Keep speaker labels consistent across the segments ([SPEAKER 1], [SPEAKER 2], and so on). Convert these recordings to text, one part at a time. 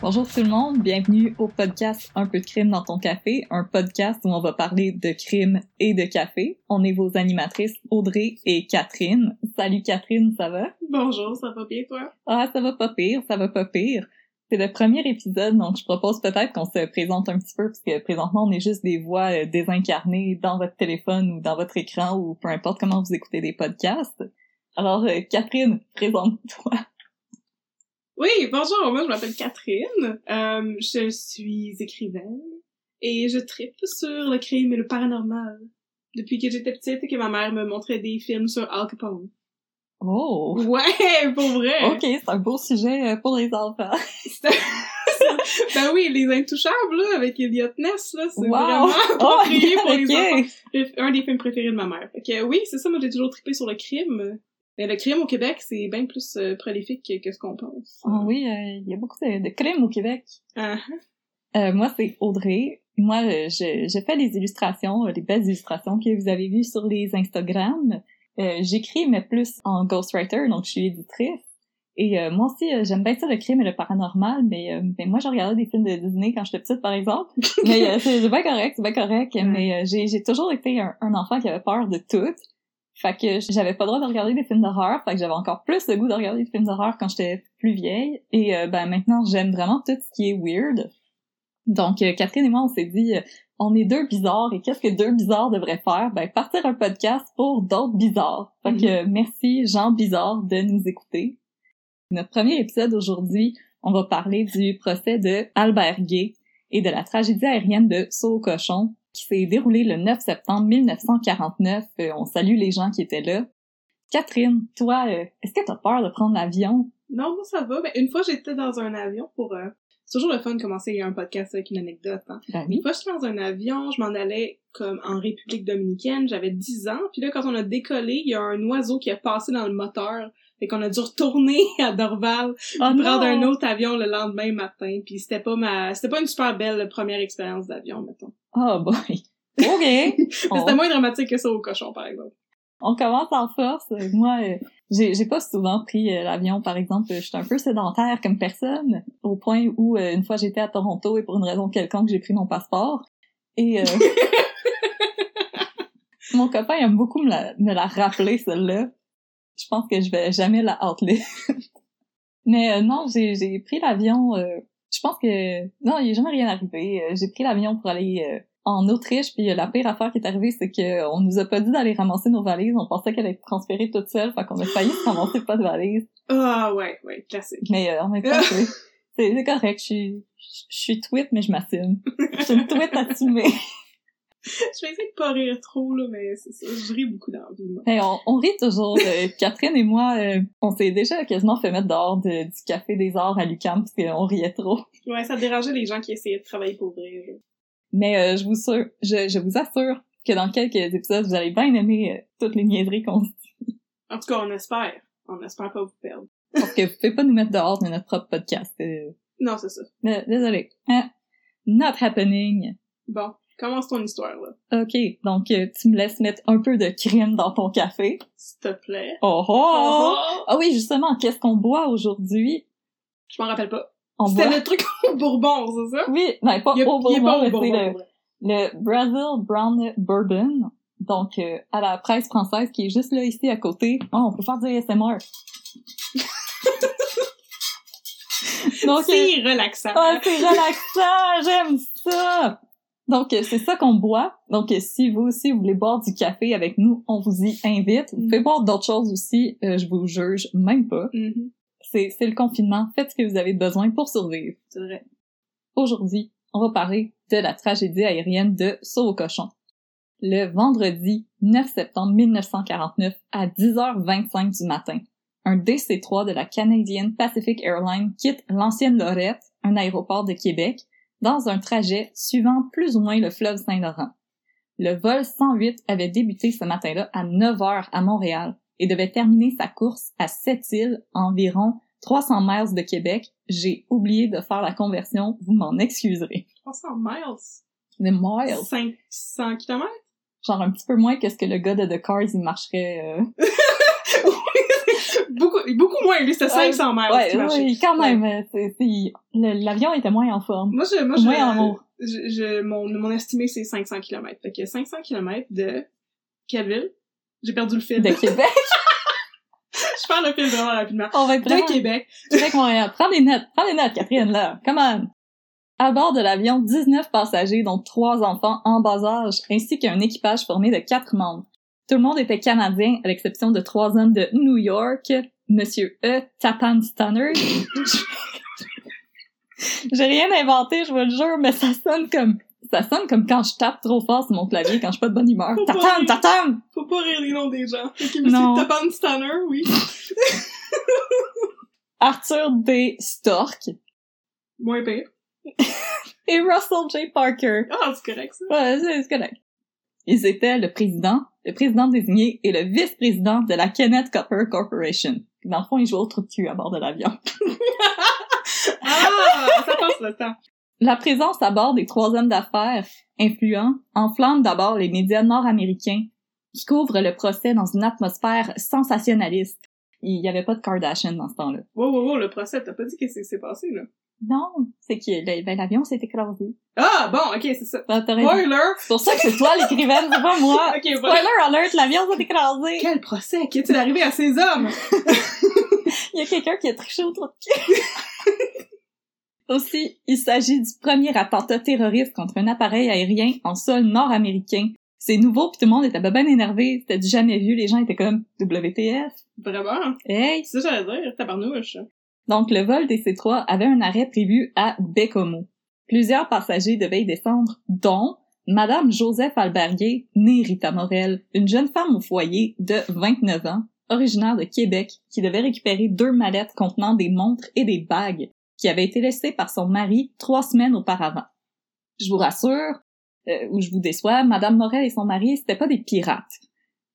[SPEAKER 1] Bonjour tout le monde, bienvenue au podcast Un peu de crime dans ton café, un podcast où on va parler de crime et de café. On est vos animatrices Audrey et Catherine. Salut Catherine, ça va?
[SPEAKER 2] Bonjour, ça va bien toi?
[SPEAKER 1] Ah, ça va pas pire, ça va pas pire. C'est le premier épisode, donc je propose peut-être qu'on se présente un petit peu, parce que présentement on est juste des voix euh, désincarnées dans votre téléphone ou dans votre écran ou peu importe comment vous écoutez des podcasts. Alors euh, Catherine, présente-toi.
[SPEAKER 2] Oui, bonjour, moi je m'appelle Catherine, euh, je suis écrivaine et je tripe sur le crime et le paranormal depuis que j'étais petite et que ma mère me montrait des films sur Al Capone.
[SPEAKER 1] Oh!
[SPEAKER 2] Ouais, pour vrai!
[SPEAKER 1] Ok, c'est un beau sujet euh, pour les enfants.
[SPEAKER 2] Ben oui, Les Intouchables, là, avec Elliot Ness, là, c'est
[SPEAKER 1] Wow.
[SPEAKER 2] vraiment
[SPEAKER 1] Oh,
[SPEAKER 2] approprié pour les enfants.
[SPEAKER 1] ok.
[SPEAKER 2] Le- un des films préférés de ma mère. Fait que euh, oui, c'est ça, moi j'ai toujours trippé sur le crime. Mais le crime au Québec, c'est bien plus euh, prolifique que, que ce qu'on pense.
[SPEAKER 1] Ah oui, euh, il y a beaucoup de, de crimes au Québec.
[SPEAKER 2] Ah,
[SPEAKER 1] Euh, moi, c'est Audrey. Moi, euh, je, je fais les illustrations, euh, les belles illustrations que vous avez vues sur les Instagram. Euh, J'écris, mais plus en ghostwriter, donc je suis éditrice. Et euh, moi aussi, euh, j'aime bien ça le crime et le paranormal, mais, euh, mais moi, je regardais des films de Disney quand j'étais petite, par exemple. Mais euh, c'est c'est bien correct, c'est bien correct.
[SPEAKER 2] Ouais.
[SPEAKER 1] Mais euh, j'ai j'ai toujours été un, un enfant qui avait peur de tout. Fait que j'avais pas le droit de regarder des films d'horreur, fait que j'avais encore plus le goût de regarder des films d'horreur quand j'étais plus vieille. Et euh, ben maintenant, j'aime vraiment tout ce qui est weird. Donc euh, Catherine et moi, on s'est dit, euh, on est deux bizarres et qu'est-ce que deux bizarres devraient faire Ben partir un podcast pour d'autres bizarres. Fait que
[SPEAKER 2] Mhm.
[SPEAKER 1] euh, merci Jean Bizarre de nous écouter. Notre premier épisode aujourd'hui, on va parler du procès de Albert Gay et de la tragédie aérienne de Saut au cochon qui s'est déroulée le 9 septembre 1949. Euh, on salue les gens qui étaient là. Catherine, toi, euh, est-ce que t'as peur de prendre l'avion?
[SPEAKER 2] Non, moi ça va. Ben, une fois, j'étais dans un avion pour... euh, C'est toujours le fun de commencer un podcast avec une anecdote. Hein.
[SPEAKER 1] Ben
[SPEAKER 2] Une fois, j'étais dans un avion, je m'en allais comme en République dominicaine, j'avais 10 ans. Puis là, quand on a décollé, il y a un oiseau qui a passé dans le moteur. Fait qu'on a dû retourner à Dorval,
[SPEAKER 1] Oh non!
[SPEAKER 2] prendre un autre avion le lendemain matin. Puis c'était pas ma... C'était pas une super belle première expérience d'avion, mettons.
[SPEAKER 1] Oh boy. OK.
[SPEAKER 2] Mais
[SPEAKER 1] On-
[SPEAKER 2] C'était moins dramatique que ça au cochon, par exemple.
[SPEAKER 1] on commence en force. Euh, Moi, euh, j'ai j'ai pas souvent pris euh, l'avion, par exemple. Je suis un peu sédentaire comme personne, au point où euh, une fois j'étais à Toronto et pour une raison quelconque, j'ai pris mon passeport. Et euh, mon copain aime beaucoup me la, me la rappeler, celle-là. Je pense que je vais jamais la outler. Mais euh, non, j'ai j'ai pris l'avion. euh, je pense que non, il est jamais rien arrivé. Euh, J'ai pris l'avion pour aller euh, en Autriche, puis euh, la pire affaire qui est arrivée, c'est que euh, on nous a pas dit d'aller ramasser nos valises. On pensait qu'elle allait être transférée toute seule, fait qu'on a failli se ramasser pas de valises.
[SPEAKER 2] Ah ouais, ouais, classique.
[SPEAKER 1] Mais euh, en même temps, c'est c'est- c'est correct. Je suis, je suis tweet, mais je m'assume. Je suis une tweet assumée.
[SPEAKER 2] je vais essayer de pas rire trop, là, mais c'est ça. Je ris beaucoup dans la vie, moi.
[SPEAKER 1] Mais on, on rit toujours. euh, Catherine et moi, euh, on s'est déjà quasiment fait mettre dehors de- du Café des Arts à l'UQAM parce qu'on riait trop.
[SPEAKER 2] Ouais, ça dérangeait les gens qui essayaient de travailler pour vrai, là.
[SPEAKER 1] Mais euh, je, vous sur- je, je vous assure que dans quelques épisodes, vous allez bien aimer euh, toutes les niaiseries qu'on se dit.
[SPEAKER 2] En tout cas, on espère. On espère pas vous perdre.
[SPEAKER 1] Parce que vous pouvez pas nous mettre dehors de notre propre podcast. euh,
[SPEAKER 2] Non, c'est ça.
[SPEAKER 1] euh, désolé. Hein? Not happening.
[SPEAKER 2] Bon, commence ton histoire, là.
[SPEAKER 1] OK, donc euh, tu me laisses mettre un peu de crème dans ton café.
[SPEAKER 2] S'il te plaît.
[SPEAKER 1] Oh oh!
[SPEAKER 2] Oh, oh.
[SPEAKER 1] Ah oui, justement, qu'est-ce qu'on boit aujourd'hui?
[SPEAKER 2] Je m'en rappelle pas.
[SPEAKER 1] On boit...
[SPEAKER 2] C'était le truc au Bourbon, c'est ça?
[SPEAKER 1] Oui, ben pas
[SPEAKER 2] Il est,
[SPEAKER 1] au
[SPEAKER 2] il
[SPEAKER 1] bourbon,
[SPEAKER 2] est bon
[SPEAKER 1] mais
[SPEAKER 2] au
[SPEAKER 1] c'est
[SPEAKER 2] Bourbon.
[SPEAKER 1] le,
[SPEAKER 2] pour vrai.
[SPEAKER 1] le Brazil Brown Bourbon. Donc, euh, à la presse française qui est juste là, ici, à côté. Oh, on peut faire du ASMR. Donc, euh,
[SPEAKER 2] C'est relaxant.
[SPEAKER 1] Ah, c'est relaxant, j'aime ça. Donc euh, c'est ça qu'on boit. Donc euh, si vous aussi vous voulez boire du café avec nous, on vous y invite. Vous pouvez boire d'autres choses aussi, euh, je vous juge même pas.
[SPEAKER 2] Mhm,
[SPEAKER 1] C'est c'est le confinement, faites ce que vous avez besoin pour survivre.
[SPEAKER 2] c'est vrai.
[SPEAKER 1] Aujourd'hui, on va parler de la tragédie aérienne de Saut au cochon. Le vendredi 9 septembre 1949 à 10h25 du matin, un DC-3 de la Canadian Pacific Airlines quitte l'ancienne Lorette, un aéroport de Québec, dans un trajet suivant plus ou moins le fleuve Saint-Laurent. Le vol 108 avait débuté ce matin-là à 9 heures à Montréal et devait terminer sa course à Sept-Îles, environ 300 miles de Québec. J'ai oublié de faire la conversion, vous m'en excuserez.
[SPEAKER 2] 300 miles.
[SPEAKER 1] Des miles,
[SPEAKER 2] 500 km?
[SPEAKER 1] genre un petit peu moins que ce que le gars de The Cars, il marcherait... euh,
[SPEAKER 2] beaucoup, beaucoup moins, lui, c'était 500 miles
[SPEAKER 1] Ouais,
[SPEAKER 2] qui marchait.
[SPEAKER 1] oui, quand même. euh, c'est- c'est- le- L'avion était moins en forme.
[SPEAKER 2] Moi, je, moi, je,
[SPEAKER 1] Moins en amour.
[SPEAKER 2] je, je- mon, mon estimé, c'est 500 km. Fait que 500 km de quelle ville? J'ai perdu le fil.
[SPEAKER 1] De Québec,
[SPEAKER 2] je perds le fil vraiment rapidement.
[SPEAKER 1] on va être vraiment-
[SPEAKER 2] De Québec.
[SPEAKER 1] Québec, Montréal. hein? Prends des notes, prends des notes, Catherine, là. Come on. À bord de l'avion, 19 passagers, dont trois enfants en bas âge, ainsi qu'un équipage formé de quatre membres. Tout le monde était canadien, à l'exception de trois hommes de New York, Monsieur E. Tapan Stanner. J'ai rien inventé, je vous le jure, mais ça sonne comme, ça sonne comme quand je tape trop fort sur mon clavier quand je suis pas de bonne humeur.
[SPEAKER 2] Faut pas
[SPEAKER 1] Tatam,
[SPEAKER 2] rire.
[SPEAKER 1] tatam!
[SPEAKER 2] Faut pas rire des noms des gens. Fait que
[SPEAKER 1] Non.
[SPEAKER 2] monsieur Tapan Stanner, oui.
[SPEAKER 1] Arthur D. Stork
[SPEAKER 2] Moins pire.
[SPEAKER 1] et Russell J. Parker.
[SPEAKER 2] Ah, c'est correct, ça.
[SPEAKER 1] Ouais, c'est c'est correct. Ils étaient le président, le président désigné et le vice-président de la Kenneth Copper Corporation. Dans le fond, ils jouaient au trou de cul à bord de l'avion.
[SPEAKER 2] Ah, ça passe le temps.
[SPEAKER 1] La présence à bord des trois hommes d'affaires influents enflamme d'abord les médias nord-américains qui couvrent le procès dans une atmosphère sensationnaliste. Il n'y avait pas de Kardashian dans ce temps-là.
[SPEAKER 2] Wow, wow, wow, le procès, t'as pas dit qu'est-ce qui s'est passé, là.
[SPEAKER 1] Non, c'est que le- ben, l'avion s'est écrasé.
[SPEAKER 2] Ah, bon, ok, c'est ça.
[SPEAKER 1] Ah, t'as raison.
[SPEAKER 2] Spoiler!
[SPEAKER 1] C'est pour ça que c'est toi l'écrivaine, c'est pas moi.
[SPEAKER 2] Ok, voilà.
[SPEAKER 1] Spoiler alert, l'avion s'est écrasé.
[SPEAKER 2] Quel procès? Qu'est-il arrivé à ces hommes?
[SPEAKER 1] Il y a quelqu'un qui a triché au trou de cul. Aussi, il s'agit du premier attentat terroriste contre un appareil aérien en sol nord-américain. C'est nouveau, puis tout le monde était ben énervé, c'était du jamais vu, les gens étaient comme « WTF?
[SPEAKER 2] Vraiment?
[SPEAKER 1] Hey!
[SPEAKER 2] C'est ça que j'allais dire, tabarnouche. »
[SPEAKER 1] Donc, le vol des C-3 avait un arrêt prévu à Bécomo. Plusieurs passagers devaient y descendre, dont Madame Joseph Alberguet, née Rita Morel, une jeune femme au foyer de 29 ans, originaire de Québec, qui devait récupérer deux mallettes contenant des montres et des bagues qui avaient été laissées par son mari trois semaines auparavant. Je vous rassure, euh, ou je vous déçois, Madame Morel et son mari, c'était pas des pirates.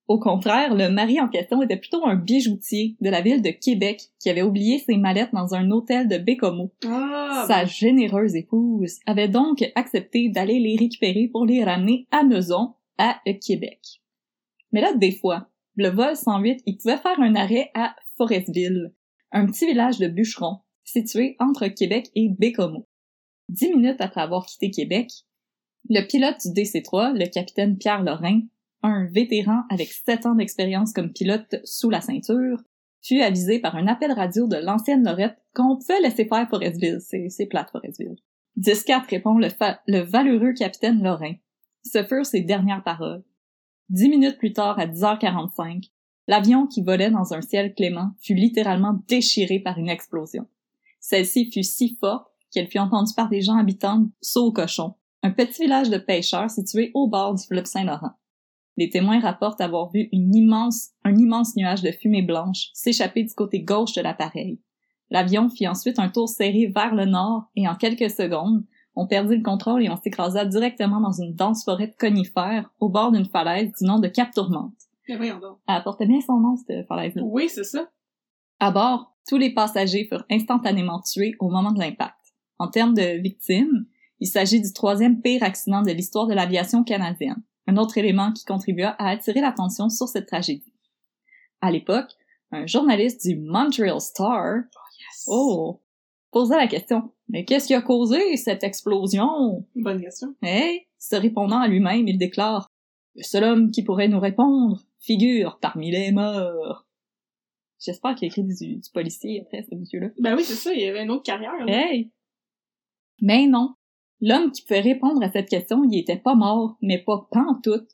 [SPEAKER 1] Au contraire, le mari en question était plutôt un bijoutier de la ville de Québec qui avait oublié ses mallettes dans un hôtel de Bécomo.
[SPEAKER 2] Ah!
[SPEAKER 1] Sa généreuse épouse avait donc accepté d'aller les récupérer pour les ramener à Meson, à Québec. Mais là, des fois, le vol 108, il pouvait faire un arrêt à Forestville, un petit village de bûcherons situé entre Québec et Bécomo. Dix minutes après avoir quitté Québec, le pilote du DC-3, le capitaine Pierre Lorrain, un vétéran avec sept ans d'expérience comme pilote sous la ceinture, fut avisé par un appel radio de l'ancienne Lorette qu'on pouvait laisser faire Forestville. C'est, c'est plate, Forestville. 10-4 répond le, fa- le valeureux capitaine Lorrain. Ce furent ses dernières paroles. Dix minutes plus tard, à 10h45, l'avion qui volait dans un ciel clément fut littéralement déchiré par une explosion. Celle-ci fut si forte qu'elle fut entendue par des gens habitant Saut Cochon, un petit village de pêcheurs situé au bord du fleuve Saint-Laurent. Les témoins rapportent avoir vu une immense, un immense nuage de fumée blanche s'échapper du côté gauche de l'appareil. L'avion fit ensuite un tour serré vers le nord et en quelques secondes, on perdit le contrôle et on s'écrasa directement dans une dense forêt de conifères au bord d'une falaise du nom de Cap Tourmente.
[SPEAKER 2] Mais ben voyons donc.
[SPEAKER 1] Elle portait bien son nom, cette falaise-là.
[SPEAKER 2] Oui, c'est ça.
[SPEAKER 1] À bord, tous les passagers furent instantanément tués au moment de l'impact. En termes de victimes, il s'agit du troisième pire accident de l'histoire de l'aviation canadienne, un autre élément qui contribua à attirer l'attention sur cette tragédie. À l'époque, un journaliste du Montreal Star
[SPEAKER 2] Yes.
[SPEAKER 1] oh, posa la question « Mais qu'est-ce qui a causé cette explosion?
[SPEAKER 2] Bonne question. »
[SPEAKER 1] Et, se répondant à lui-même, il déclare « Le seul homme qui pourrait nous répondre figure parmi les morts. » J'espère qu'il a écrit du, du policier après, ce monsieur-là.
[SPEAKER 2] Ben oui, c'est ça, il y avait une autre carrière, là.
[SPEAKER 1] Hey! Mais non. L'homme qui pouvait répondre à cette question, il était pas mort, mais pas pantoute.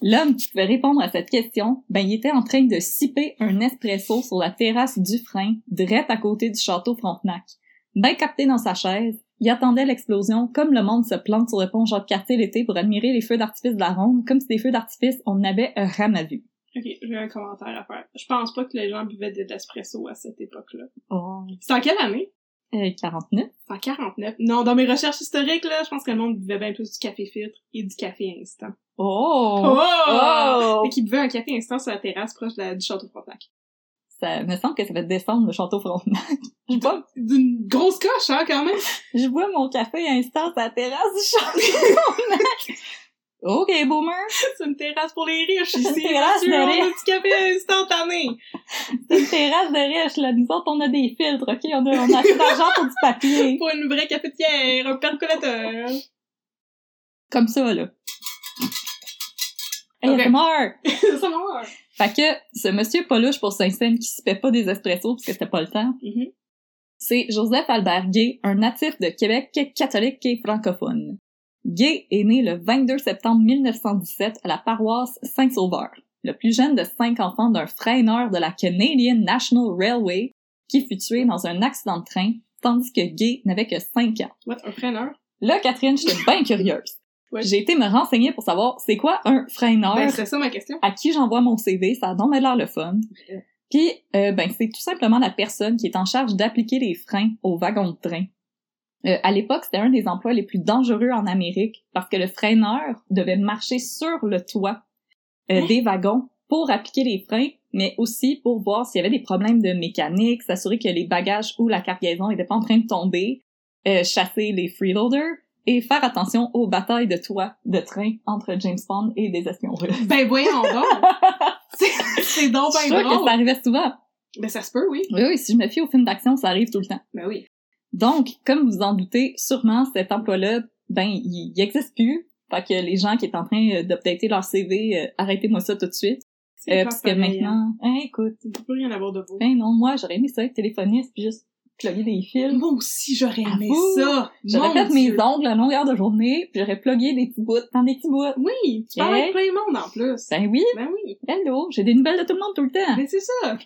[SPEAKER 1] L'homme qui pouvait répondre à cette question, ben, il était en train de siper un espresso sur la terrasse du frein, direct à côté du château Frontenac. Ben capté dans sa chaise, il attendait l'explosion comme le monde se plante sur le pont Jacques-Cartier l'été pour admirer les feux d'artifice de la ronde, comme si des feux d'artifice, on en avait un ram à vue.
[SPEAKER 2] Ok, j'ai un commentaire à faire. Je pense pas que les gens buvaient de l'espresso à cette époque-là.
[SPEAKER 1] Oh.
[SPEAKER 2] C'est en quelle année?
[SPEAKER 1] Euh, 49?
[SPEAKER 2] C'est en 49. Non, dans mes recherches historiques, là, je pense que le monde buvait bien plus du café filtre et du café instant.
[SPEAKER 1] Oh!
[SPEAKER 2] Oh!
[SPEAKER 1] Oh!
[SPEAKER 2] Et qui buvait un café instant sur la terrasse proche de la- du château Frontenac.
[SPEAKER 1] Ça me semble que ça va descendre le château Frontenac. Je bois,
[SPEAKER 2] D'une grosse coche, hein, quand même!
[SPEAKER 1] je bois mon café instant à la terrasse du château Frontenac. OK, boomer!
[SPEAKER 2] C'est une terrasse pour les riches ici.
[SPEAKER 1] Une terrasse
[SPEAKER 2] Mathieu,
[SPEAKER 1] de
[SPEAKER 2] on a
[SPEAKER 1] riches.
[SPEAKER 2] du café instantané.
[SPEAKER 1] C'est une terrasse de riche, là. Nous autres, on a des filtres, OK? On a, on a assez d'argent pour du papier.
[SPEAKER 2] Pour une vraie cafetière, un percolateur.
[SPEAKER 1] Comme ça, là. Hey,
[SPEAKER 2] Ok.
[SPEAKER 1] c'est mort!
[SPEAKER 2] Ça meurt.
[SPEAKER 1] Fait que ce monsieur Poluche pour Saint-Saëns qui se pas des espressos parce que c'était pas le temps,
[SPEAKER 2] Mhm.
[SPEAKER 1] c'est Joseph Albert Gay, un natif de Québec catholique et francophone. Gay est né le 22 septembre 1917 à la paroisse Saint-Sauveur, le plus jeune de cinq enfants d'un freineur de la Canadian National Railway qui fut tué dans un accident de train, tandis que Gay n'avait que cinq ans.
[SPEAKER 2] What, un freineur?
[SPEAKER 1] Là, Catherine, j'étais bien curieuse.
[SPEAKER 2] Ouais.
[SPEAKER 1] J'ai été me renseigner pour savoir c'est quoi un freineur
[SPEAKER 2] Ben, c'est ça ma question.
[SPEAKER 1] à qui j'envoie mon CV, ça a donc bien l'air le fun. Puis, euh, ben, c'est tout simplement la personne qui est en charge d'appliquer les freins aux wagons de train. Euh, à l'époque, c'était un des emplois les plus dangereux en Amérique parce que le freineur devait marcher sur le toit euh, des wagons pour appliquer les freins, mais aussi pour voir s'il y avait des problèmes de mécanique, s'assurer que les bagages ou la cargaison n'étaient pas en train de tomber, euh, chasser les freeloaders et faire attention aux batailles de toit de train entre James Bond et des espions russes.
[SPEAKER 2] Ben, voyons donc. C'est- c'est donc
[SPEAKER 1] Je suis
[SPEAKER 2] ben
[SPEAKER 1] sûre que
[SPEAKER 2] drôle.
[SPEAKER 1] ça arrivait souvent.
[SPEAKER 2] Ben, ça se peut, oui.
[SPEAKER 1] Oui, oui, si je me fie aux films d'action, ça arrive tout le temps.
[SPEAKER 2] Ben oui.
[SPEAKER 1] Donc, comme vous en doutez, sûrement cet emploi-là, ben, il il existe plus. Fait que les gens qui sont en train euh, d'updater leur CV, euh, arrêtez-moi ça tout de suite.
[SPEAKER 2] C'est
[SPEAKER 1] Euh,
[SPEAKER 2] pas
[SPEAKER 1] parce que
[SPEAKER 2] pareil, hein.
[SPEAKER 1] maintenant, hein, écoute,
[SPEAKER 2] Il peut plus rien avoir de beau.
[SPEAKER 1] ben non, moi, j'aurais aimé ça être téléphoniste puis juste plugger des fils.
[SPEAKER 2] Moi aussi, j'aurais aimé
[SPEAKER 1] Avoue.
[SPEAKER 2] ça.
[SPEAKER 1] J'aurais
[SPEAKER 2] Mon
[SPEAKER 1] fait
[SPEAKER 2] Dieu.
[SPEAKER 1] mes ongles à longueur de journée puis j'aurais plugué des petits bouts dans des petits bouts.
[SPEAKER 2] Oui, tu
[SPEAKER 1] Ok.
[SPEAKER 2] parles avec plein de monde en plus.
[SPEAKER 1] Ben oui,
[SPEAKER 2] Ben oui.
[SPEAKER 1] hello, j'ai des nouvelles de tout le monde tout le temps.
[SPEAKER 2] Ben, c'est ça.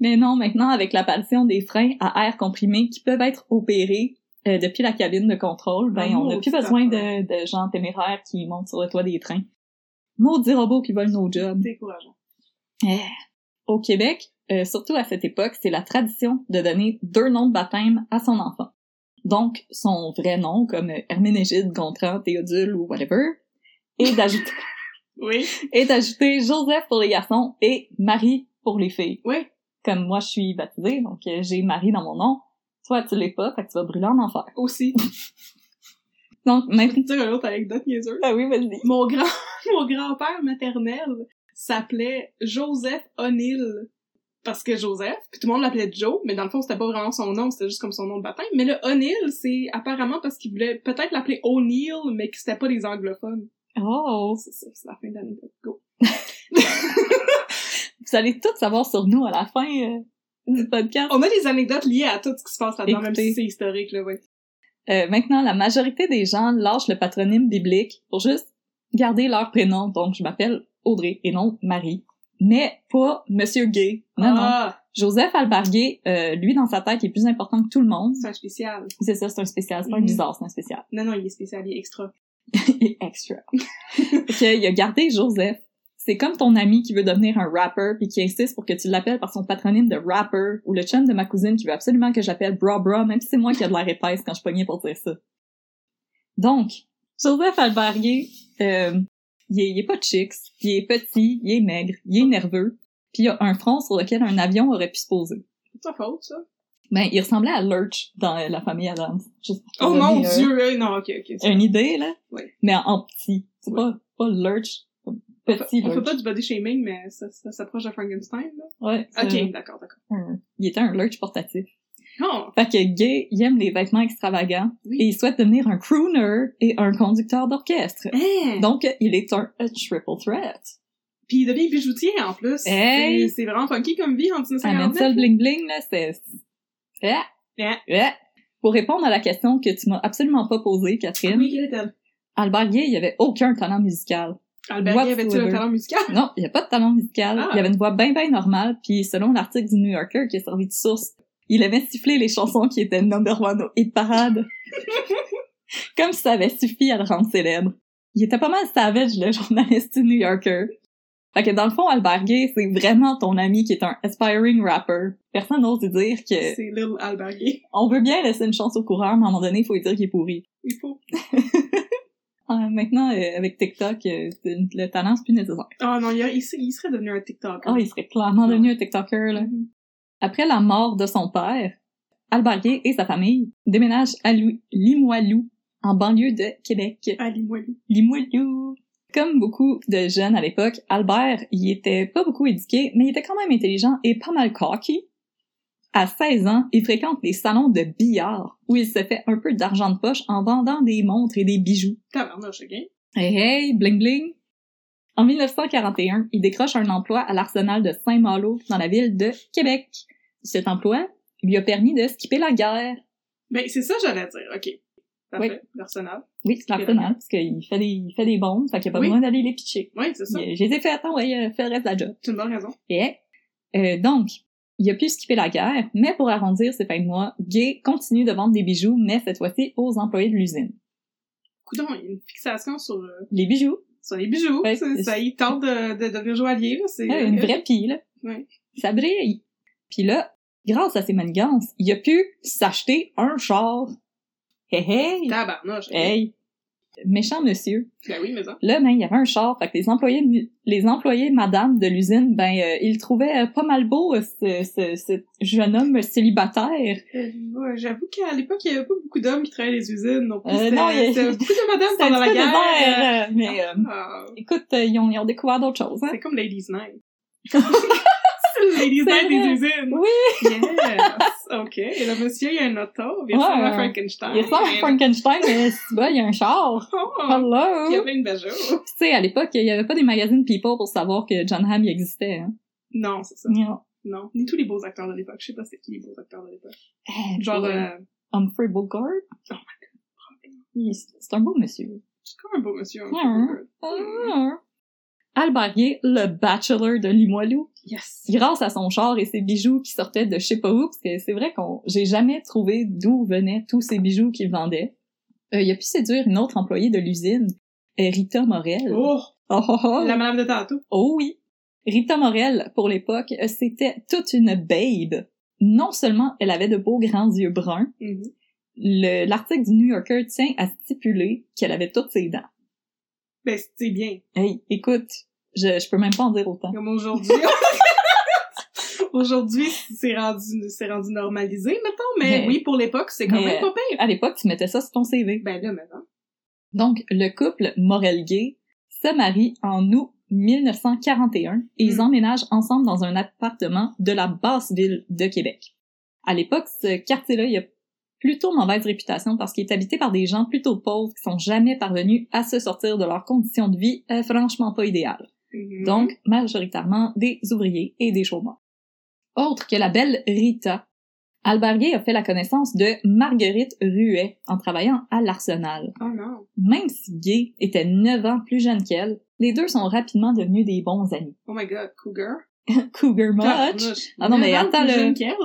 [SPEAKER 1] Mais non, maintenant, avec l'apparition des freins à air comprimé qui peuvent être opérés euh, depuis la cabine de contrôle, ben,
[SPEAKER 2] Ah,
[SPEAKER 1] on n'a
[SPEAKER 2] maudit
[SPEAKER 1] plus besoin de, de gens téméraires qui montent sur le toit des trains. Maudits robots qui volent nos jobs.
[SPEAKER 2] Décourageant.
[SPEAKER 1] Eh. Au Québec, euh, surtout à cette époque, c'est la tradition de donner deux noms de baptême à son enfant. Donc, son vrai nom, comme euh, Herménégide, Gontran, Théodule ou whatever, et d'ajouter,
[SPEAKER 2] Oui.
[SPEAKER 1] et d'ajouter Joseph pour les garçons et Marie pour les filles
[SPEAKER 2] Oui.
[SPEAKER 1] comme moi je suis baptisée, donc euh, j'ai Marie dans mon nom. Toi, tu l'es pas, fait que tu vas brûler en enfer.
[SPEAKER 2] Aussi.
[SPEAKER 1] Donc,
[SPEAKER 2] Je vais
[SPEAKER 1] maintenant...
[SPEAKER 2] te dire une autre anecdote niaiseuse.
[SPEAKER 1] Ah oui, vas-y.
[SPEAKER 2] Mon grand, mon grand-père maternel s'appelait Joseph O'Neill. Parce que Joseph, puis tout le monde l'appelait Joe, mais dans le fond, c'était pas vraiment son nom, c'était juste comme son nom de baptême. Mais le O'Neill, c'est apparemment parce qu'il voulait peut-être l'appeler O'Neill, mais que c'était pas les anglophones.
[SPEAKER 1] Oh!
[SPEAKER 2] C'est ça, c'est la fin de l'anecdote. Go.
[SPEAKER 1] Vous allez tout savoir sur nous à la fin euh, du podcast.
[SPEAKER 2] On a des anecdotes liées à tout ce qui se passe là-dedans, même
[SPEAKER 1] Écoutez.
[SPEAKER 2] si c'est historique, là, ouais.
[SPEAKER 1] Euh, maintenant, la majorité des gens lâchent le patronyme biblique pour juste garder leur prénom. Donc, je m'appelle Audrey et non Marie. Mais pas Monsieur Gay. Non, non.
[SPEAKER 2] ah,
[SPEAKER 1] Joseph Albert Gay, euh, lui, dans sa tête, il est plus important que tout le monde.
[SPEAKER 2] c'est un spécial.
[SPEAKER 1] C'est ça, c'est un spécial. C'est pas un
[SPEAKER 2] Mhm.
[SPEAKER 1] bizarre, c'est un spécial.
[SPEAKER 2] Non, non, il est spécial, il est extra.
[SPEAKER 1] et extra. qu'il a gardé Joseph. C'est comme ton ami qui veut devenir un rapper puis qui insiste pour que tu l'appelles par son patronyme de rapper ou le chum de ma cousine qui veut absolument que j'appelle bra bra même si c'est moi qui a de l'air épaisse quand je pognais pour dire ça. Donc, Joseph Albarier, euh, il, est, il est pas chicks, il est petit, il est maigre, il est nerveux, puis il a un front sur lequel un avion aurait pu se poser.
[SPEAKER 2] C'est pas faute, ça.
[SPEAKER 1] Ben, il ressemblait à Lurch dans euh, La famille Adams. Juste pour te
[SPEAKER 2] Oh
[SPEAKER 1] donner,
[SPEAKER 2] mon
[SPEAKER 1] euh,
[SPEAKER 2] dieu! euh, Non, ok, ok.
[SPEAKER 1] une idée, là.
[SPEAKER 2] Oui.
[SPEAKER 1] Mais en, en petit. C'est
[SPEAKER 2] Oui.
[SPEAKER 1] pas, pas lurch, comme petit
[SPEAKER 2] On fait
[SPEAKER 1] lurch.
[SPEAKER 2] pas du body shaming, mais ça, ça s'approche de Frankenstein, là.
[SPEAKER 1] Ouais, c'est
[SPEAKER 2] Ok, d'accord, d'accord.
[SPEAKER 1] un- il était un lurch portatif.
[SPEAKER 2] Non!
[SPEAKER 1] Fait que Gay, il aime les vêtements extravagants
[SPEAKER 2] Oui.
[SPEAKER 1] et il souhaite devenir un crooner et un conducteur d'orchestre.
[SPEAKER 2] Hein?
[SPEAKER 1] Donc, il est un, un triple threat.
[SPEAKER 2] Puis il devient bijoutier en plus.
[SPEAKER 1] Hey!
[SPEAKER 2] C'est- C'est vraiment funky comme vie en
[SPEAKER 1] Hein? Amène ça le
[SPEAKER 2] 1959.
[SPEAKER 1] bling bling, là, c'est... Eh,
[SPEAKER 2] Eh.
[SPEAKER 1] eh. Pour répondre à la question que tu m'as absolument pas posée, Catherine,
[SPEAKER 2] Oui, quel est-elle?
[SPEAKER 1] Albert Gay, il avait aucun talent musical.
[SPEAKER 2] Albert Guy
[SPEAKER 1] Whatsoever.
[SPEAKER 2] avait-il un talent musical?
[SPEAKER 1] Non, il n'y a pas de talent musical.
[SPEAKER 2] Ah.
[SPEAKER 1] Il avait une voix bien, bien normale. Puis selon l'article du New Yorker qui a servi de source, il aimait siffler les chansons qui étaient number one au hit parade. Comme si ça avait suffi à le rendre célèbre. Il était pas mal savage, le journaliste du New Yorker. Fait que dans le fond, Albert Gay, c'est vraiment ton ami qui est un aspiring rapper. Personne n'ose dire que
[SPEAKER 2] C'est Lil Albert Guy.
[SPEAKER 1] on veut bien laisser une chance au coureur, mais à un moment donné, il faut lui dire qu'il est pourri.
[SPEAKER 2] Il faut.
[SPEAKER 1] Euh, maintenant, euh, avec TikTok, euh, c'est- le talent, c'est plus nécessaire.
[SPEAKER 2] Oh non, il, y a- il se- il serait devenu un TikTok.
[SPEAKER 1] Ah, il serait clairement devenu un TikToker, là. Après la mort de son père, Albert Gay et sa famille déménagent à Lou- Limoilou, en banlieue de Québec.
[SPEAKER 2] Ali Moilou.
[SPEAKER 1] Limoilou. Comme beaucoup de jeunes à l'époque, Albert, il était pas beaucoup éduqué, mais il était quand même intelligent et pas mal cocky. À 16 ans, il fréquente des salons de billard où il se fait un peu d'argent de poche en vendant des montres et des bijoux.
[SPEAKER 2] Tabarnouche, ok?
[SPEAKER 1] Hey hey, bling bling. En 1941, il décroche un emploi à l'arsenal de Saint-Malo dans la ville de Québec. Cet emploi lui a permis de skipper la guerre.
[SPEAKER 2] Ben, c'est ça, j'allais dire, ok. Parfait. L'arsenal.
[SPEAKER 1] Oui, c'est l'arsenal, parce qu'il fait des, il fait des bombes, fait qu'il n'y a pas
[SPEAKER 2] Oui.
[SPEAKER 1] besoin d'aller les pitcher.
[SPEAKER 2] Oui, c'est ça.
[SPEAKER 1] Il- Je les ai fait, attends, ouais, euh, fais le reste de la job.
[SPEAKER 2] C'est une bonne raison.
[SPEAKER 1] Et, euh, donc, il a pu skipper la guerre, mais pour arrondir ses fins de mois, Gay continue de vendre des bijoux, mais cette fois-ci aux employés de l'usine.
[SPEAKER 2] Coudon, il y a une fixation sur, euh,
[SPEAKER 1] Les bijoux,
[SPEAKER 2] sur les bijoux.
[SPEAKER 1] Ouais,
[SPEAKER 2] ça,
[SPEAKER 1] c'est-
[SPEAKER 2] ça, il tente de, de devenir joaillier, là, c'est...
[SPEAKER 1] Ouais, une vraie pile.
[SPEAKER 2] Ouais.
[SPEAKER 1] Ça brille. Puis là, grâce à ses manigances, il a pu s'acheter un char. Hey, hey!
[SPEAKER 2] euh, Tabarnouche. ok.
[SPEAKER 1] Hey! Méchant monsieur.
[SPEAKER 2] Ben oui, mais ça.
[SPEAKER 1] Là, ben, il y avait un char. Fait que les employés, de l'u- les employés, madame de l'usine, ben, euh, ils le trouvaient euh, pas mal beau, euh, ce, ce, ce jeune homme célibataire.
[SPEAKER 2] Euh, ouais, J'avoue qu'à l'époque, il y avait pas beaucoup d'hommes qui travaillaient les usines. Non, plus.
[SPEAKER 1] Euh,
[SPEAKER 2] C'était-
[SPEAKER 1] non, il y a-
[SPEAKER 2] c'était beaucoup de madames
[SPEAKER 1] C'est un
[SPEAKER 2] pendant la
[SPEAKER 1] petit peu
[SPEAKER 2] guerre.
[SPEAKER 1] désert, euh, mais, euh,
[SPEAKER 2] Ah,
[SPEAKER 1] écoute, euh, ils, ont, ils ont découvert d'autres choses, hein.
[SPEAKER 2] c'est comme Ladies Night. c'est le Ladies
[SPEAKER 1] C'est
[SPEAKER 2] Night des
[SPEAKER 1] vrai.
[SPEAKER 2] usines.
[SPEAKER 1] Oui.
[SPEAKER 2] Yes. OK. Et le monsieur, il y a un auto. Il
[SPEAKER 1] Ouais.
[SPEAKER 2] ressemble à Frankenstein.
[SPEAKER 1] Il ressemble à Frankenstein, mais c'est bon, il y a un char.
[SPEAKER 2] Oh,
[SPEAKER 1] Hello!
[SPEAKER 2] il y avait une bajou.
[SPEAKER 1] Tu sais, à l'époque, il y avait pas des magazines People pour savoir que John Hamm y existait. Hein.
[SPEAKER 2] Non, c'est ça. Non. Ni tous les beaux acteurs de l'époque. Je sais pas c'est qui les beaux acteurs de l'époque.
[SPEAKER 1] Eh,
[SPEAKER 2] Genre,
[SPEAKER 1] ouais.
[SPEAKER 2] euh,
[SPEAKER 1] Humphrey Bogart.
[SPEAKER 2] Oh my
[SPEAKER 1] Il- C'est un beau monsieur.
[SPEAKER 2] c'est comme un beau monsieur. un
[SPEAKER 1] Ouais.
[SPEAKER 2] peu.
[SPEAKER 1] Ah. Albert Guier, le bachelor de Limoilou,
[SPEAKER 2] Yes.
[SPEAKER 1] grâce à son char et ses bijoux qui sortaient de je sais pas où, parce que c'est vrai qu'on, j'ai jamais trouvé d'où venaient tous ces bijoux qu'il vendait. Euh, il a pu séduire une autre employée de l'usine, euh, Rita Morel.
[SPEAKER 2] Oh,
[SPEAKER 1] Oh, oh, oh.
[SPEAKER 2] la madame de tantôt.
[SPEAKER 1] Oh oui! Rita Morel, pour l'époque, c'était toute une babe. Non seulement elle avait de beaux grands yeux bruns,
[SPEAKER 2] Mhm.
[SPEAKER 1] le- l'article du New Yorker tient à stipuler qu'elle avait toutes ses dents.
[SPEAKER 2] Ben, c'est bien.
[SPEAKER 1] Hey, écoute, je, je peux même pas en dire autant.
[SPEAKER 2] Comme aujourd'hui. aujourd'hui, c'est rendu, c'est rendu normalisé, mettons, mais,
[SPEAKER 1] Mais-
[SPEAKER 2] oui, pour l'époque, c'est quand
[SPEAKER 1] mais-
[SPEAKER 2] même pas pire.
[SPEAKER 1] À l'époque, tu mettais ça sur ton CV.
[SPEAKER 2] Ben là, maintenant.
[SPEAKER 1] Donc, le couple Morel-Gay se marie en août 1941 et ils
[SPEAKER 2] Mm.
[SPEAKER 1] emménagent ensemble dans un appartement de la basse ville de Québec. À l'époque, ce quartier-là, il a plutôt mauvaise réputation parce qu'il est habité par des gens plutôt pauvres qui sont jamais parvenus à se sortir de leurs conditions de vie euh, franchement pas idéales.
[SPEAKER 2] Mhm.
[SPEAKER 1] Donc, majoritairement des ouvriers et des chômeurs. Autre que la belle Rita, Albert Gay a fait la connaissance de Marguerite Ruet en travaillant à l'Arsenal.
[SPEAKER 2] Oh non.
[SPEAKER 1] Même si Gay était 9 ans plus jeune qu'elle, les deux sont rapidement devenus des bons amis.
[SPEAKER 2] Oh my god, Cougar.
[SPEAKER 1] Cougar much!
[SPEAKER 2] Tabarnouche.
[SPEAKER 1] Ah non, mais
[SPEAKER 2] Neuf ans
[SPEAKER 1] attends,
[SPEAKER 2] plus
[SPEAKER 1] le-
[SPEAKER 2] jeune qu'elle.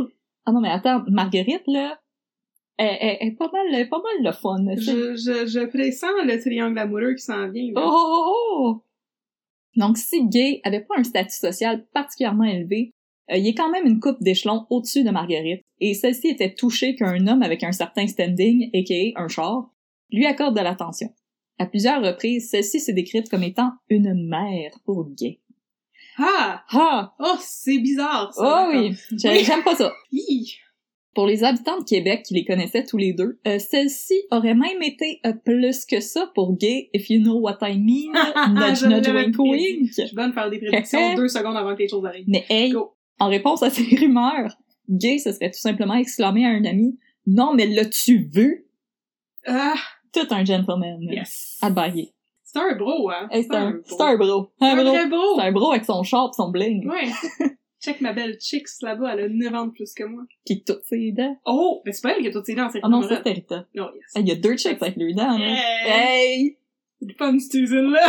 [SPEAKER 1] Ah non, mais attends, Marguerite, là, elle, elle- elle est pas mal, elle est pas mal le fun, tu sais.
[SPEAKER 2] Je, je, je pressens le triangle amoureux qui s'en vient.
[SPEAKER 1] Oh,
[SPEAKER 2] là.
[SPEAKER 1] oh, oh, oh! Donc, si Gay avait pas un statut social particulièrement élevé, euh, il est quand même une coupe d'échelon au-dessus de Marguerite, et celle-ci était touchée qu'un homme avec un certain standing, a.k.a. un char, lui accorde de l'attention. À plusieurs reprises, celle-ci s'est décrite comme étant une mère pour Gay.
[SPEAKER 2] Ah!
[SPEAKER 1] Ah!
[SPEAKER 2] Oh, c'est bizarre, ça.
[SPEAKER 1] Oh oui, J'ai-
[SPEAKER 2] Oui.
[SPEAKER 1] j'aime pas ça.
[SPEAKER 2] Hi.
[SPEAKER 1] Pour les habitants de Québec qui les connaissaient tous les deux, euh, celle-ci aurait même été euh, plus que ça pour gay, if you know what I mean, nudge
[SPEAKER 2] Je
[SPEAKER 1] nudge
[SPEAKER 2] l'avais
[SPEAKER 1] wink
[SPEAKER 2] prédit. Je
[SPEAKER 1] wink.
[SPEAKER 2] suis bonne à faire des prédictions deux secondes avant que les choses arrivent.
[SPEAKER 1] Mais hey,
[SPEAKER 2] Go.
[SPEAKER 1] en réponse à ces rumeurs, gay se serait tout simplement exclamé à un ami, non mais l'as-tu vu?
[SPEAKER 2] Ah,
[SPEAKER 1] Tout un gentleman.
[SPEAKER 2] yes.
[SPEAKER 1] À bailler.
[SPEAKER 2] C'est un bro, hein.
[SPEAKER 1] Hey, c'est un,
[SPEAKER 2] bro.
[SPEAKER 1] c'est un bro. Un
[SPEAKER 2] Un
[SPEAKER 1] bro.
[SPEAKER 2] vrai bro.
[SPEAKER 1] C'est un bro avec son char pis son bling.
[SPEAKER 2] Ouais. Check ma belle Chicks là-bas, elle a 9 ans de plus que moi.
[SPEAKER 1] Pis toutes ses dents.
[SPEAKER 2] Oh! Mais c'est pas elle qui a toutes ses dents, c'est
[SPEAKER 1] Ah non, ça
[SPEAKER 2] Rita
[SPEAKER 1] c'est Rita.
[SPEAKER 2] Morel. Oh, yes.
[SPEAKER 1] Il y a deux chicks avec lui dents, là.
[SPEAKER 2] Hey!
[SPEAKER 1] Hey!
[SPEAKER 2] C'est du fun, cette usine-là!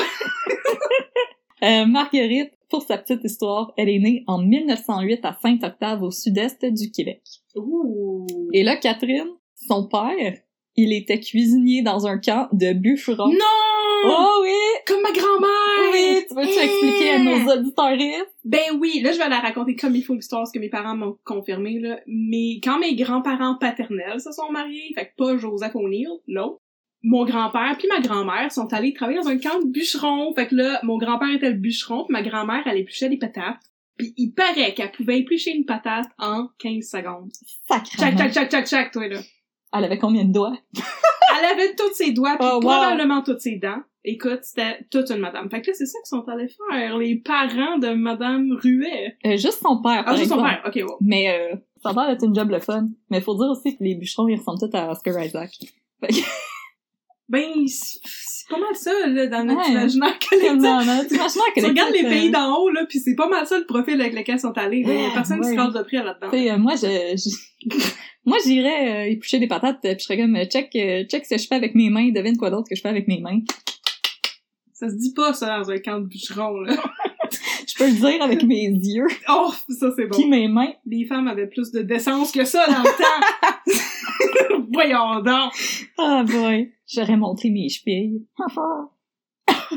[SPEAKER 1] Euh, Marguerite, pour sa petite histoire, elle est née en 1908 à Sainte-Octave, au sud-est du Québec.
[SPEAKER 2] Ouh!
[SPEAKER 1] Et là, Catherine, son père, il était cuisinier dans un camp de bûcherons.
[SPEAKER 2] Non!
[SPEAKER 1] Oh oui!
[SPEAKER 2] Comme ma grand-mère!
[SPEAKER 1] Oui! Tu veux-tu
[SPEAKER 2] Eh!
[SPEAKER 1] expliquer à nos auditeurs?
[SPEAKER 2] Ben oui, là je vais la raconter comme il faut l'histoire, ce que mes parents m'ont confirmé là. Mais quand mes grands-parents paternels se sont mariés, fait que pas Joseph O'Neill, l'autre, mon grand-père puis ma grand-mère sont allés travailler dans un camp de bûcherons. Fait que là, mon grand-père était le bûcheron, puis ma grand-mère, elle épluchait des patates. Puis il paraît qu'elle pouvait éplucher une patate en 15 secondes. Tchac,
[SPEAKER 1] Sacrément.
[SPEAKER 2] tchac, tchac, tchac, tchac, toi, là.
[SPEAKER 1] Elle avait combien de doigts?
[SPEAKER 2] Elle avait toutes ses doigts, puis
[SPEAKER 1] Oh, wow.
[SPEAKER 2] probablement toutes ses dents. Écoute, c'était toute une madame. Fait que là, c'est ça qu'ils sont allés faire, les parents de madame Ruet.
[SPEAKER 1] Euh, juste son père, par
[SPEAKER 2] Ah, juste son
[SPEAKER 1] exemple.
[SPEAKER 2] père, ok, wow.
[SPEAKER 1] Mais euh, son père était une job le fun. Mais faut dire aussi que les bûcherons, ils ressemblent tous à Oscar Isaac.
[SPEAKER 2] Ben, c'est c'est pas mal ça, là, dans notre
[SPEAKER 1] Ouais.
[SPEAKER 2] imaginaire collectif.
[SPEAKER 1] Tellement, là. T'imagines à
[SPEAKER 2] Tu
[SPEAKER 1] quel
[SPEAKER 2] regardes
[SPEAKER 1] point,
[SPEAKER 2] les
[SPEAKER 1] euh,
[SPEAKER 2] pays d'en haut, là, puis c'est pas mal ça le profil avec lequel ils sont allés. là. Il y a
[SPEAKER 1] Ah,
[SPEAKER 2] personne qui se
[SPEAKER 1] ouais.
[SPEAKER 2] casse de prix là-dedans.
[SPEAKER 1] Tu sais, euh, moi, je, je- moi, j'irais euh, éplucher des patates, euh, puis je serais comme, euh, check, euh, check ce que je fais avec mes mains, devine quoi d'autre que je fais avec mes mains.
[SPEAKER 2] Ça se dit pas, ça, dans un camp de bûcherons, là.
[SPEAKER 1] Je peux le dire avec mes yeux,
[SPEAKER 2] Oh, ça, c'est bon.
[SPEAKER 1] puis mes mains.
[SPEAKER 2] Les femmes avaient plus de décence que ça dans le temps. Voyons donc.
[SPEAKER 1] Ah boy, j'aurais montré mes chevilles. Ah,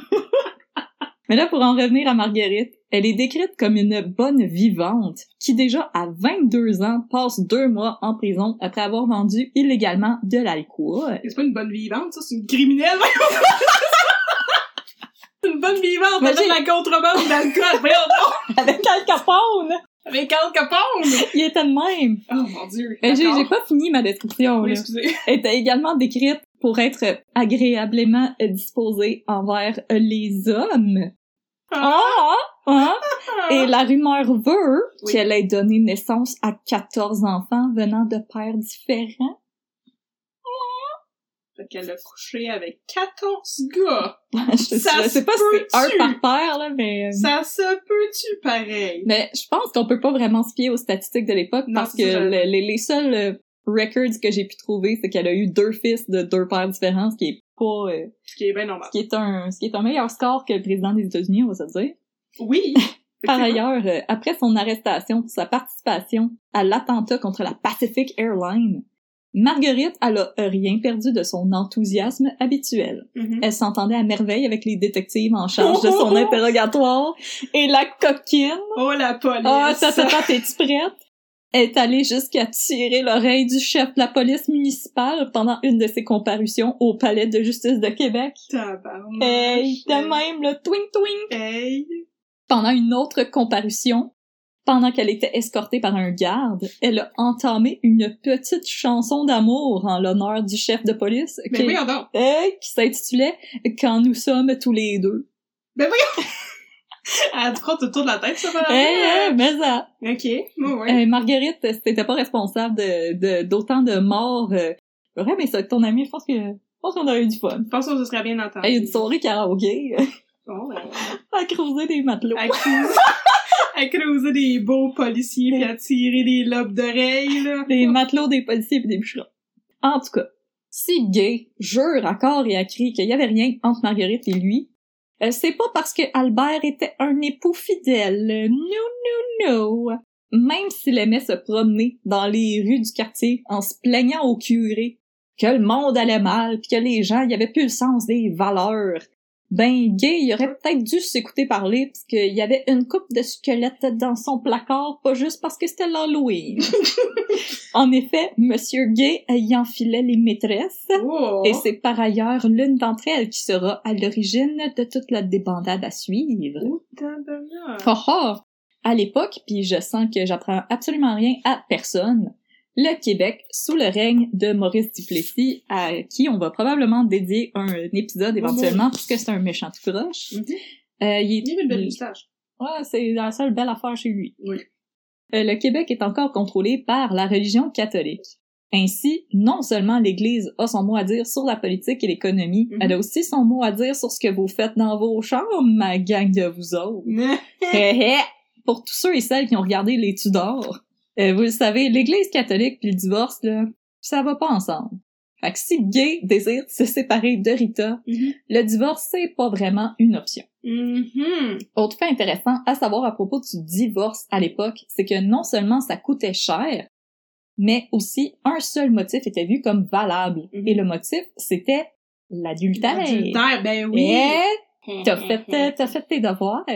[SPEAKER 1] Mais là, pour en revenir à Marguerite, elle est décrite comme une bonne vivante qui déjà à 22 ans passe deux mois en prison après avoir vendu illégalement de l'alcool.
[SPEAKER 2] C'est pas une bonne vivante, ça, c'est une criminelle. c'est une bonne vivante, elle
[SPEAKER 1] Imagine-
[SPEAKER 2] fait de la contrebande d'alcool. Voyons donc.
[SPEAKER 1] Avec Al Capone!
[SPEAKER 2] Avec Al Capone.
[SPEAKER 1] Il était de même!
[SPEAKER 2] Oh, mon Dieu.
[SPEAKER 1] Mais Ben, J'ai
[SPEAKER 2] D'accord.
[SPEAKER 1] j'ai pas fini ma description.
[SPEAKER 2] Oui,
[SPEAKER 1] là.
[SPEAKER 2] excusez.
[SPEAKER 1] Elle était également décrite pour être agréablement disposée envers les hommes.
[SPEAKER 2] Ah.
[SPEAKER 1] Ah! Ah! Et la rumeur veut
[SPEAKER 2] Oui.
[SPEAKER 1] qu'elle ait donné naissance à 14 enfants venant de pères différents.
[SPEAKER 2] Fait qu'elle a couché avec 14 gars.
[SPEAKER 1] je,
[SPEAKER 2] Ça
[SPEAKER 1] je sais pas si c'est
[SPEAKER 2] se peut-tu?
[SPEAKER 1] un par père, là, mais... euh,
[SPEAKER 2] Ça se peut-tu pareil?
[SPEAKER 1] Mais je pense qu'on peut pas vraiment se fier aux statistiques de l'époque
[SPEAKER 2] Non,
[SPEAKER 1] parce que
[SPEAKER 2] c'est ça, j'avais-
[SPEAKER 1] le- les, les seuls euh, records que j'ai pu trouver, c'est qu'elle a eu deux fils de deux pères différents, ce qui est pas... euh,
[SPEAKER 2] Ce qui est bien normal.
[SPEAKER 1] ce qui est un ce qui est un meilleur score que le président des États-Unis, on va se dire.
[SPEAKER 2] Oui.
[SPEAKER 1] Par ailleurs, euh, après son arrestation pour sa participation à l'attentat contre la Pacific Airlines, Marguerite, elle a rien perdu de son enthousiasme habituel.
[SPEAKER 2] Mhm.
[SPEAKER 1] Elle s'entendait à merveille avec les détectives en charge de son interrogatoire et la coquine.
[SPEAKER 2] Oh, la police.
[SPEAKER 1] Ah, ça, ça, ça, t'es-tu prête? Elle est allée jusqu'à tirer l'oreille du chef de la police municipale pendant une de ses comparutions au palais de justice de Québec.
[SPEAKER 2] Tabarnak.
[SPEAKER 1] Hey, de même, le twing twing!
[SPEAKER 2] Hey.
[SPEAKER 1] Pendant une autre comparution, pendant qu'elle était escortée par un garde, elle a entamé une petite chanson d'amour en l'honneur du chef de police
[SPEAKER 2] Mais
[SPEAKER 1] qui,
[SPEAKER 2] voyons donc.
[SPEAKER 1] euh, qui s'intitulait Quand nous sommes tous les deux.
[SPEAKER 2] Elle te prend tout autour de la tête, ça,
[SPEAKER 1] Eh,
[SPEAKER 2] par
[SPEAKER 1] eh, mais ça.
[SPEAKER 2] Ok. Moi, ouais.
[SPEAKER 1] Euh, Marguerite, c'était pas responsable de de- d'autant de, morts. euh. Ouais, mais ça, ton ami, je pense que je pense qu'on a eu du fun.
[SPEAKER 2] Je pense que ça serait bien entendu.
[SPEAKER 1] Elle a eu une soirée karaoké,
[SPEAKER 2] Bon, ben,
[SPEAKER 1] à creuser des matelots.
[SPEAKER 2] à creuser- à creuser des beaux policiers puis à tirer des lobes d'oreilles, là.
[SPEAKER 1] des matelots, des policiers pis des bûcherons. En tout cas, si Gay jure à corps et à cri qu'il y avait rien entre Marguerite et lui, euh, c'est pas parce que Albert était un époux fidèle. Non, non, non. Même s'il aimait se promener dans les rues du quartier en se plaignant au curé que le monde allait mal puis que les gens y avaient plus le sens des valeurs. Ben, Gay, il aurait peut-être dû s'écouter parler parce qu'il y avait une coupe de squelettes dans son placard, pas juste parce que c'était l'Halloween. En effet, Monsieur Gay y enfilait les maîtresses,
[SPEAKER 2] Oh.
[SPEAKER 1] et c'est par ailleurs l'une d'entre elles qui sera à l'origine de toute la débandade à suivre.
[SPEAKER 2] Oh, tabarnak.
[SPEAKER 1] Oh, oh. À l'époque, puis je sens que j'apprends absolument rien à personne, le Québec, sous le règne de Maurice Duplessis, à qui on va probablement dédier un épisode éventuellement, puisque c'est un méchant tout croche.
[SPEAKER 2] Mhm.
[SPEAKER 1] Euh, il est-
[SPEAKER 2] Il y avait une belle moustache.
[SPEAKER 1] Ouais, Ah, c'est la seule belle affaire chez lui.
[SPEAKER 2] Oui.
[SPEAKER 1] Euh, le Québec est encore contrôlé par la religion catholique. Ainsi, non seulement l'Église a son mot à dire sur la politique et l'économie,
[SPEAKER 2] Mhm.
[SPEAKER 1] elle a aussi son mot à dire sur ce que vous faites dans vos chambres, ma gang de vous autres.
[SPEAKER 2] Mm-hmm.
[SPEAKER 1] Hé, hé. Pour tous ceux et celles qui ont regardé les Tudors, euh, vous le savez, l'Église catholique puis le divorce, là, ça va pas ensemble. Fait que si Gay désire se séparer de Rita,
[SPEAKER 2] Mhm.
[SPEAKER 1] le divorce, c'est pas vraiment une option.
[SPEAKER 2] Mhm.
[SPEAKER 1] Autre fait intéressant à savoir à propos du divorce à l'époque, c'est que non seulement ça coûtait cher, mais aussi un seul motif était vu comme valable.
[SPEAKER 2] Mhm.
[SPEAKER 1] Et le motif, c'était l'adultère.
[SPEAKER 2] Adultère, ben oui. Mhm.
[SPEAKER 1] Eh, T'as fait, euh, t'as fait tes devoirs.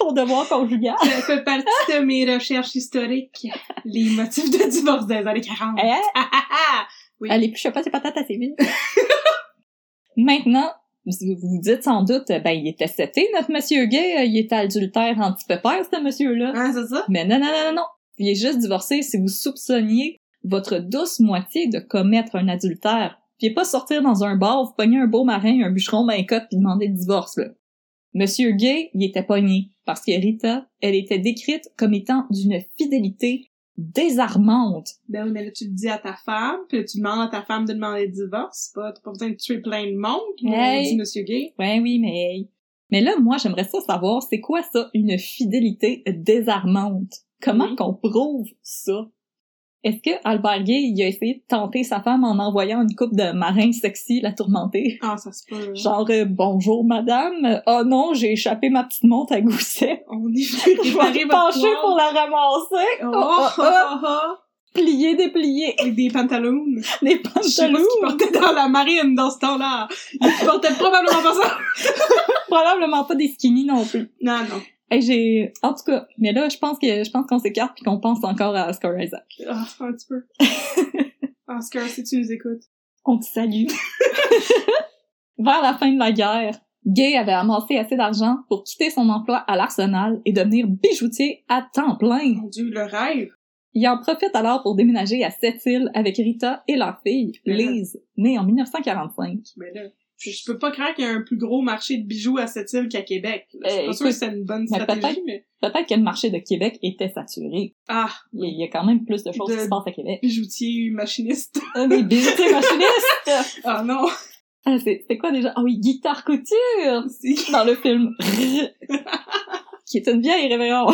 [SPEAKER 1] Ton devoir conjugal.
[SPEAKER 2] Ça fait partie de mes recherches historiques. Les motifs de divorce des années 40.
[SPEAKER 1] Eh,
[SPEAKER 2] Ah, ah, ah. Oui.
[SPEAKER 1] Elle épluchait pas ses patates assez vite. Maintenant, vous vous dites sans doute, ben, il était seté, notre monsieur gay, euh, il est adultère anti-pépère, ce monsieur-là.
[SPEAKER 2] Ah, c'est ça?
[SPEAKER 1] Mais non, non, non, non, non. Il est juste divorcé si vous soupçonniez votre douce moitié de commettre un adultère. Puis pas sortir dans un bar, vous pogner un beau marin, un bûcheron, ben cop, puis demander le divorce, là. Monsieur Gay, il était pogné, parce que Rita, elle était décrite comme étant d'une fidélité désarmante.
[SPEAKER 2] Ben oui, mais là, tu le dis à ta femme, puis là, tu demandes à ta femme de demander le divorce. Pas, t'as pas besoin de tuer plein de monde, comme
[SPEAKER 1] Hey.
[SPEAKER 2] dit Monsieur Gay.
[SPEAKER 1] Ouais, Ben oui, mais... Mais là, moi, j'aimerais ça savoir, c'est quoi ça, une fidélité désarmante? Comment
[SPEAKER 2] Oui.
[SPEAKER 1] qu'on prouve ça? Est-ce que Albert Gay, il a essayé de tenter sa femme en envoyant une coupe de marins sexy la tourmenter?
[SPEAKER 2] Ah, ça se peut. là.
[SPEAKER 1] Genre, euh, bonjour madame, oh non, j'ai échappé ma petite montre à gousset.
[SPEAKER 2] On est venu
[SPEAKER 1] Je vais
[SPEAKER 2] réparer
[SPEAKER 1] me
[SPEAKER 2] votre
[SPEAKER 1] pencher pour
[SPEAKER 2] poire.
[SPEAKER 1] la ramasser.
[SPEAKER 2] Oh, oh, oh, oh,
[SPEAKER 1] Plier, déplier,
[SPEAKER 2] Avec des pantaloons.
[SPEAKER 1] des
[SPEAKER 2] Je sais pas ce qu'ils
[SPEAKER 1] pantalons.
[SPEAKER 2] portaient dans la marine dans ce temps-là. Ils portaient probablement pas ça.
[SPEAKER 1] Probablement pas des skinny non plus.
[SPEAKER 2] Non, non.
[SPEAKER 1] Hey, j'ai, en tout cas, mais là, je pense que, je pense qu'on s'écarte puis qu'on pense encore à Oscar Isaac.
[SPEAKER 2] Ah, un petit peu. Oscar, si tu nous écoutes.
[SPEAKER 1] On te salue. Vers la fin de la guerre, Gay avait amassé assez d'argent pour quitter son emploi à l'arsenal et devenir bijoutier à temps plein.
[SPEAKER 2] Mon dieu, le rêve.
[SPEAKER 1] Il en profite alors pour déménager à Sept-Îles avec Rita et leur fille,
[SPEAKER 2] Mhm.
[SPEAKER 1] Lise, née en 1945.
[SPEAKER 2] Mais là, je, je peux pas croire qu'il y a un plus gros marché de bijoux à cette île qu'à Québec. là. Je suis
[SPEAKER 1] Eh,
[SPEAKER 2] pas sûre que c'est une bonne
[SPEAKER 1] ben,
[SPEAKER 2] stratégie,
[SPEAKER 1] peut-être.
[SPEAKER 2] mais...
[SPEAKER 1] Peut-être que le marché de Québec était saturé.
[SPEAKER 2] Ah,
[SPEAKER 1] Il y a- il y a quand même plus de choses
[SPEAKER 2] De-
[SPEAKER 1] qui se passent à Québec.
[SPEAKER 2] bijoutier, machiniste.
[SPEAKER 1] Ah, mais bijoutier machiniste!
[SPEAKER 2] Ah non,
[SPEAKER 1] Ah, c'est c'est quoi déjà? Ah oui, guitare couture!
[SPEAKER 2] si.
[SPEAKER 1] dans le film. qui est une vieille révérend.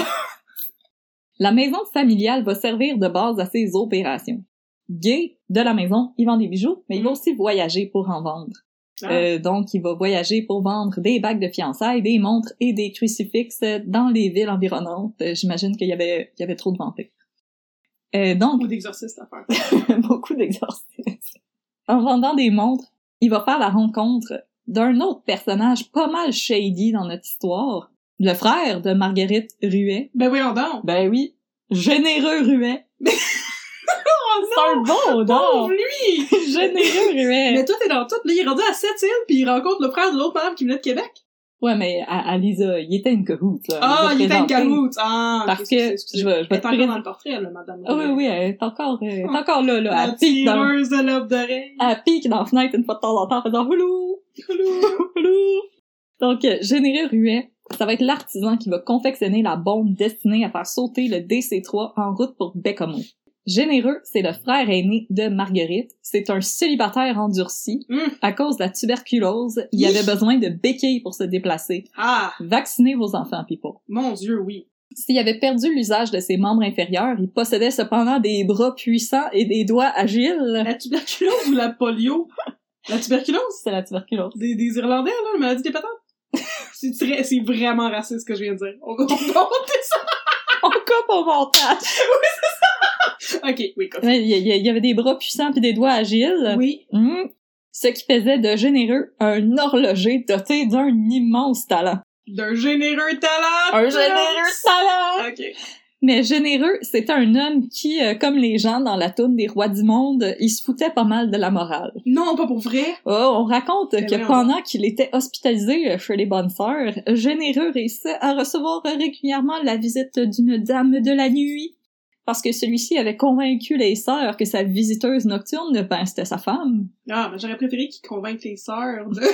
[SPEAKER 1] la maison familiale va servir de base à ses opérations. Gay, de la maison, il vend des bijoux, mais il va aussi voyager pour en vendre.
[SPEAKER 2] Mm. Ah.
[SPEAKER 1] Euh, donc, il va voyager pour vendre des bagues de fiançailles, des montres et des crucifixes dans les villes environnantes. Euh, J'imagine qu'il y avait, il y avait trop de vampires. Euh, donc,
[SPEAKER 2] Ou d'exorciste à faire.
[SPEAKER 1] beaucoup d'exorcisme. En vendant des montres, il va faire la rencontre d'un autre personnage pas mal shady dans notre histoire, le frère de Marguerite Ruet.
[SPEAKER 2] Ben oui, on dort.
[SPEAKER 1] Ben oui, généreux Ruet.
[SPEAKER 2] Oh
[SPEAKER 1] C'est un bon
[SPEAKER 2] Pauvre
[SPEAKER 1] nom!
[SPEAKER 2] lui!
[SPEAKER 1] généreux Ruet!
[SPEAKER 2] Mais toi, t'es dans tout. Là, il est rendu à cette île, puis il rencontre le frère de l'autre madame qui venait de Québec.
[SPEAKER 1] Ouais, mais à, à Lisa, Euh, il était une cahoot, là.
[SPEAKER 2] Ah,
[SPEAKER 1] Elle
[SPEAKER 2] il
[SPEAKER 1] nous a
[SPEAKER 2] était une
[SPEAKER 1] présenté.
[SPEAKER 2] caroute. Ah, ok,
[SPEAKER 1] Parce que,
[SPEAKER 2] excusez, excusez.
[SPEAKER 1] je vais, je
[SPEAKER 2] Elle
[SPEAKER 1] vais
[SPEAKER 2] est
[SPEAKER 1] te
[SPEAKER 2] encore
[SPEAKER 1] présenter-
[SPEAKER 2] dans le portrait, là, madame.
[SPEAKER 1] Ah oui, oui, elle est encore, euh, elle est encore là, là,
[SPEAKER 2] La
[SPEAKER 1] à pique dans,
[SPEAKER 2] tireuse de l'aube d'oreille.
[SPEAKER 1] à pique dans la fenêtre une fois de temps en temps en faisant houlou! Hello! Donc, euh, Généré Ruet, ça va être l'artisan qui va confectionner la bombe destinée à faire sauter le DC-3 en route pour Bécomo. Généreux, c'est le frère aîné de Marguerite. C'est un célibataire endurci.
[SPEAKER 2] Mm.
[SPEAKER 1] À cause de la tuberculose, il
[SPEAKER 2] Hi.
[SPEAKER 1] avait besoin de béquilles pour se déplacer.
[SPEAKER 2] Ah,
[SPEAKER 1] Vaccinez vos enfants, people.
[SPEAKER 2] mon Dieu, oui.
[SPEAKER 1] S'il avait perdu l'usage de ses membres inférieurs, il possédait cependant des bras puissants et des doigts agiles.
[SPEAKER 2] La tuberculose ou la polio? La tuberculose?
[SPEAKER 1] C'est la tuberculose.
[SPEAKER 2] Des, des Irlandais, là, la maladie des patates. C'est très- c'est vraiment raciste ce que je viens de dire. On on monte ça.
[SPEAKER 1] On coupe au montage!
[SPEAKER 2] Ok, oui, continue.
[SPEAKER 1] Ouais, Il y- il y avait des bras puissants puis des doigts agiles.
[SPEAKER 2] Oui.
[SPEAKER 1] Hmm. Ce qui faisait de généreux un horloger doté d'un immense talent.
[SPEAKER 2] D'un généreux talent.
[SPEAKER 1] talent!
[SPEAKER 2] Ok.
[SPEAKER 1] Mais généreux, c'était un homme qui, euh, comme les gens dans la toune des rois du monde, il se foutait pas mal de la morale.
[SPEAKER 2] Non, pas pour vrai.
[SPEAKER 1] Oh, on raconte
[SPEAKER 2] Mais
[SPEAKER 1] que
[SPEAKER 2] voyons
[SPEAKER 1] pendant qu'il était hospitalisé euh, chez les bonnes sœurs, généreux réussissait à recevoir régulièrement la visite d'une dame de la nuit. Parce que celui-ci avait convaincu les sœurs que sa visiteuse nocturne, ben, c'était sa femme.
[SPEAKER 2] Ah, mais j'aurais préféré qu'ils convainquent les sœurs de...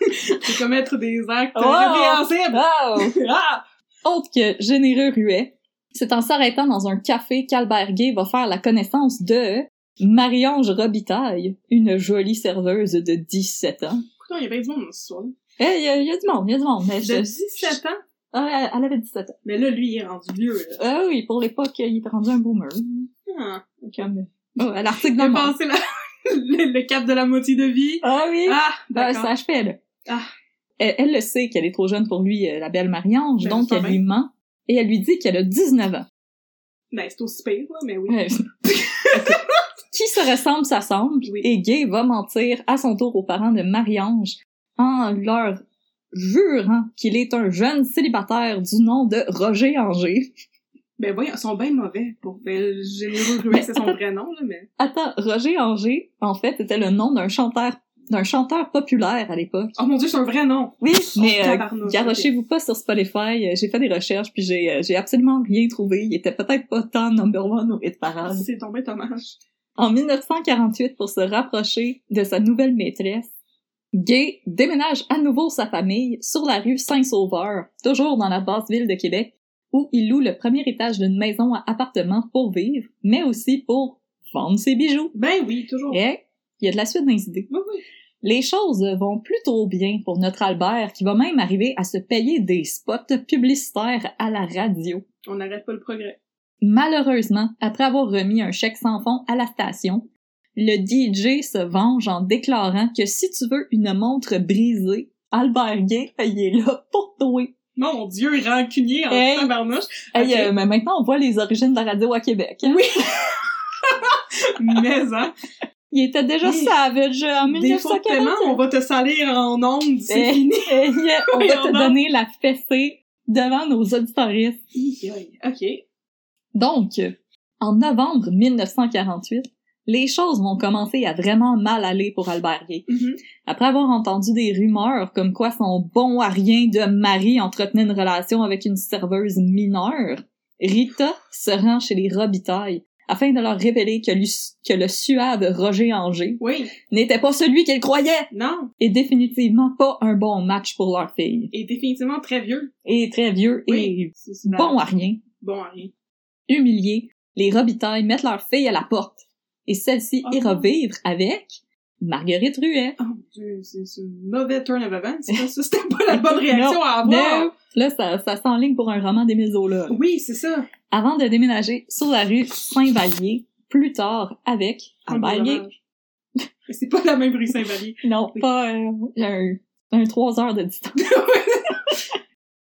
[SPEAKER 2] de commettre des actes
[SPEAKER 1] Oh.
[SPEAKER 2] répréhensibles.
[SPEAKER 1] Oh!
[SPEAKER 2] Ah!
[SPEAKER 1] autre que généreux Ruet. C'est en s'arrêtant dans un café qu'Albert Gay va faire la connaissance de Marie-Ange Robitaille, une jolie serveuse de 17 ans.
[SPEAKER 2] Pourquoi il y a bien du monde dans ce soir?
[SPEAKER 1] Eh, il y, a- il y a du monde, il y a du monde. Mais je-
[SPEAKER 2] De 17 ans?
[SPEAKER 1] Ah, elle- elle avait 17 ans.
[SPEAKER 2] Mais là, lui, il est rendu vieux, là.
[SPEAKER 1] Ah oui, pour l'époque, il était rendu un boomer.
[SPEAKER 2] Ah.
[SPEAKER 1] Comme... Oh, à l'article
[SPEAKER 2] Il
[SPEAKER 1] de
[SPEAKER 2] a
[SPEAKER 1] mort.
[SPEAKER 2] passé la... le, le cap de la moitié de vie.
[SPEAKER 1] Ah oui,
[SPEAKER 2] Ah,
[SPEAKER 1] ben,
[SPEAKER 2] d'accord.
[SPEAKER 1] ça achevait, là.
[SPEAKER 2] Ah.
[SPEAKER 1] Elle, elle le sait qu'elle est trop jeune pour lui, euh, la belle Marie-Ange,
[SPEAKER 2] Ben,
[SPEAKER 1] donc
[SPEAKER 2] c'est
[SPEAKER 1] elle lui ment. Et elle lui dit qu'elle a 19 ans.
[SPEAKER 2] Ben, c'est aussi pire, là, mais oui.
[SPEAKER 1] Ouais. Ok. Qui se ressemble s'assemble
[SPEAKER 2] Oui.
[SPEAKER 1] et Gay va mentir à son tour aux parents de Marie-Ange en leur jurant qu'il est un jeune célibataire du nom de Roger Anger.
[SPEAKER 2] Ben, voyons, ils sont bien mauvais. Pour... Ben, généreux
[SPEAKER 1] Mais-
[SPEAKER 2] Ruiz, c'est son vrai nom, là, mais...
[SPEAKER 1] Attends, Roger Anger, en fait, était le nom d'un chanteur d'un chanteur populaire à l'époque.
[SPEAKER 2] Oh mon dieu, c'est un vrai nom! Oh,
[SPEAKER 1] Oui, mais euh,
[SPEAKER 2] tabarnouche,
[SPEAKER 1] garochez-vous pas sur Spotify. Euh, J'ai fait des recherches puis j'ai euh, j'ai absolument rien trouvé. Il était peut-être pas tant number one au hit parade.
[SPEAKER 2] C'est tombé dommage.
[SPEAKER 1] En 1948, pour se rapprocher de sa nouvelle maîtresse, Gay déménage à nouveau sa famille sur la rue Saint-Sauveur, toujours dans la basse ville de Québec, où il loue le premier étage d'une maison à appartement pour vivre, mais aussi pour vendre ses bijoux.
[SPEAKER 2] Ben oui, toujours.
[SPEAKER 1] Et il y a de la suite dans les idées.
[SPEAKER 2] Oui, oui.
[SPEAKER 1] Les choses vont plutôt bien pour notre Albert qui va même arriver à se payer des spots publicitaires à la radio.
[SPEAKER 2] On n'arrête pas le progrès.
[SPEAKER 1] Malheureusement, après avoir remis un chèque sans fond à la station, le DJ se venge en déclarant que si tu veux une montre brisée, Albert Gay, il est là pour toi.
[SPEAKER 2] Mon dieu, rancunier en
[SPEAKER 1] Hey.
[SPEAKER 2] tabarnouche.
[SPEAKER 1] Hey,
[SPEAKER 2] Ok.
[SPEAKER 1] euh, mais maintenant, on voit les origines de la radio à Québec. hein.
[SPEAKER 2] Oui. Mais, hein,
[SPEAKER 1] Il était déjà
[SPEAKER 2] Hey.
[SPEAKER 1] savage en
[SPEAKER 2] des fois de
[SPEAKER 1] 1940.
[SPEAKER 2] paiement, on va te salir en ondes d'ici.
[SPEAKER 1] Hey, hey, yeah, on va
[SPEAKER 2] Voyons
[SPEAKER 1] te
[SPEAKER 2] donc.
[SPEAKER 1] donner la fessée devant nos auditoristes.
[SPEAKER 2] Aïe, aïe. Ok.
[SPEAKER 1] Donc, en novembre 1948, les choses vont commencer à vraiment mal aller pour Albert Gay.
[SPEAKER 2] Mhm.
[SPEAKER 1] Après avoir entendu des rumeurs comme quoi son bon à rien de mari entretenait une relation avec une serveuse mineure, Rita se rend chez les Robitaille afin de leur révéler que, lui- que le suave Roger Anger
[SPEAKER 2] Oui.
[SPEAKER 1] n'était pas celui qu'elle croyait
[SPEAKER 2] Non.
[SPEAKER 1] et définitivement pas un bon match pour leur fille.
[SPEAKER 2] Et définitivement très vieux.
[SPEAKER 1] Et très vieux
[SPEAKER 2] Oui. ben C'est- c'est
[SPEAKER 1] et bon à rien.
[SPEAKER 2] Bon, à rien.
[SPEAKER 1] humiliés, les Robitaille mettent leur fille à la porte. Et celle-ci
[SPEAKER 2] Ah.
[SPEAKER 1] ira vivre avec Marguerite Ruet.
[SPEAKER 2] Oh mon dieu, c'est c'est une mauvaise turn of events. Ça, ça, c'était pas la bonne réaction à avoir.
[SPEAKER 1] Non. Là, ça, ça s'enligne pour un roman d'Émile Zola. là.
[SPEAKER 2] Oui, c'est ça.
[SPEAKER 1] Avant de déménager sur la rue Saint-Vallier, plus tard avec Albert Gay.
[SPEAKER 2] Dommage. Mais C'est pas la même rue Saint-Vallier.
[SPEAKER 1] Non,
[SPEAKER 2] Oui.
[SPEAKER 1] pas euh, un, un trois heures de distance.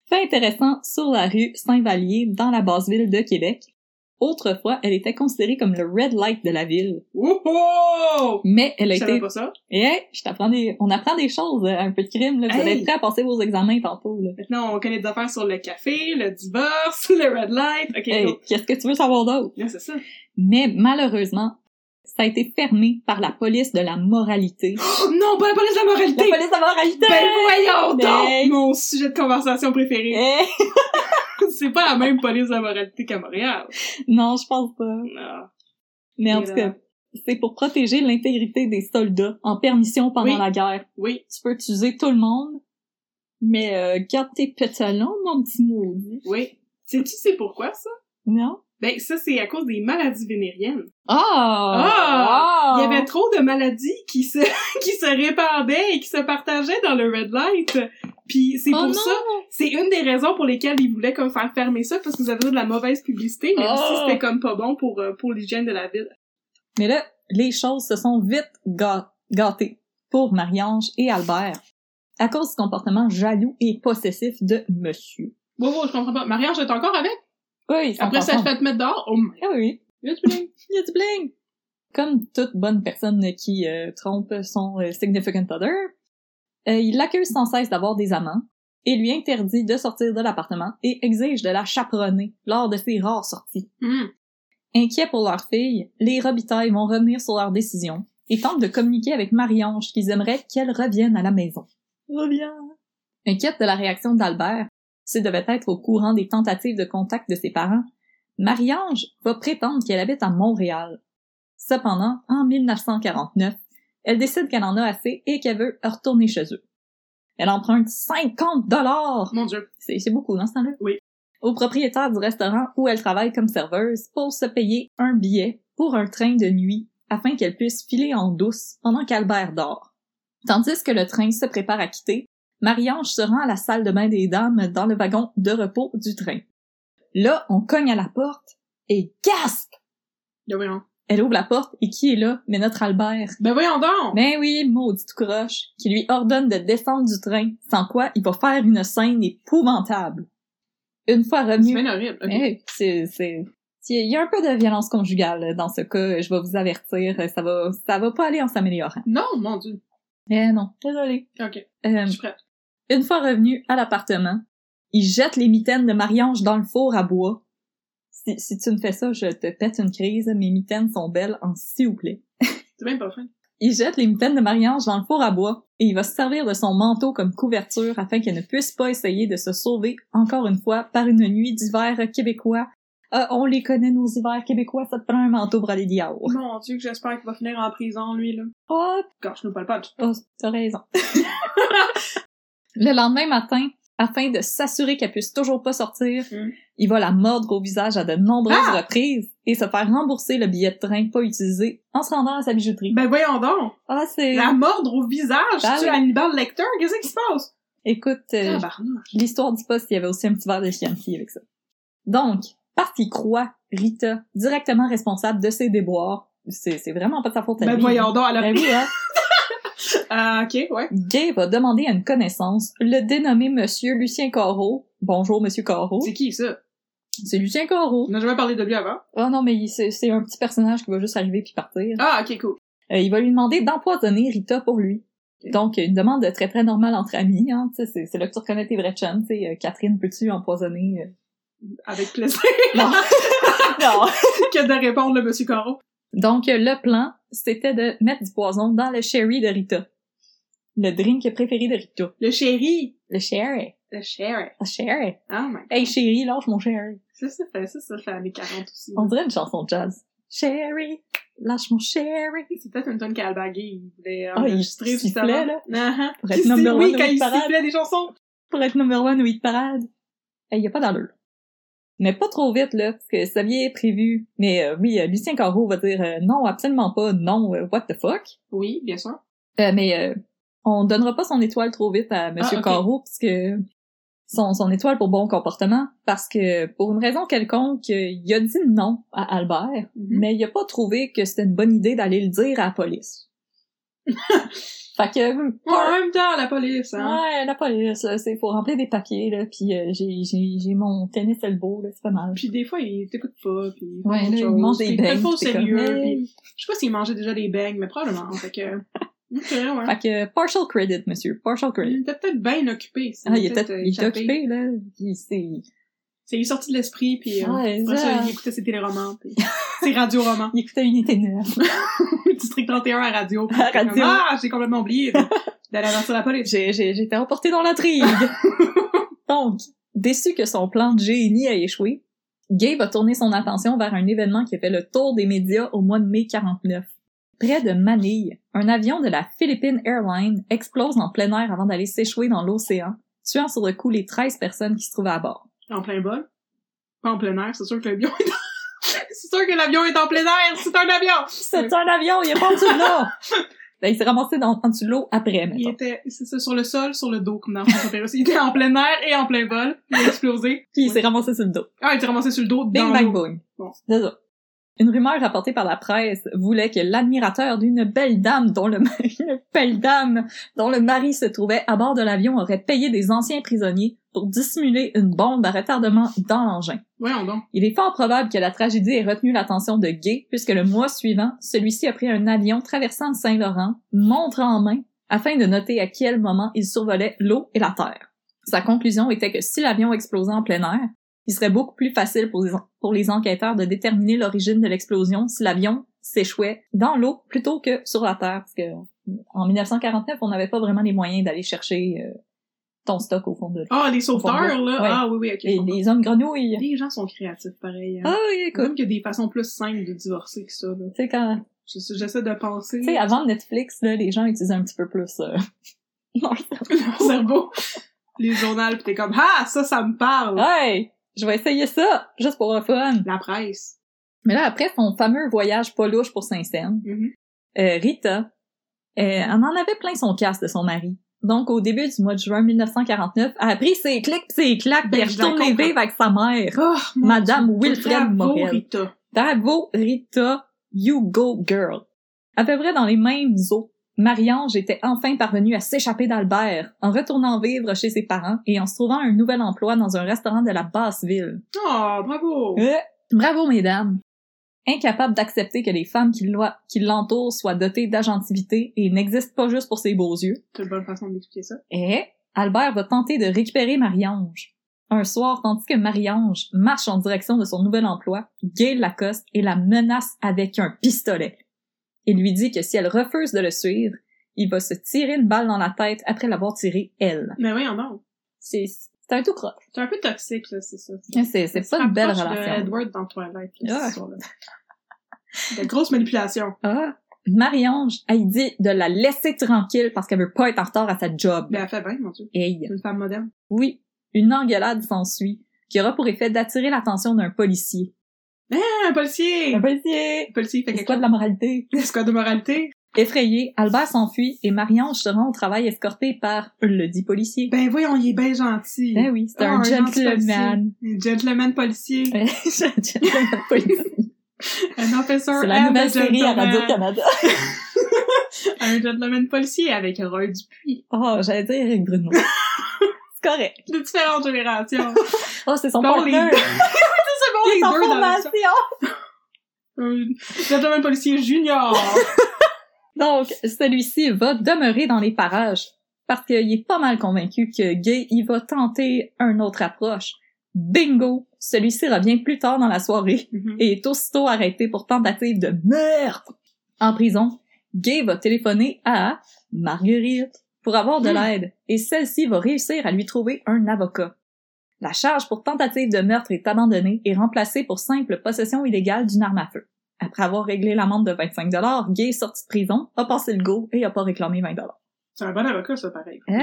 [SPEAKER 1] Fait intéressant, sur la rue Saint-Vallier, dans la basse ville de Québec, autrefois, elle était considérée comme le red light de la ville,
[SPEAKER 2] Oh oh!
[SPEAKER 1] mais elle a
[SPEAKER 2] Je savais
[SPEAKER 1] été
[SPEAKER 2] pas ça.
[SPEAKER 1] Et hey, je t'apprends des... on apprend des choses, euh, un peu de crime, là. Vous
[SPEAKER 2] Hey!
[SPEAKER 1] allez être prêts à passer vos examens tantôt, là.
[SPEAKER 2] Maintenant, on connaît des affaires sur le café, le divorce, le red light. Ok,
[SPEAKER 1] Hey,
[SPEAKER 2] go.
[SPEAKER 1] qu'est-ce que tu veux savoir d'autre?
[SPEAKER 2] Non, c'est ça.
[SPEAKER 1] Mais malheureusement, ça a été fermé par la police de la moralité.
[SPEAKER 2] Oh non, pas la police de la
[SPEAKER 1] la
[SPEAKER 2] moralité!
[SPEAKER 1] police Ben. de la moralité!
[SPEAKER 2] Ben voyons donc!
[SPEAKER 1] Hey!
[SPEAKER 2] Mon sujet de conversation préféré.
[SPEAKER 1] Hey! Ben.
[SPEAKER 2] c'est pas la même police de la moralité qu'à Montréal. Ah,
[SPEAKER 1] Non, je pense pas.
[SPEAKER 2] Non.
[SPEAKER 1] Mais en
[SPEAKER 2] Et
[SPEAKER 1] tout
[SPEAKER 2] là.
[SPEAKER 1] cas, c'est pour protéger l'intégrité des soldats en permission pendant
[SPEAKER 2] Oui.
[SPEAKER 1] la guerre.
[SPEAKER 2] Oui.
[SPEAKER 1] Tu peux utiliser tout le monde, mais euh, garde tes pétalons, mon petit maudit.
[SPEAKER 2] Oui. Sais-tu c'est pourquoi ça?
[SPEAKER 1] Non?
[SPEAKER 2] Ben, ça, c'est à cause des maladies vénériennes.
[SPEAKER 1] Ah!
[SPEAKER 2] Il y avait trop de maladies qui se qui se répandaient et qui se partageaient dans le red light. Puis c'est
[SPEAKER 1] Oh
[SPEAKER 2] pour
[SPEAKER 1] non!
[SPEAKER 2] ça, c'est une des raisons pour lesquelles ils voulaient comme faire fermer ça parce que vous avez de la mauvaise publicité, mais
[SPEAKER 1] Oh!
[SPEAKER 2] aussi c'était comme pas bon pour euh, pour l'hygiène de la ville.
[SPEAKER 1] Mais là, les choses se sont vite ga- gâtées pour Marie-Ange et Albert à cause du comportement jaloux et possessif de monsieur.
[SPEAKER 2] Wow, wow, je comprends pas. Mariage est encore avec
[SPEAKER 1] Oui, ils sont
[SPEAKER 2] Après ça, je
[SPEAKER 1] ensemble.
[SPEAKER 2] fait te mettre dehors. Oh my
[SPEAKER 1] Ah oui,
[SPEAKER 2] God, Julie.
[SPEAKER 1] il y a du bling! Comme toute bonne personne qui euh, trompe son euh, significant other, euh, il l'accuse sans cesse d'avoir des amants et lui interdit de sortir de l'appartement et exige de la chaperonner lors de ses rares sorties.
[SPEAKER 2] Hmm.
[SPEAKER 1] Inquiets pour leur fille, les Robitaille vont revenir sur leur décision et tentent de communiquer avec Marie-Ange qu'ils aimeraient qu'elle revienne à la maison. Reviens! Inquiète de la réaction d'Albert, s'il devait être au courant des tentatives de contact de ses parents, Marie-Ange va prétendre qu'elle habite à Montréal. Cependant, en 1949, elle décide qu'elle en a assez et qu'elle veut retourner chez eux. Elle emprunte 50 dollars
[SPEAKER 2] Mon Dieu.
[SPEAKER 1] c'est c'est beaucoup dans ce temps-là.
[SPEAKER 2] Oui.
[SPEAKER 1] Au propriétaire du restaurant où elle travaille comme serveuse pour se payer un billet pour un train de nuit afin qu'elle puisse filer en douce pendant qu'Albert dort. Tandis que le train se prépare à quitter, Marie-Ange se rend à la salle de bain des dames dans le wagon de repos du train. Là, on cogne à la porte et gasp!
[SPEAKER 2] Ben voyons.
[SPEAKER 1] Elle ouvre la porte et qui est là? Mais notre Albert.
[SPEAKER 2] Ben voyons donc.
[SPEAKER 1] Ben oui, maudit tout croche, qui lui ordonne de descendre du train, sans quoi il va faire une scène épouvantable. Une fois
[SPEAKER 2] C'est
[SPEAKER 1] revenu...
[SPEAKER 2] bien horrible. Ok.
[SPEAKER 1] Hey, c'est... c'est- Il y a- il y a un peu de violence conjugale euh, dans ce cas, je vais vous avertir, euh, ça va, ça va pas aller en s'améliorant.
[SPEAKER 2] Non, mon Dieu.
[SPEAKER 1] Eh non, désolé.
[SPEAKER 2] Ok,
[SPEAKER 1] Euh,
[SPEAKER 2] je suis prête.
[SPEAKER 1] une fois revenu à l'appartement, il jette les mitaines de Marie-Ange dans le four à bois. Si, si tu me fais ça, je te pète une crise, mes mitaines sont belles en s'il vous plaît.
[SPEAKER 2] C'est même pas fin.
[SPEAKER 1] Il jette les mitaines de Marie-Ange dans le four à bois et il va se servir de son manteau comme couverture afin qu'elle ne puisse pas essayer de se sauver encore une fois par une nuit d'hiver québécois. Ah, on les connaît nos hivers québécois, ça te prend un manteau pour aller dehors.
[SPEAKER 2] Mon dieu, que j'espère qu'il va finir en prison, lui, là.
[SPEAKER 1] Oh,
[SPEAKER 2] Quand je ne parle pas.
[SPEAKER 1] oh, t'as raison. le lendemain matin, afin de s'assurer qu'elle puisse toujours pas sortir,
[SPEAKER 2] Mm.
[SPEAKER 1] il va la mordre au visage à de nombreuses
[SPEAKER 2] Ah!
[SPEAKER 1] reprises et se faire rembourser le billet de train pas utilisé en se rendant à sa bijouterie.
[SPEAKER 2] Ben voyons donc!
[SPEAKER 1] Ah, c'est...
[SPEAKER 2] La mordre au visage!
[SPEAKER 1] Ah,
[SPEAKER 2] tu
[SPEAKER 1] oui.
[SPEAKER 2] Hannibal Lecter? Qu'est-ce qui se passe?
[SPEAKER 1] Écoute, euh,
[SPEAKER 2] Tabarnak.
[SPEAKER 1] L'histoire dit pas s'il y avait aussi un petit verre de Chianti avec ça. Donc, parce qu'il croit Rita directement responsable de ses déboires, c'est c'est vraiment pas de sa faute à
[SPEAKER 2] Ben
[SPEAKER 1] lui.
[SPEAKER 2] voyons donc, alors...
[SPEAKER 1] Ben oui, hein.
[SPEAKER 2] Ah, ok, ouais.
[SPEAKER 1] Gay va demander à une connaissance, le dénommé Monsieur Lucien Corot. Bonjour, Monsieur Corot.
[SPEAKER 2] C'est qui, ça?
[SPEAKER 1] C'est Lucien Corot.
[SPEAKER 2] On n'a jamais parlé de lui avant.
[SPEAKER 1] Oh non, mais il- c'est c'est un petit personnage qui va juste arriver puis partir.
[SPEAKER 2] Ah, ok, cool.
[SPEAKER 1] Euh, il va lui demander d'empoisonner Rita pour lui. Donc, une demande de très très normale entre amis, hein. Tu sais, C'est c'est là que tu reconnais tes vrais chums, tu sais. euh, Catherine, peux-tu empoisonner? euh?
[SPEAKER 2] Avec plaisir
[SPEAKER 1] Non. non.
[SPEAKER 2] que de répondre le monsieur Corot.
[SPEAKER 1] Donc, euh, le plan, c'était de mettre du poison dans le sherry de Rita. Le drink préféré de Rita.
[SPEAKER 2] Le chéri!
[SPEAKER 1] Le sherry.
[SPEAKER 2] Le chéri.
[SPEAKER 1] Le sherry.
[SPEAKER 2] Oh my god.
[SPEAKER 1] Hey, chérie, lâche mon sherry.
[SPEAKER 2] Ça, ça fait, ça, ça fait années 40 aussi.
[SPEAKER 1] On dirait une chanson de jazz. Sherry, lâche mon sherry.
[SPEAKER 2] C'est peut-être une tonne qu'Albagé, il voulait
[SPEAKER 1] Ah, il
[SPEAKER 2] enregistrer
[SPEAKER 1] sifflait, là.
[SPEAKER 2] là.
[SPEAKER 1] Pour
[SPEAKER 2] Uh
[SPEAKER 1] être
[SPEAKER 2] -huh.
[SPEAKER 1] number one
[SPEAKER 2] oui,
[SPEAKER 1] de
[SPEAKER 2] quand
[SPEAKER 1] Hit
[SPEAKER 2] il
[SPEAKER 1] Parade.
[SPEAKER 2] sifflait des chansons.
[SPEAKER 1] Pour être number one au hit parade. Hey, y a pas d'allure. Mais pas trop vite, là, parce que ça vient prévu. Mais euh, oui, euh, Lucien Carreau va dire euh, non, absolument pas, non, euh, what the fuck.
[SPEAKER 2] Oui, bien sûr.
[SPEAKER 1] Euh, mais euh, on donnera pas son étoile trop vite à Monsieur
[SPEAKER 2] Ah, ok.
[SPEAKER 1] Carreau parce que son, son étoile pour bon comportement parce que pour une raison quelconque, euh, il a dit non à Albert,
[SPEAKER 2] Mhm.
[SPEAKER 1] mais il a pas trouvé que c'était une bonne idée d'aller le dire à la police. fait que euh,
[SPEAKER 2] Ouais, en même temps, la police, hein.
[SPEAKER 1] ouais, la police, là, c'est faut remplir des papiers là, puis euh, j'ai j'ai j'ai mon tennis elbow là, c'est pas mal.
[SPEAKER 2] Puis des fois, il t'écoute pas, puis il
[SPEAKER 1] Ouais,
[SPEAKER 2] fait
[SPEAKER 1] là,
[SPEAKER 2] autre
[SPEAKER 1] il
[SPEAKER 2] chose,
[SPEAKER 1] mange des
[SPEAKER 2] puis il fait
[SPEAKER 1] beignes,
[SPEAKER 2] pas au
[SPEAKER 1] puis t'es comme,
[SPEAKER 2] sérieux,
[SPEAKER 1] hey.
[SPEAKER 2] puis je sais pas s'il mangeait déjà des beignes, mais probablement, fait que... Ok, ouais.
[SPEAKER 1] Fait que partial credit, monsieur, partial credit.
[SPEAKER 2] Il était peut-être bien occupé. ça
[SPEAKER 1] Ah, il
[SPEAKER 2] lui a
[SPEAKER 1] était,
[SPEAKER 2] peut-être euh,
[SPEAKER 1] il était
[SPEAKER 2] échappé.
[SPEAKER 1] occupé là, il s'est-
[SPEAKER 2] Ça lui est sorti de l'esprit, puis euh,
[SPEAKER 1] Ouais,
[SPEAKER 2] après ça,
[SPEAKER 1] ça.
[SPEAKER 2] il écoutait ses téléromans, puis ses radioromans.
[SPEAKER 1] il écoutait Unité 9.
[SPEAKER 2] District 31 à radio. puis
[SPEAKER 1] À
[SPEAKER 2] il était
[SPEAKER 1] radio.
[SPEAKER 2] comme, Ah, j'ai complètement oublié de- d'aller avertir la police.
[SPEAKER 1] J'ai- j'ai- J'étais emportée dans l'intrigue. Donc, déçu que son plan de génie a échoué, Gay va tourner son attention vers un événement qui a fait le tour des médias au mois de mai 49. Près de Manille, un avion de la Philippine Airlines explose en plein air avant d'aller s'échouer dans l'océan, tuant sur le coup les 13 personnes qui se trouvaient à bord.
[SPEAKER 2] En plein bol. Pas en plein air, c'est sûr que l'avion est en... c'est sûr que l'avion est en plein air, c'est un avion!
[SPEAKER 1] C'est un avion, il est pas en dessous de l'eau! Ben, il s'est ramassé dans, en dessous de l'eau après,
[SPEAKER 2] Il
[SPEAKER 1] mettons.
[SPEAKER 2] était, c'est ça, sur le sol, sur le dos, comme dans Harry Potter aussi. Il était en plein air et en plein vol. Il a explosé.
[SPEAKER 1] Puis il s'est ramassé sur le dos.
[SPEAKER 2] Ah, il s'est ramassé sur le dos,
[SPEAKER 1] Bing
[SPEAKER 2] dans
[SPEAKER 1] bang
[SPEAKER 2] l'eau.
[SPEAKER 1] boom.
[SPEAKER 2] Bon.
[SPEAKER 1] C'est ça. Une rumeur rapportée par la presse voulait que l'admirateur d'une belle dame dont le mari, une belle dame dont le mari se trouvait à bord de l'avion aurait payé des anciens prisonniers pour dissimuler une bombe à retardement dans l'engin.
[SPEAKER 2] Voyons donc.
[SPEAKER 1] Il est fort probable que la tragédie ait retenu l'attention de Gay puisque le mois suivant, celui-ci a pris un avion traversant le Saint-Laurent, montre en main, afin de noter à quel moment il survolait l'eau et la terre. Sa conclusion était que si l'avion explosait en plein air, il serait beaucoup plus facile pour les, en- pour les enquêteurs de déterminer l'origine de l'explosion si l'avion s'échouait dans l'eau plutôt que sur la terre, parce que en 1949, on n'avait pas vraiment les moyens d'aller chercher euh, ton stock au fond de l'eau.
[SPEAKER 2] Ah, les
[SPEAKER 1] Au
[SPEAKER 2] sauveteurs,
[SPEAKER 1] fond de
[SPEAKER 2] là.
[SPEAKER 1] l'eau. Ouais.
[SPEAKER 2] Ah, oui, oui, ok. je
[SPEAKER 1] Les,
[SPEAKER 2] comprends.
[SPEAKER 1] les hommes grenouilles.
[SPEAKER 2] Les gens sont créatifs, pareil. hein.
[SPEAKER 1] Ah oui, écoute,
[SPEAKER 2] Même qu'il y a des façons plus simples de divorcer que ça, là.
[SPEAKER 1] tu sais, quand,
[SPEAKER 2] Je- J'essaie de penser.
[SPEAKER 1] Tu sais, avant Netflix, là, les gens utilisaient un petit peu plus euh, leur
[SPEAKER 2] Mon cerveau. Les journaux, pis t'es comme, ah, ça, ça me parle.
[SPEAKER 1] Hey! Je vais essayer ça, juste pour le fun.
[SPEAKER 2] La presse.
[SPEAKER 1] Mais là, après son fameux voyage pas louche pour Saint-Saëns,
[SPEAKER 2] Mhm.
[SPEAKER 1] euh, Rita, euh, elle en avait plein son casque de son mari. Donc, au début du mois de juin 1949, elle a pris ses clics pis ses claques pis
[SPEAKER 2] Ben,
[SPEAKER 1] elle
[SPEAKER 2] je la
[SPEAKER 1] retourne les
[SPEAKER 2] comprends.
[SPEAKER 1] vivre avec sa mère.
[SPEAKER 2] Oh, mon
[SPEAKER 1] Madame
[SPEAKER 2] Dieu.
[SPEAKER 1] Ah, Wilfred
[SPEAKER 2] Bravo,
[SPEAKER 1] Morel.
[SPEAKER 2] Rita.
[SPEAKER 1] Bravo, Rita, you go girl. À peu près dans les mêmes eaux, Marie-Ange était enfin parvenue à s'échapper d'Albert en retournant vivre chez ses parents et en se trouvant un nouvel emploi dans un restaurant de la basse ville.
[SPEAKER 2] Oh, bravo.
[SPEAKER 1] Euh, Bravo, mesdames. Incapable d'accepter que les femmes qui l'oi- qui l'entourent soient dotées d'agentivité et n'existent pas juste pour ses beaux yeux,
[SPEAKER 2] C'est une bonne façon d'expliquer ça.
[SPEAKER 1] et Albert va tenter de récupérer Marie-Ange. Un soir, tandis que Marie-Ange marche en direction de son nouvel emploi, Gail Lacoste et la menace avec un pistolet. et lui dit que si elle refuse de le suivre, il va se tirer une balle dans la tête après l'avoir tirée elle.
[SPEAKER 2] Mais oui, non.
[SPEAKER 1] C'est c'est un tout croche.
[SPEAKER 2] C'est un peu toxique, là, c'est ça.
[SPEAKER 1] C'est c'est pas une belle
[SPEAKER 2] Ça se rapproche de
[SPEAKER 1] relation.
[SPEAKER 2] Edward dans Twilight, là,
[SPEAKER 1] Ah.
[SPEAKER 2] cette histoire-là. De grosses manipulations.
[SPEAKER 1] Ah. Marie-Ange, elle dit de la laisser tranquille parce qu'elle veut pas être en retard à sa job.
[SPEAKER 2] Ben, elle fait bien, mon Dieu.
[SPEAKER 1] Hey.
[SPEAKER 2] C'est une femme moderne.
[SPEAKER 1] Oui, une engueulade s'ensuit qui aura pour effet d'attirer l'attention d'un policier.
[SPEAKER 2] Ah, un policier!
[SPEAKER 1] Un
[SPEAKER 2] Un
[SPEAKER 1] policier!
[SPEAKER 2] policier fait
[SPEAKER 1] C'est
[SPEAKER 2] quelque
[SPEAKER 1] quoi de la moralité?
[SPEAKER 2] chose. Squad de moralité.
[SPEAKER 1] Effrayé, Albert s'enfuit et Marie-Ange se rend au travail escortée par le dit policier.
[SPEAKER 2] Ben, voyons, il est bien gentil.
[SPEAKER 1] Ben oui, c'est
[SPEAKER 2] Ah,
[SPEAKER 1] un
[SPEAKER 2] un gentil
[SPEAKER 1] gentleman. Ben,
[SPEAKER 2] Un gentleman policier.
[SPEAKER 1] Un gentleman policier.
[SPEAKER 2] Un officer
[SPEAKER 1] C'est
[SPEAKER 2] and
[SPEAKER 1] la
[SPEAKER 2] a
[SPEAKER 1] nouvelle série à
[SPEAKER 2] gentleman.
[SPEAKER 1] Radio-Canada.
[SPEAKER 2] Un gentleman policier avec Roy Dupuis.
[SPEAKER 1] Oh, j'allais dire Eric Bruno. C'est correct.
[SPEAKER 2] De différentes générations.
[SPEAKER 1] Oh, c'est son
[SPEAKER 2] Bon,
[SPEAKER 1] partenaire.
[SPEAKER 2] les deux- C'est bon,
[SPEAKER 1] Il
[SPEAKER 2] les
[SPEAKER 1] est en
[SPEAKER 2] deux dans la-
[SPEAKER 1] formation.
[SPEAKER 2] Un gentleman policier junior.
[SPEAKER 1] Donc, celui-ci va demeurer dans les parages parce qu'il est pas mal convaincu que Gay, il va tenter une autre approche. Bingo! Celui-ci revient plus tard dans la soirée
[SPEAKER 2] Mhm.
[SPEAKER 1] et est aussitôt arrêté pour tentative de meurtre. En prison, Gay va téléphoner à Marguerite pour avoir de
[SPEAKER 2] Hmm.
[SPEAKER 1] l'aide et celle-ci va réussir à lui trouver un avocat. La charge pour tentative de meurtre est abandonnée et remplacée pour simple possession illégale d'une arme à feu. Après avoir réglé l'amende de 25 dollars, Gay est sorti de prison, a passé le go et a pas réclamé 20 dollars.
[SPEAKER 2] C'est un bon avocat, ça, pareil.
[SPEAKER 1] Euh,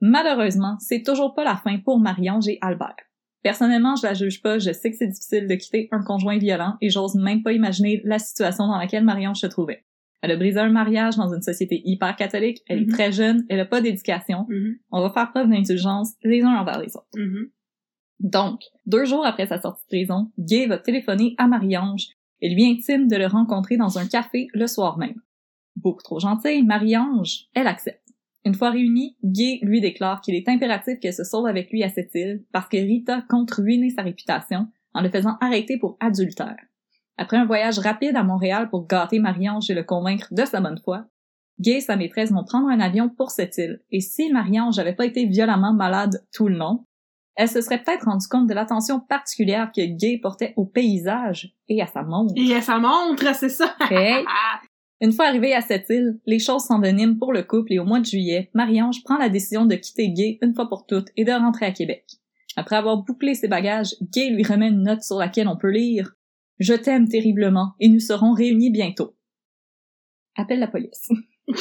[SPEAKER 1] Malheureusement, c'est toujours pas la fin pour Marie-Ange et Albert. Personnellement, je la juge pas, je sais que c'est difficile de quitter un conjoint violent et j'ose même pas imaginer la situation dans laquelle Marie-Ange se trouvait. Elle a brisé un mariage dans une société hyper catholique, elle
[SPEAKER 2] Mhm.
[SPEAKER 1] est très jeune, elle a pas d'éducation,
[SPEAKER 2] Mhm.
[SPEAKER 1] on va faire preuve d'indulgence les uns envers les autres.
[SPEAKER 2] Mhm.
[SPEAKER 1] Donc, deux jours après sa sortie de prison, Gay va téléphoner à Marie-Ange et lui intime de le rencontrer dans un café le soir même. Beaucoup trop gentille, Marie-Ange, elle accepte. Une fois réunis, Gay lui déclare qu'il est impératif qu'elle se sauve avec lui à cette île parce que Rita compte ruiner sa réputation en le faisant arrêter pour adultère. Après un voyage rapide à Montréal pour gâter Marie-Ange et le convaincre de sa bonne foi, Gay et sa maîtresse vont prendre un avion pour cette île, et si Marie-Ange n'avait pas été violemment malade tout le long, elle se serait peut-être rendue compte de l'attention particulière que Gay portait au paysage et à sa montre.
[SPEAKER 2] Et ça montre, c'est ça.
[SPEAKER 1] Hey.
[SPEAKER 2] Ah,
[SPEAKER 1] Une fois arrivée à cette île, les choses s'enveniment pour le couple et au mois de juillet, Marie-Ange prend la décision de quitter Gay une fois pour toutes et de rentrer à Québec. Après avoir bouclé ses bagages, Gay lui remet une note sur laquelle on peut lire « Je t'aime terriblement et nous serons réunis bientôt. » Appelle la police.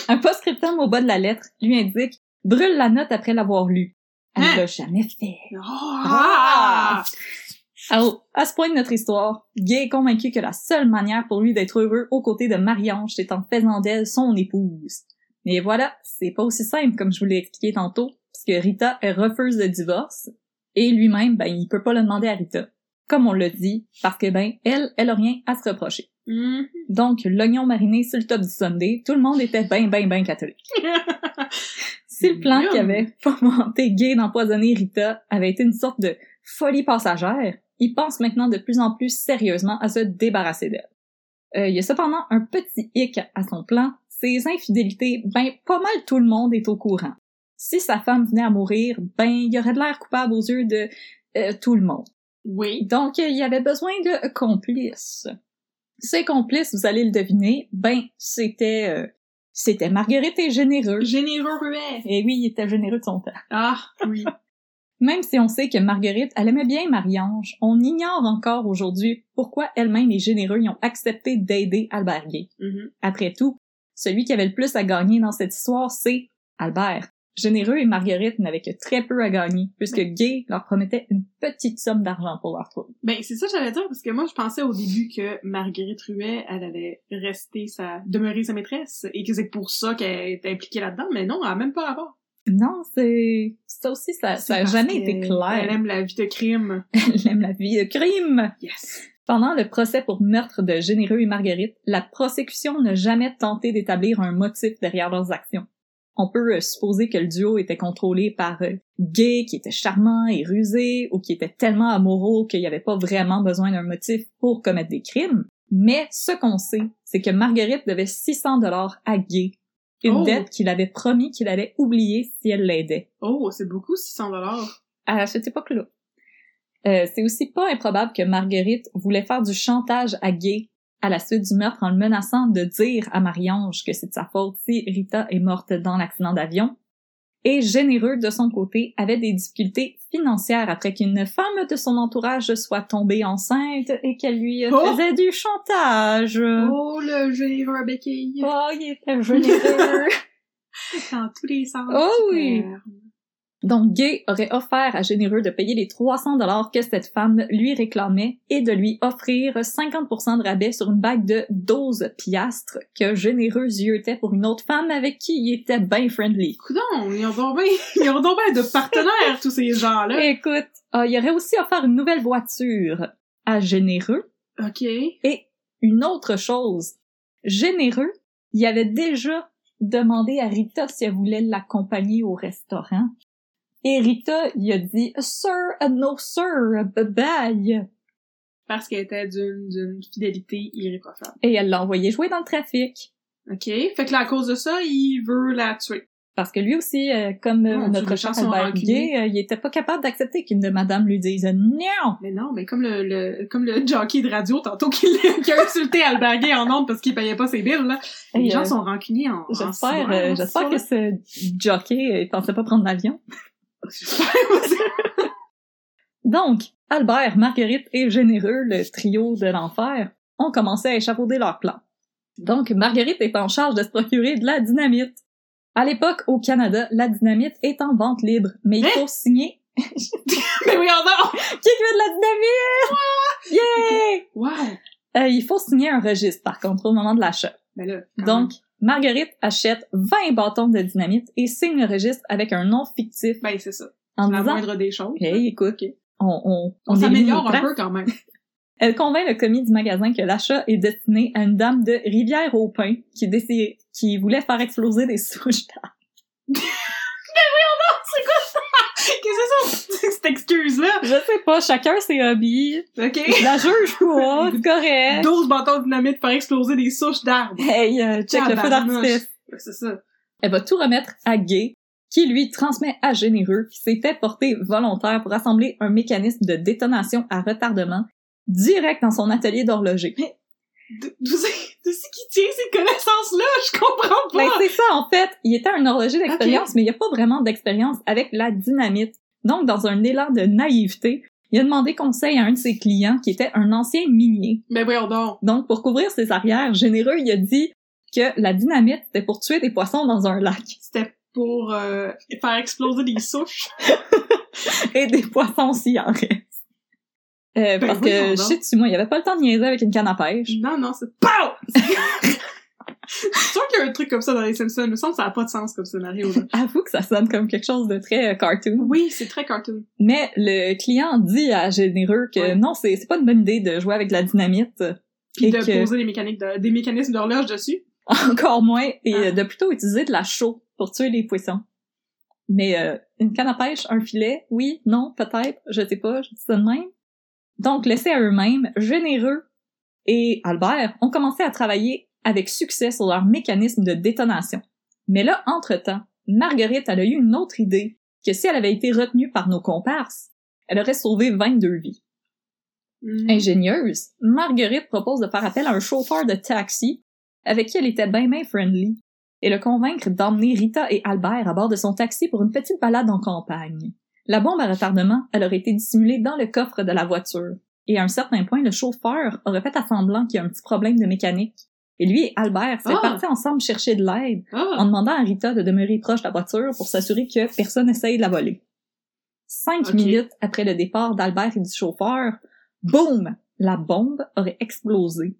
[SPEAKER 1] Un post-scriptum au bas de la lettre lui indique « Brûle la note après l'avoir lue. » Elle
[SPEAKER 2] Hein?
[SPEAKER 1] l'a jamais fait.
[SPEAKER 2] Oh,
[SPEAKER 1] Ah.
[SPEAKER 2] ah.
[SPEAKER 1] Alors, à ce point de notre histoire, Gay est convaincu que la seule manière pour lui d'être heureux aux côtés de Marie-Ange, c'est en faisant d'elle son épouse. Mais voilà, c'est pas aussi simple comme je vous l'ai expliqué tantôt, puisque Rita, elle refuse le divorce, et lui-même, ben, il peut pas le demander à Rita. Comme on le dit, parce que ben, elle, elle a rien à se reprocher.
[SPEAKER 2] Mhm.
[SPEAKER 1] Donc, l'oignon mariné sur le top du Sunday, tout le monde était ben, ben, ben catholique. Si le plan
[SPEAKER 2] Yum.
[SPEAKER 1] qui avait fomenté Gay d'empoisonner Rita avait été une sorte de folie passagère, il pense maintenant de plus en plus sérieusement à se débarrasser d'elle. Euh, il y a cependant un petit hic à son plan, ses infidélités, ben pas mal tout le monde est au courant. Si sa femme venait à mourir, ben il y aurait de l'air coupable aux yeux de euh, tout le monde.
[SPEAKER 2] Oui.
[SPEAKER 1] Donc, euh, il y avait besoin de complices. Ces complices, vous allez le deviner, ben, c'était, euh, c'était Marguerite et Généreux.
[SPEAKER 2] Généreux Ruet.
[SPEAKER 1] Et oui, il était généreux de son temps.
[SPEAKER 2] Ah, oui.
[SPEAKER 1] Même si on sait que Marguerite, elle aimait bien Marie-Ange, on ignore encore aujourd'hui pourquoi elle-même et Généreux y ont accepté d'aider Albert Gay.
[SPEAKER 2] Mhm.
[SPEAKER 1] Après tout, celui qui avait le plus à gagner dans cette histoire, c'est Albert. Généreux et Marguerite n'avaient que très peu à gagner, puisque Gay leur promettait une petite somme d'argent pour leur trouble.
[SPEAKER 2] Ben, c'est ça que j'allais dire, parce que moi, je pensais au début que Marguerite Ruet, elle allait rester sa, demeurer sa maîtresse, et que c'est pour ça qu'elle est impliquée là-dedans, mais non, elle a même pas rapport.
[SPEAKER 1] Non, c'est... Ça aussi, ça
[SPEAKER 2] C'est
[SPEAKER 1] ça a
[SPEAKER 2] parce
[SPEAKER 1] jamais été
[SPEAKER 2] que
[SPEAKER 1] clair.
[SPEAKER 2] Elle aime la vie de crime.
[SPEAKER 1] Elle aime la vie de crime.
[SPEAKER 2] Yes.
[SPEAKER 1] Pendant le procès pour meurtre de Généreux et Marguerite, la prosécution n'a jamais tenté d'établir un motif derrière leurs actions. On peut euh, supposer que le duo était contrôlé par euh, Gay, qui était charmant et rusé, ou qui était tellement amoureux qu'il n'y avait pas vraiment besoin d'un motif pour commettre des crimes. Mais ce qu'on sait, c'est que Marguerite devait 600 dollars à Gay, une
[SPEAKER 2] Oh.
[SPEAKER 1] dette qu'il avait promis qu'il allait oublier si elle l'aidait
[SPEAKER 2] Oh, c'est beaucoup, 600 dollars.
[SPEAKER 1] à cette époque-là. Euh, c'est aussi pas improbable que Marguerite voulait faire du chantage à Gay à la suite du meurtre en le menaçant de dire à Marie-Ange que c'est de sa faute si Rita est morte dans l'accident d'avion, et généreux de son côté avait des difficultés financières après qu'une femme de son entourage soit tombée enceinte et qu'elle lui
[SPEAKER 2] Oh!
[SPEAKER 1] faisait du chantage.
[SPEAKER 2] Oh, le généreux à béquille.
[SPEAKER 1] Oh, il était généreux.
[SPEAKER 2] Dans tous les sens.
[SPEAKER 1] Oh oui.
[SPEAKER 2] super.
[SPEAKER 1] Donc Gay aurait offert à Généreux de payer les 300 dollars que cette femme lui réclamait et de lui offrir 50% de rabais sur une bague de 12 piastres que Généreux ziotait pour une autre femme avec qui il était bien friendly.
[SPEAKER 2] Coudon, ils ont tombé, ils ont tombé de partenaires, tous ces gens-là.
[SPEAKER 1] Écoute, euh, il aurait aussi offert une nouvelle voiture à Généreux.
[SPEAKER 2] OK.
[SPEAKER 1] Une autre chose, Généreux, il avait déjà demandé à Rita si elle voulait l'accompagner au restaurant. Et Rita, il a dit « Sir, euh, no sir, bye-bye ».
[SPEAKER 2] Parce qu'elle était d'une, d'une fidélité irréprochable.
[SPEAKER 1] et elle l'a envoyé jouer dans le trafic.
[SPEAKER 2] OK. Fait que là, à cause de ça, il veut la tuer.
[SPEAKER 1] Parce que lui aussi, euh, comme euh,
[SPEAKER 2] Mon Dieu,
[SPEAKER 1] notre
[SPEAKER 2] les
[SPEAKER 1] cher
[SPEAKER 2] gens sont
[SPEAKER 1] Albert
[SPEAKER 2] rancuniers.
[SPEAKER 1] Gay, euh, il était pas capable d'accepter qu'une madame lui dise « Non!
[SPEAKER 2] Mais non, mais comme le, le comme le jockey de radio tantôt qui, l'a- qui a insulté Albert Gay en ondes parce qu'il payait pas ses billes, là. » Les
[SPEAKER 1] Et,
[SPEAKER 2] gens
[SPEAKER 1] euh,
[SPEAKER 2] sont rancuniers en, en
[SPEAKER 1] J'espère
[SPEAKER 2] silence,
[SPEAKER 1] euh, j'espère
[SPEAKER 2] sur
[SPEAKER 1] que
[SPEAKER 2] le-
[SPEAKER 1] ce jockey euh, il pensait pas prendre l'avion. Donc, Albert, Marguerite et Généreux, le trio de l'enfer, ont commencé à échafauder leur plan. Donc, Marguerite est en charge de se procurer de la dynamite. À l'époque, au Canada, la dynamite est en vente libre, mais il
[SPEAKER 2] Hein?
[SPEAKER 1] faut signer
[SPEAKER 2] Mais oui, non!
[SPEAKER 1] qui qui veut de la dynamite! Yeah!
[SPEAKER 2] Wow!
[SPEAKER 1] Euh, il faut signer un registre, par contre, au moment de l'achat.
[SPEAKER 2] Ben là, quand même.
[SPEAKER 1] Donc, Marguerite achète 20 bâtons de dynamite et signe le registre avec un nom fictif
[SPEAKER 2] Ben, c'est ça.
[SPEAKER 1] en
[SPEAKER 2] La
[SPEAKER 1] disant
[SPEAKER 2] moindre des choses.
[SPEAKER 1] Hey, écoute,
[SPEAKER 2] Ok.
[SPEAKER 1] on, on,
[SPEAKER 2] On
[SPEAKER 1] on
[SPEAKER 2] s'améliore
[SPEAKER 1] élimine
[SPEAKER 2] un
[SPEAKER 1] les
[SPEAKER 2] peu quand même.
[SPEAKER 1] Elle convainc le commis du magasin que l'achat est destiné à une dame de rivière au pain qui, déci- qui voulait faire exploser des souches d'arbres.
[SPEAKER 2] Qu'est-ce que c'est ça, cette excuse-là?
[SPEAKER 1] Je sais pas, chacun ses hobbies.
[SPEAKER 2] OK.
[SPEAKER 1] Je La juge quoi, c'est correct.
[SPEAKER 2] 12 bâtons de dynamite pour exploser des souches d'arbres.
[SPEAKER 1] Hey, euh, check le feu
[SPEAKER 2] Tabarnouche.
[SPEAKER 1] d'artifice.
[SPEAKER 2] Ben, C'est ça.
[SPEAKER 1] Elle va tout remettre à Gay, qui lui transmet à Généreux, qui s'est fait porter volontaire pour assembler un mécanisme de détonation à retardement direct dans son atelier d'horloger.
[SPEAKER 2] D'où d'où c'est d'où c'est qu'il tient ces connaissances-là? Je comprends
[SPEAKER 1] Ben,
[SPEAKER 2] pas!
[SPEAKER 1] c'est ça, en fait. Il était un horloger d'expérience, mais il n'y a pas vraiment d'expérience avec la dynamite. Donc, dans un élan de naïveté, il a demandé conseil à un de ses clients qui était un ancien minier.
[SPEAKER 2] Mais voyons donc.
[SPEAKER 1] Donc, pour couvrir ses arrières, Généreux, il a dit que la dynamite était pour tuer des poissons dans un lac.
[SPEAKER 2] C'était pour euh, faire exploser des souches.
[SPEAKER 1] et des poissons s'il en reste. Euh,
[SPEAKER 2] Ben
[SPEAKER 1] parce
[SPEAKER 2] voyons
[SPEAKER 1] que,
[SPEAKER 2] donc.
[SPEAKER 1] shit, tu moi, il avait pas le temps de niaiser avec une canne à pêche.
[SPEAKER 2] Non, non, c'est... POW! C'est sûr qu'il y a un truc comme ça dans les Simpsons. Il me semble que ça n'a pas de sens comme scénario. là.
[SPEAKER 1] Avoue que ça sonne comme quelque chose de très euh, cartoon.
[SPEAKER 2] Oui, c'est très cartoon.
[SPEAKER 1] Mais le client dit à Généreux que
[SPEAKER 2] Ouais.
[SPEAKER 1] non, c'est c'est pas une bonne idée de jouer avec de la dynamite,
[SPEAKER 2] Puis
[SPEAKER 1] Et
[SPEAKER 2] de
[SPEAKER 1] que-
[SPEAKER 2] poser des, mécaniques de- des mécanismes d'horloge dessus.
[SPEAKER 1] encore moins, et
[SPEAKER 2] Ah.
[SPEAKER 1] euh, de plutôt utiliser de la chaux pour tuer les poissons. Mais euh, une canne à pêche, un filet, oui, non, peut-être, je sais pas, je dis ça de même. Donc, laissés à eux-mêmes, Généreux et Albert ont commencé à travailler avec succès sur leur mécanisme de détonation. Mais là, entre-temps, Marguerite, elle a eu une autre idée, que si elle avait été retenue par nos comparses, elle aurait sauvé 22 vies.
[SPEAKER 2] Mm.
[SPEAKER 1] Ingénieuse, Marguerite propose de faire appel à un chauffeur de taxi avec qui elle était bien bien friendly et le convaincre d'emmener Rita et Albert à bord de son taxi pour une petite balade en campagne. La bombe à retardement, elle aurait été dissimulée dans le coffre de la voiture. Et à un certain point, le chauffeur aurait fait à semblant qu'il y a un petit problème de mécanique. Et lui et Albert seraient
[SPEAKER 2] Ah!
[SPEAKER 1] partis ensemble chercher de l'aide en
[SPEAKER 2] Ah!
[SPEAKER 1] demandant à Rita de demeurer proche de la voiture pour s'assurer que personne n'essaye de la voler. Cinq
[SPEAKER 2] Ok.
[SPEAKER 1] minutes après le départ d'Albert et du chauffeur, boum! La bombe aurait explosé.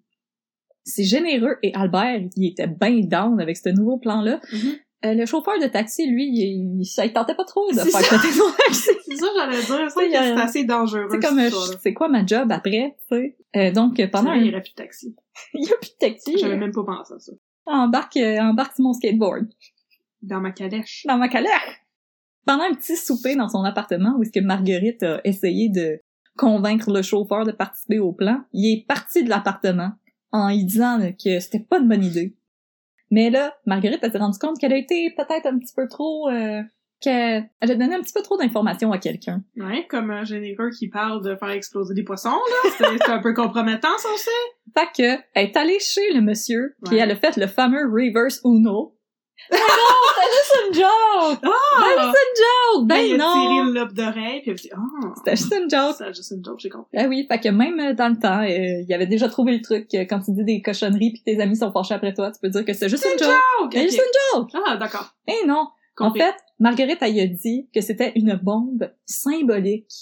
[SPEAKER 1] Si Généreux et Albert ils étaient bien down avec ce nouveau plan-là,
[SPEAKER 2] Mhm.
[SPEAKER 1] euh, le chauffeur de taxi, lui, il, il- ça, il tentait pas trop de
[SPEAKER 2] C'est
[SPEAKER 1] faire
[SPEAKER 2] ça.
[SPEAKER 1] côté son taxi.
[SPEAKER 2] C'est ça, j'allais dire.
[SPEAKER 1] Il y
[SPEAKER 2] C'est
[SPEAKER 1] a-
[SPEAKER 2] assez dangereux.
[SPEAKER 1] C'est comme, euh,
[SPEAKER 2] cette histoire-là.
[SPEAKER 1] c'est quoi ma job après, tu sais? Euh, donc, euh, pendant
[SPEAKER 2] C'est vrai, Il
[SPEAKER 1] un...
[SPEAKER 2] n'y aurait plus de taxi.
[SPEAKER 1] Il y a plus de taxi. euh,
[SPEAKER 2] J'avais même pas pensé à ça.
[SPEAKER 1] Embarque, euh, embarque sur mon skateboard.
[SPEAKER 2] Dans ma calèche.
[SPEAKER 1] dans ma colère. Pendant un petit souper dans son appartement où est-ce que Marguerite a essayé de convaincre le chauffeur de participer au plan, il est parti de l'appartement en lui disant là, que c'était pas une bonne idée. Mais là, Marguerite elle s'est rendue compte qu'elle a été peut-être un petit peu trop euh, qu'elle a donné un petit peu trop d'informations à quelqu'un.
[SPEAKER 2] Ouais, comme un généreux qui parle de faire exploser des poissons, là. C'est c'est un peu compromettant, ça aussi.
[SPEAKER 1] Fait que, elle est allée chez le monsieur, puis
[SPEAKER 2] Ouais.
[SPEAKER 1] elle a fait le fameux reverse Uno. Mais non, c'était juste une joke! Ben, c'est une joke! Ben
[SPEAKER 2] Elle Ah! a tiré
[SPEAKER 1] non!
[SPEAKER 2] le lobe d'oreille, puis elle a dit, ah,
[SPEAKER 1] C'était juste une joke.
[SPEAKER 2] c'est juste une joke, j'ai compris.
[SPEAKER 1] Ah oui, fait que même euh, dans le temps, euh, il avait déjà trouvé le truc. euh, Quand tu dis des cochonneries puis tes amis sont penchés après toi, tu peux dire que c'est juste
[SPEAKER 2] C'est
[SPEAKER 1] une
[SPEAKER 2] une
[SPEAKER 1] joke.
[SPEAKER 2] Ah, ok,
[SPEAKER 1] C'est juste
[SPEAKER 2] ok.
[SPEAKER 1] une joke!
[SPEAKER 2] Ah, d'accord.
[SPEAKER 1] Eh non!
[SPEAKER 2] Compris.
[SPEAKER 1] En fait, Marguerite, elle y a dit que c'était une bombe symbolique.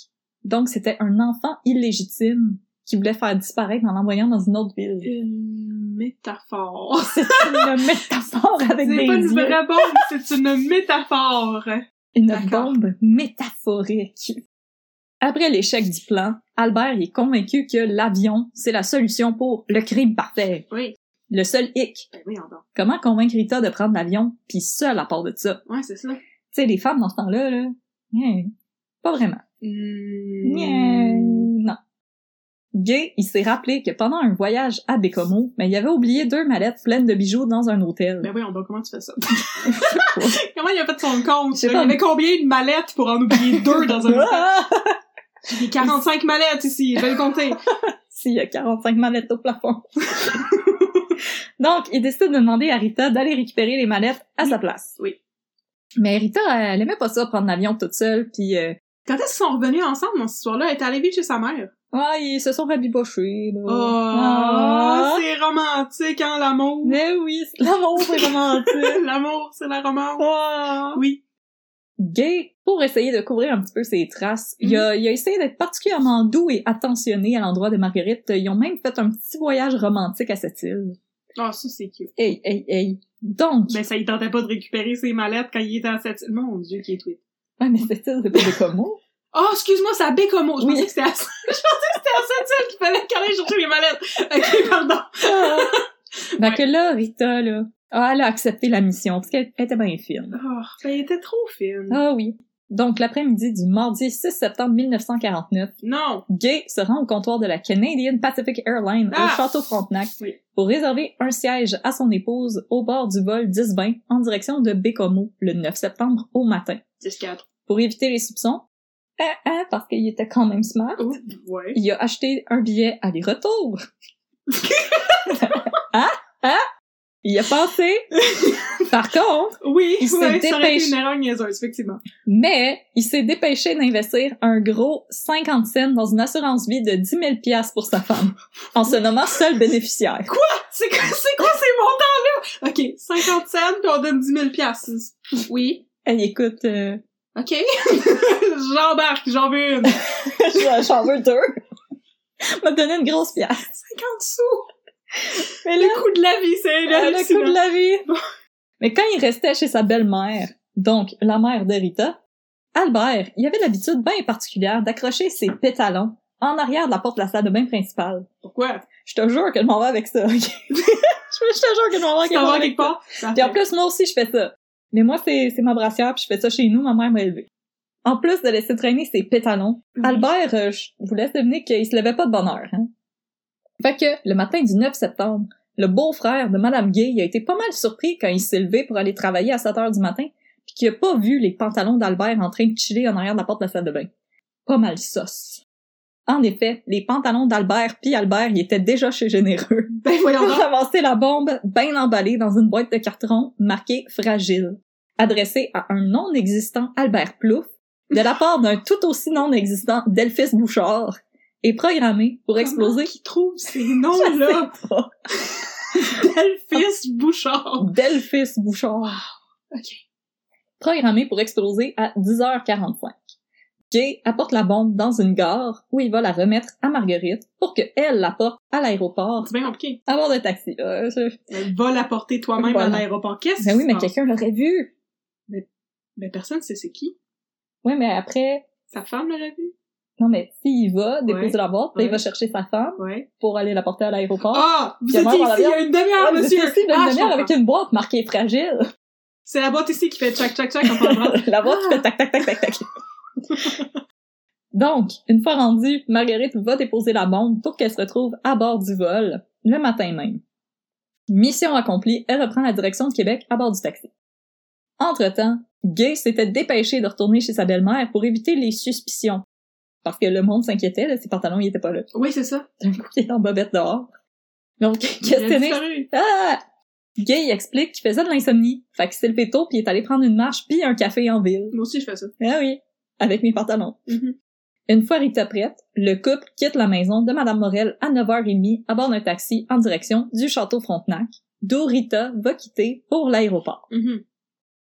[SPEAKER 1] Donc, c'était un enfant illégitime qui voulait faire disparaître en l'envoyant dans une autre ville.
[SPEAKER 2] une métaphore.
[SPEAKER 1] C'est une métaphore avec des
[SPEAKER 2] C'est pas une
[SPEAKER 1] yeux.
[SPEAKER 2] vraie bombe, c'est une métaphore.
[SPEAKER 1] Une
[SPEAKER 2] D'accord.
[SPEAKER 1] bombe métaphorique. Après l'échec du plan, Albert est convaincu que l'avion, c'est la solution pour le crime par terre.
[SPEAKER 2] Oui.
[SPEAKER 1] Le seul hic.
[SPEAKER 2] Ben oui, encore.
[SPEAKER 1] Comment convaincre Rita de prendre l'avion, puis seule à part de ça?
[SPEAKER 2] Ouais, c'est ça.
[SPEAKER 1] Tu sais, les femmes dans ce temps-là, là, hein, pas vraiment.
[SPEAKER 2] Mm.
[SPEAKER 1] Nya, Non. Gay, il s'est rappelé que pendant un voyage à Bécomo, mais il avait oublié deux mallettes pleines de bijoux dans un hôtel.
[SPEAKER 2] Ben oui, on comment tu fais ça?
[SPEAKER 1] pas.
[SPEAKER 2] comment il a fait son compte?
[SPEAKER 1] Je sais
[SPEAKER 2] là? Il
[SPEAKER 1] pas.
[SPEAKER 2] avait combien de mallettes pour en oublier deux dans un hôtel?
[SPEAKER 1] Ah!
[SPEAKER 2] J'ai 45 mallettes ici, je vais le compter.
[SPEAKER 1] S'il y a 45 mallettes au plafond. Donc, il décide de demander à Rita d'aller récupérer les mallettes à sa place.
[SPEAKER 2] Oui.
[SPEAKER 1] Mais Rita, elle aimait pas ça, prendre l'avion toute seule, puis euh,
[SPEAKER 2] Quand est-ce qu'ils sont revenus ensemble dans cette histoire-là? Elle est allée vivre chez sa mère.
[SPEAKER 1] ouais, ils se sont rabibochés, là.
[SPEAKER 2] Oh,
[SPEAKER 1] Ah.
[SPEAKER 2] c'est romantique, hein, l'amour?
[SPEAKER 1] Mais oui, c'est- l'amour, c'est romantique.
[SPEAKER 2] l'amour, c'est la romance.
[SPEAKER 1] Ah.
[SPEAKER 2] Oui.
[SPEAKER 1] Gay, pour essayer de couvrir un petit peu ses traces,
[SPEAKER 2] Mhm.
[SPEAKER 1] il, a, il a essayé d'être particulièrement doux et attentionné à l'endroit de Marguerite. Ils ont même fait un petit voyage romantique à cette île.
[SPEAKER 2] Ah, ça, c'est cute.
[SPEAKER 1] Hey, hey, hey. Donc,
[SPEAKER 2] Mais ça, il tentait pas de récupérer ses mallettes quand il était à cette... Mon Dieu, qui est tweet.
[SPEAKER 1] ouais, mais cette île, c'est pas des comos.
[SPEAKER 2] Oh, excuse-moi, c'est à Bécomo. Je
[SPEAKER 1] Oui.
[SPEAKER 2] pensais que c'était à... Je pensais que c'était à cette île qu'il fallait qu'elle aille chercher les mallettes. Ok, pardon.
[SPEAKER 1] fait
[SPEAKER 2] Ouais.
[SPEAKER 1] que là, Rita, là, ah, elle a accepté la mission, parce qu'elle elle était bien fine.
[SPEAKER 2] Oh, ben, elle était trop fine.
[SPEAKER 1] Ah oui. Donc, l'après-midi du mardi 6 septembre 1949,
[SPEAKER 2] Non.
[SPEAKER 1] Gay se rend au comptoir de la Canadian Pacific Airlines
[SPEAKER 2] Ah!
[SPEAKER 1] au Château Frontenac
[SPEAKER 2] Oui.
[SPEAKER 1] pour réserver un siège à son épouse au bord du vol 10-20 en direction de Bécomo le 9 septembre au matin.
[SPEAKER 2] 10-4.
[SPEAKER 1] Pour éviter les soupçons, hein, hein, parce qu'il était quand même smart,
[SPEAKER 2] Oh, ouais.
[SPEAKER 1] il a acheté un billet aller-retour. hein? Hein? Il a pensé. Par contre,
[SPEAKER 2] Oui,
[SPEAKER 1] Il s'est
[SPEAKER 2] ouais, ça aurait été
[SPEAKER 1] dépêché.
[SPEAKER 2] une erreur niaiseuse, effectivement.
[SPEAKER 1] mais il s'est dépêché d'investir un gros 50 cents dans une assurance vie de 10 000 piastres pour sa femme, en se nommant seul bénéficiaire.
[SPEAKER 2] C'est quoi, c'est quoi ces montants-là? Ok, 50 cents, puis on donne 10 000 piastres. Oui.
[SPEAKER 1] Hey, écoute, euh,
[SPEAKER 2] Ok. J'embarque, j'en veux une. 50
[SPEAKER 1] j'en veux deux. M'a donné une grosse pièce.
[SPEAKER 2] sous.
[SPEAKER 1] Mais là,
[SPEAKER 2] Le coût de la vie, c'est
[SPEAKER 1] euh, le coup de
[SPEAKER 2] hallucinant.
[SPEAKER 1] la vie. Mais quand il restait chez sa belle-mère, donc la mère de Rita, Albert, il avait l'habitude bien particulière d'accrocher ses pétalons en arrière de la porte de la salle de bain principale.
[SPEAKER 2] Pourquoi?
[SPEAKER 1] Je te jure que je m'en vais avec ça, ok? je, je te jure que je m'en vais avec
[SPEAKER 2] Tu t'en vas
[SPEAKER 1] ça.
[SPEAKER 2] quelque part?
[SPEAKER 1] Puis en plus, moi aussi, je fais ça. Mais moi, c'est c'est ma brassière, puis je fais ça chez nous, ma mère m'a élevée. En plus de laisser traîner ses pétalons,
[SPEAKER 2] Oui.
[SPEAKER 1] Albert, euh, je vous laisse deviner qu'il se levait pas de bonne heure. Hein? Fait que, le matin du 9 septembre, le beau-frère de Madame Gay a été pas mal surpris quand il s'est levé pour aller travailler à 7 heures du matin, puis qu'il a pas vu les pantalons d'Albert en train de chiller en arrière de la porte de la salle de bain. Pas mal sauce. En effet, les pantalons d'Albert puis Albert, ils étaient déjà chez Généreux.
[SPEAKER 2] Ben voyons
[SPEAKER 1] Ils ont
[SPEAKER 2] donc.
[SPEAKER 1] ramassé la bombe bien emballée dans une boîte de carton marquée fragile, adressée à un non existant Albert Plouf, de la part d'un tout aussi non existant Delphis Bouchard, et programmée pour exploser
[SPEAKER 2] qui trouve ces noms-là?
[SPEAKER 1] pas. Ah.
[SPEAKER 2] Delphis Bouchard.
[SPEAKER 1] Delphis Bouchard.
[SPEAKER 2] ok.
[SPEAKER 1] Programmée pour exploser à 10h45. Gay apporte la bombe dans une gare où il va la remettre à Marguerite pour que elle la porte à l'aéroport
[SPEAKER 2] C'est bien compliqué.
[SPEAKER 1] à bord de taxi. Euh, je-
[SPEAKER 2] Mais va la porter toi-même
[SPEAKER 1] Voilà.
[SPEAKER 2] à l'aéroport. Qu'est-ce
[SPEAKER 1] Ben
[SPEAKER 2] qui
[SPEAKER 1] oui,
[SPEAKER 2] se
[SPEAKER 1] mais
[SPEAKER 2] passe?
[SPEAKER 1] quelqu'un l'aurait vu.
[SPEAKER 2] Ben personne sait c'est qui.
[SPEAKER 1] Oui, mais après,
[SPEAKER 2] Sa femme l'aurait vu?
[SPEAKER 1] Non, mais s'il va déposer
[SPEAKER 2] Ouais.
[SPEAKER 1] la boîte, puis il va
[SPEAKER 2] Ouais.
[SPEAKER 1] chercher sa femme
[SPEAKER 2] Ouais.
[SPEAKER 1] pour aller la porter à l'aéroport.
[SPEAKER 2] Ah! vous
[SPEAKER 1] il y a
[SPEAKER 2] étiez
[SPEAKER 1] mort Oh! dans
[SPEAKER 2] ici il y a une demi-heure,
[SPEAKER 1] Ah, mais
[SPEAKER 2] monsieur!
[SPEAKER 1] c'est aussi
[SPEAKER 2] Ah,
[SPEAKER 1] une
[SPEAKER 2] je
[SPEAKER 1] demi-heure
[SPEAKER 2] comprends.
[SPEAKER 1] avec une boîte marquée fragile.
[SPEAKER 2] C'est la boîte ici qui fait tchac tchac tchac en parlant.
[SPEAKER 1] la boîte qui fait tac tac tac tac tac. Donc, une fois rendue, Marguerite va déposer la bombe pour qu'elle se retrouve à bord du vol le matin même. Mission accomplie, elle reprend la direction de Québec à bord du taxi. Entre-temps, Gay s'était dépêché de retourner chez sa belle-mère pour éviter les suspicions. Parce que le monde s'inquiétait, là, ses pantalons n'étaient pas là.
[SPEAKER 2] Oui, c'est ça.
[SPEAKER 1] D'un coup, il est en bobette dehors. Donc,
[SPEAKER 2] Il a
[SPEAKER 1] questionné...
[SPEAKER 2] disparu.
[SPEAKER 1] Ah! Gay explique qu'il faisait de l'insomnie. Fait qu'il s'est levé tôt puis il est allé prendre une marche puis un café en ville.
[SPEAKER 2] Moi aussi, je fais ça.
[SPEAKER 1] Ah oui, avec mes pantalons.
[SPEAKER 2] Mhm.
[SPEAKER 1] Une fois Rita prête, le couple quitte la maison de Madame Morel à 9h30 à bord d'un taxi en direction du château Frontenac, d'où Rita va quitter pour l'aéroport.
[SPEAKER 2] Mhm.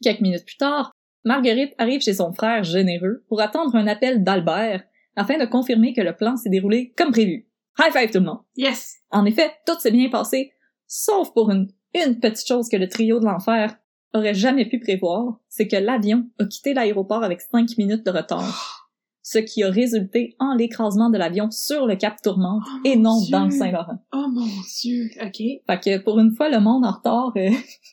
[SPEAKER 1] Quelques minutes plus tard, Marguerite arrive chez son frère généreux pour attendre un appel d'Albert afin de confirmer que le plan s'est déroulé comme prévu. High five tout le monde!
[SPEAKER 2] Yes!
[SPEAKER 1] En effet, tout s'est bien passé, sauf pour une, une petite chose que le trio de l'enfer aurait jamais pu prévoir, c'est que l'avion a quitté l'aéroport avec cinq minutes de retard. Ce qui a résulté en l'écrasement de l'avion sur le Cap Tourmente
[SPEAKER 2] Oh,
[SPEAKER 1] et
[SPEAKER 2] mon
[SPEAKER 1] non
[SPEAKER 2] Dieu.
[SPEAKER 1] dans le Saint-Laurent.
[SPEAKER 2] Oh mon dieu. Ok.
[SPEAKER 1] Fait que pour une fois, le monde en retard, euh,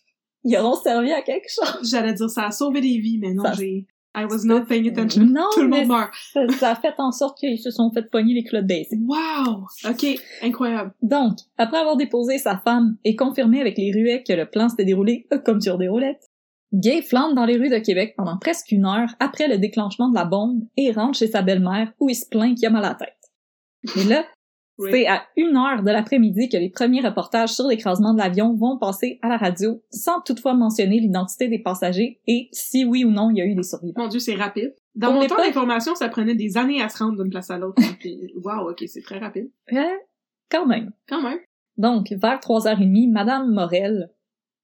[SPEAKER 1] ils auront servi à quelque chose.
[SPEAKER 2] J'allais dire ça a sauvé des vies, mais non,
[SPEAKER 1] Ça-
[SPEAKER 2] j'ai. I was not paying attention.
[SPEAKER 1] Non,
[SPEAKER 2] Tout le
[SPEAKER 1] mais
[SPEAKER 2] monde meurt.
[SPEAKER 1] ça, ça a fait en sorte qu'ils se sont fait pogner les clubs baissés.
[SPEAKER 2] Wow! Ok, incroyable.
[SPEAKER 1] Donc, après avoir déposé sa femme et confirmé avec les ruets que le plan s'était déroulé euh, comme sur des roulettes, Gay flambe dans les rues de Québec pendant presque une heure après le déclenchement de la bombe et rentre chez sa belle-mère où il se plaint qu'il a mal à la tête. Mais là,
[SPEAKER 2] Oui.
[SPEAKER 1] c'est à une heure de l'après-midi que les premiers reportages sur l'écrasement de l'avion vont passer à la radio sans toutefois mentionner l'identité des passagers et si oui ou non il y a eu des survivants.
[SPEAKER 2] Mon dieu, c'est rapide. Dans
[SPEAKER 1] Pour
[SPEAKER 2] mon temps
[SPEAKER 1] l'époque-
[SPEAKER 2] d'information, ça prenait des années à se rendre d'une place à l'autre. Puis, wow, ok, c'est très rapide.
[SPEAKER 1] Euh, quand même.
[SPEAKER 2] Quand même.
[SPEAKER 1] Donc, vers 3h30, Madame Morel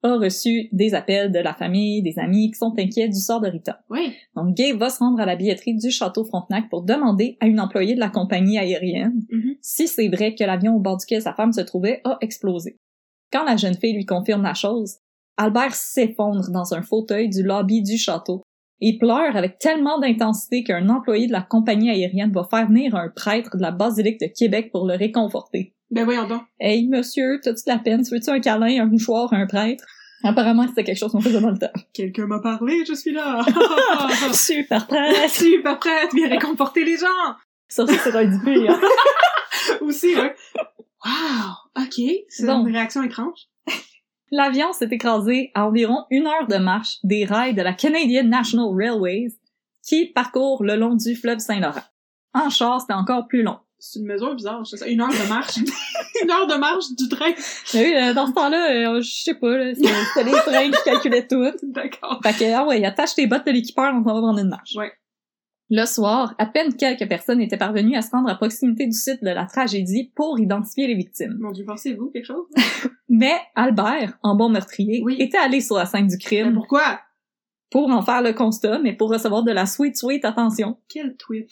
[SPEAKER 1] a reçu des appels de la famille, des amis qui sont inquiets du sort de Rita.
[SPEAKER 2] Oui.
[SPEAKER 1] Donc, Gay va se rendre à la billetterie du château Frontenac pour demander à une employée de la compagnie aérienne
[SPEAKER 2] Mhm.
[SPEAKER 1] si c'est vrai que l'avion au bord duquel sa femme se trouvait a explosé. Quand la jeune fille lui confirme la chose, Albert s'effondre dans un fauteuil du lobby du château et pleure avec tellement d'intensité qu'un employé de la compagnie aérienne va faire venir un prêtre de la basilique de Québec pour le réconforter.
[SPEAKER 2] Ben voyons donc.
[SPEAKER 1] Hey, monsieur, t'as-tu de la peine? Tu veux-tu un câlin, un mouchoir, un prêtre? Apparemment, c'était quelque chose qu'on faisait dans le temps.
[SPEAKER 2] Quelqu'un m'a parlé, je suis là. Oh,
[SPEAKER 1] Super prêtre!
[SPEAKER 2] Super prête, viens réconforter les gens.
[SPEAKER 1] Ça, ça, c'est un dîner, hein.
[SPEAKER 2] Aussi, ouais. Wow, ok, c'est
[SPEAKER 1] Bon.
[SPEAKER 2] une réaction étrange.
[SPEAKER 1] L'avion s'est écrasé à environ une heure de marche des rails de la Canadian National Railways qui parcourt le long du fleuve Saint-Laurent. En char, c'était encore plus long.
[SPEAKER 2] C'est une mesure bizarre, je sais ça. Une heure de marche. une heure de marche du train.
[SPEAKER 1] Mais oui, euh, dans ce temps-là, euh, je sais pas, là, c'était c'était les trains qui calculaient tout.
[SPEAKER 2] D'accord.
[SPEAKER 1] Fait que, ah ouais, attache tes bottes de l'équipeur, on s'en va prendre une marche.
[SPEAKER 2] Ouais.
[SPEAKER 1] Le soir, à peine quelques personnes étaient parvenues à se rendre à proximité du site de la tragédie pour identifier les victimes.
[SPEAKER 2] Mon dieu, pensez-vous quelque chose?
[SPEAKER 1] Mais Albert, en bon meurtrier,
[SPEAKER 2] Oui.
[SPEAKER 1] était allé sur la scène du
[SPEAKER 2] Mais
[SPEAKER 1] crime
[SPEAKER 2] Ben, pourquoi?
[SPEAKER 1] pour en faire le constat, mais pour recevoir de la sweet sweet attention.
[SPEAKER 2] Quel tweet.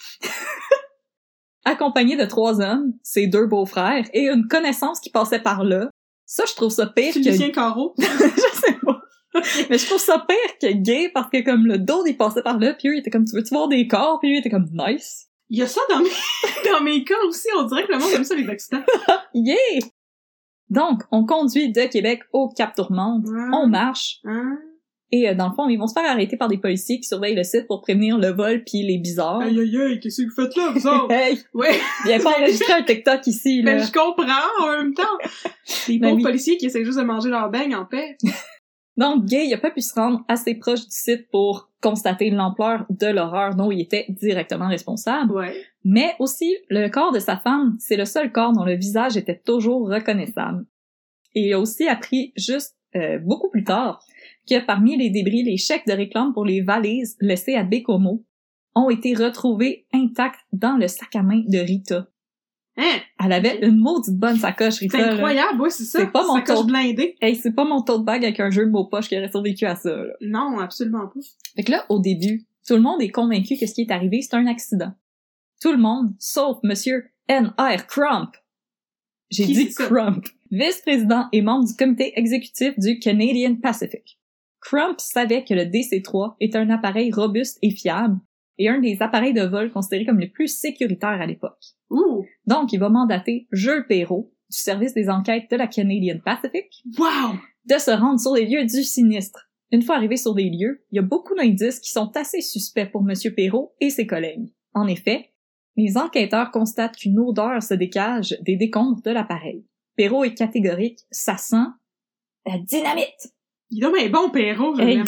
[SPEAKER 1] Accompagné de trois hommes, ses deux beaux-frères et une connaissance qui passait par là. Ça, je trouve ça pire
[SPEAKER 2] Tu
[SPEAKER 1] que...
[SPEAKER 2] Lucien Carreau?
[SPEAKER 1] je sais pas. Mais je trouve ça pire que gay parce que comme le dos, il passait par là, puis eux, ils étaient comme, tu veux-tu voir des corps? Puis lui, il était comme, nice.
[SPEAKER 2] Il y a ça dans mes, dans mes cas aussi, on dirait que le monde aime ça les accidents.
[SPEAKER 1] Yeah! Donc, on conduit de Québec au Cap Tourmente, on marche,
[SPEAKER 2] Hein?
[SPEAKER 1] et euh, dans le fond, ils vont se faire arrêter par des policiers qui surveillent le site pour prévenir le vol puis les bizarres.
[SPEAKER 2] Aïe aïe aïe, qu'est-ce que vous faites là, vous autres?
[SPEAKER 1] Hey!
[SPEAKER 2] ouais,
[SPEAKER 1] Viens pas enregistrer un TikTok ici,
[SPEAKER 2] mais
[SPEAKER 1] là.
[SPEAKER 2] je comprends en même temps. Les
[SPEAKER 1] Ben
[SPEAKER 2] pauvres
[SPEAKER 1] oui.
[SPEAKER 2] policiers qui essaient juste de manger leur beigne en paix.
[SPEAKER 1] Donc, Gay, il a pas pu se rendre assez proche du site pour constater l'ampleur de l'horreur dont il était directement responsable.
[SPEAKER 2] Ouais.
[SPEAKER 1] Mais aussi, le corps de sa femme, c'est le seul corps dont le visage était toujours reconnaissable. Et il a aussi appris juste euh, beaucoup plus tard que parmi les débris, les chèques de réclame pour les valises laissées à Bécomo ont été retrouvés intacts dans le sac à main de Rita.
[SPEAKER 2] Hein?
[SPEAKER 1] Elle avait une maudite bonne sacoche,
[SPEAKER 2] C'est
[SPEAKER 1] Rita. là.
[SPEAKER 2] incroyable, ouais, c'est ça.
[SPEAKER 1] C'est pas mon
[SPEAKER 2] Ça coche
[SPEAKER 1] tour.
[SPEAKER 2] blindé.
[SPEAKER 1] Hey, c'est pas mon tote bag avec un jeu de mots poche qui aurait survécu à ça. Là.
[SPEAKER 2] Non, absolument pas.
[SPEAKER 1] Fait que là, au début, tout le monde est convaincu que ce qui est arrivé, c'est un accident. Tout le monde, sauf Monsieur N.R. Crump. J'ai
[SPEAKER 2] Qui
[SPEAKER 1] dit
[SPEAKER 2] c'est ça?
[SPEAKER 1] Crump. Vice-président et membre du comité exécutif du Canadian Pacific. Crump savait que le DC-3 est un appareil robuste et fiable et un des appareils de vol considérés comme les plus sécuritaires à l'époque.
[SPEAKER 2] Ouh!
[SPEAKER 1] Donc, il va mandater Jules Perrault, du service des enquêtes de la Canadian Pacific,
[SPEAKER 2] Wow!
[SPEAKER 1] de se rendre sur les lieux du sinistre. Une fois arrivé sur les lieux, il y a beaucoup d'indices qui sont assez suspects pour M. Perrault et ses collègues. En effet, les enquêteurs constatent qu'une odeur se dégage des décombres de l'appareil. Perrault est catégorique, ça sent la dynamite.
[SPEAKER 2] Il est donc bien bon, Perrault, je
[SPEAKER 1] Hey.
[SPEAKER 2] l'aime.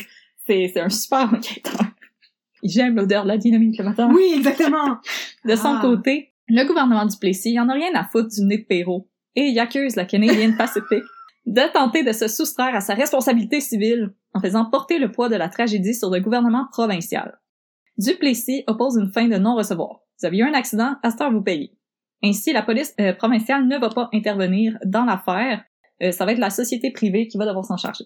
[SPEAKER 1] C'est c'est un super enquêteur. J'aime l'odeur de la dynamite le matin.
[SPEAKER 2] Oui, exactement.
[SPEAKER 1] De son
[SPEAKER 2] Ah.
[SPEAKER 1] côté, le gouvernement du Plessis il en a rien à foutre du nez de Perrault et il accuse la Canadian Pacific de tenter de se soustraire à sa responsabilité civile en faisant porter le poids de la tragédie sur le gouvernement provincial. Duplessis oppose une fin de non-recevoir. Vous avez eu un accident, à cette heure vous payez. Ainsi, la police euh, provinciale ne va pas intervenir dans l'affaire. Euh, ça va être la société privée qui va devoir s'en charger.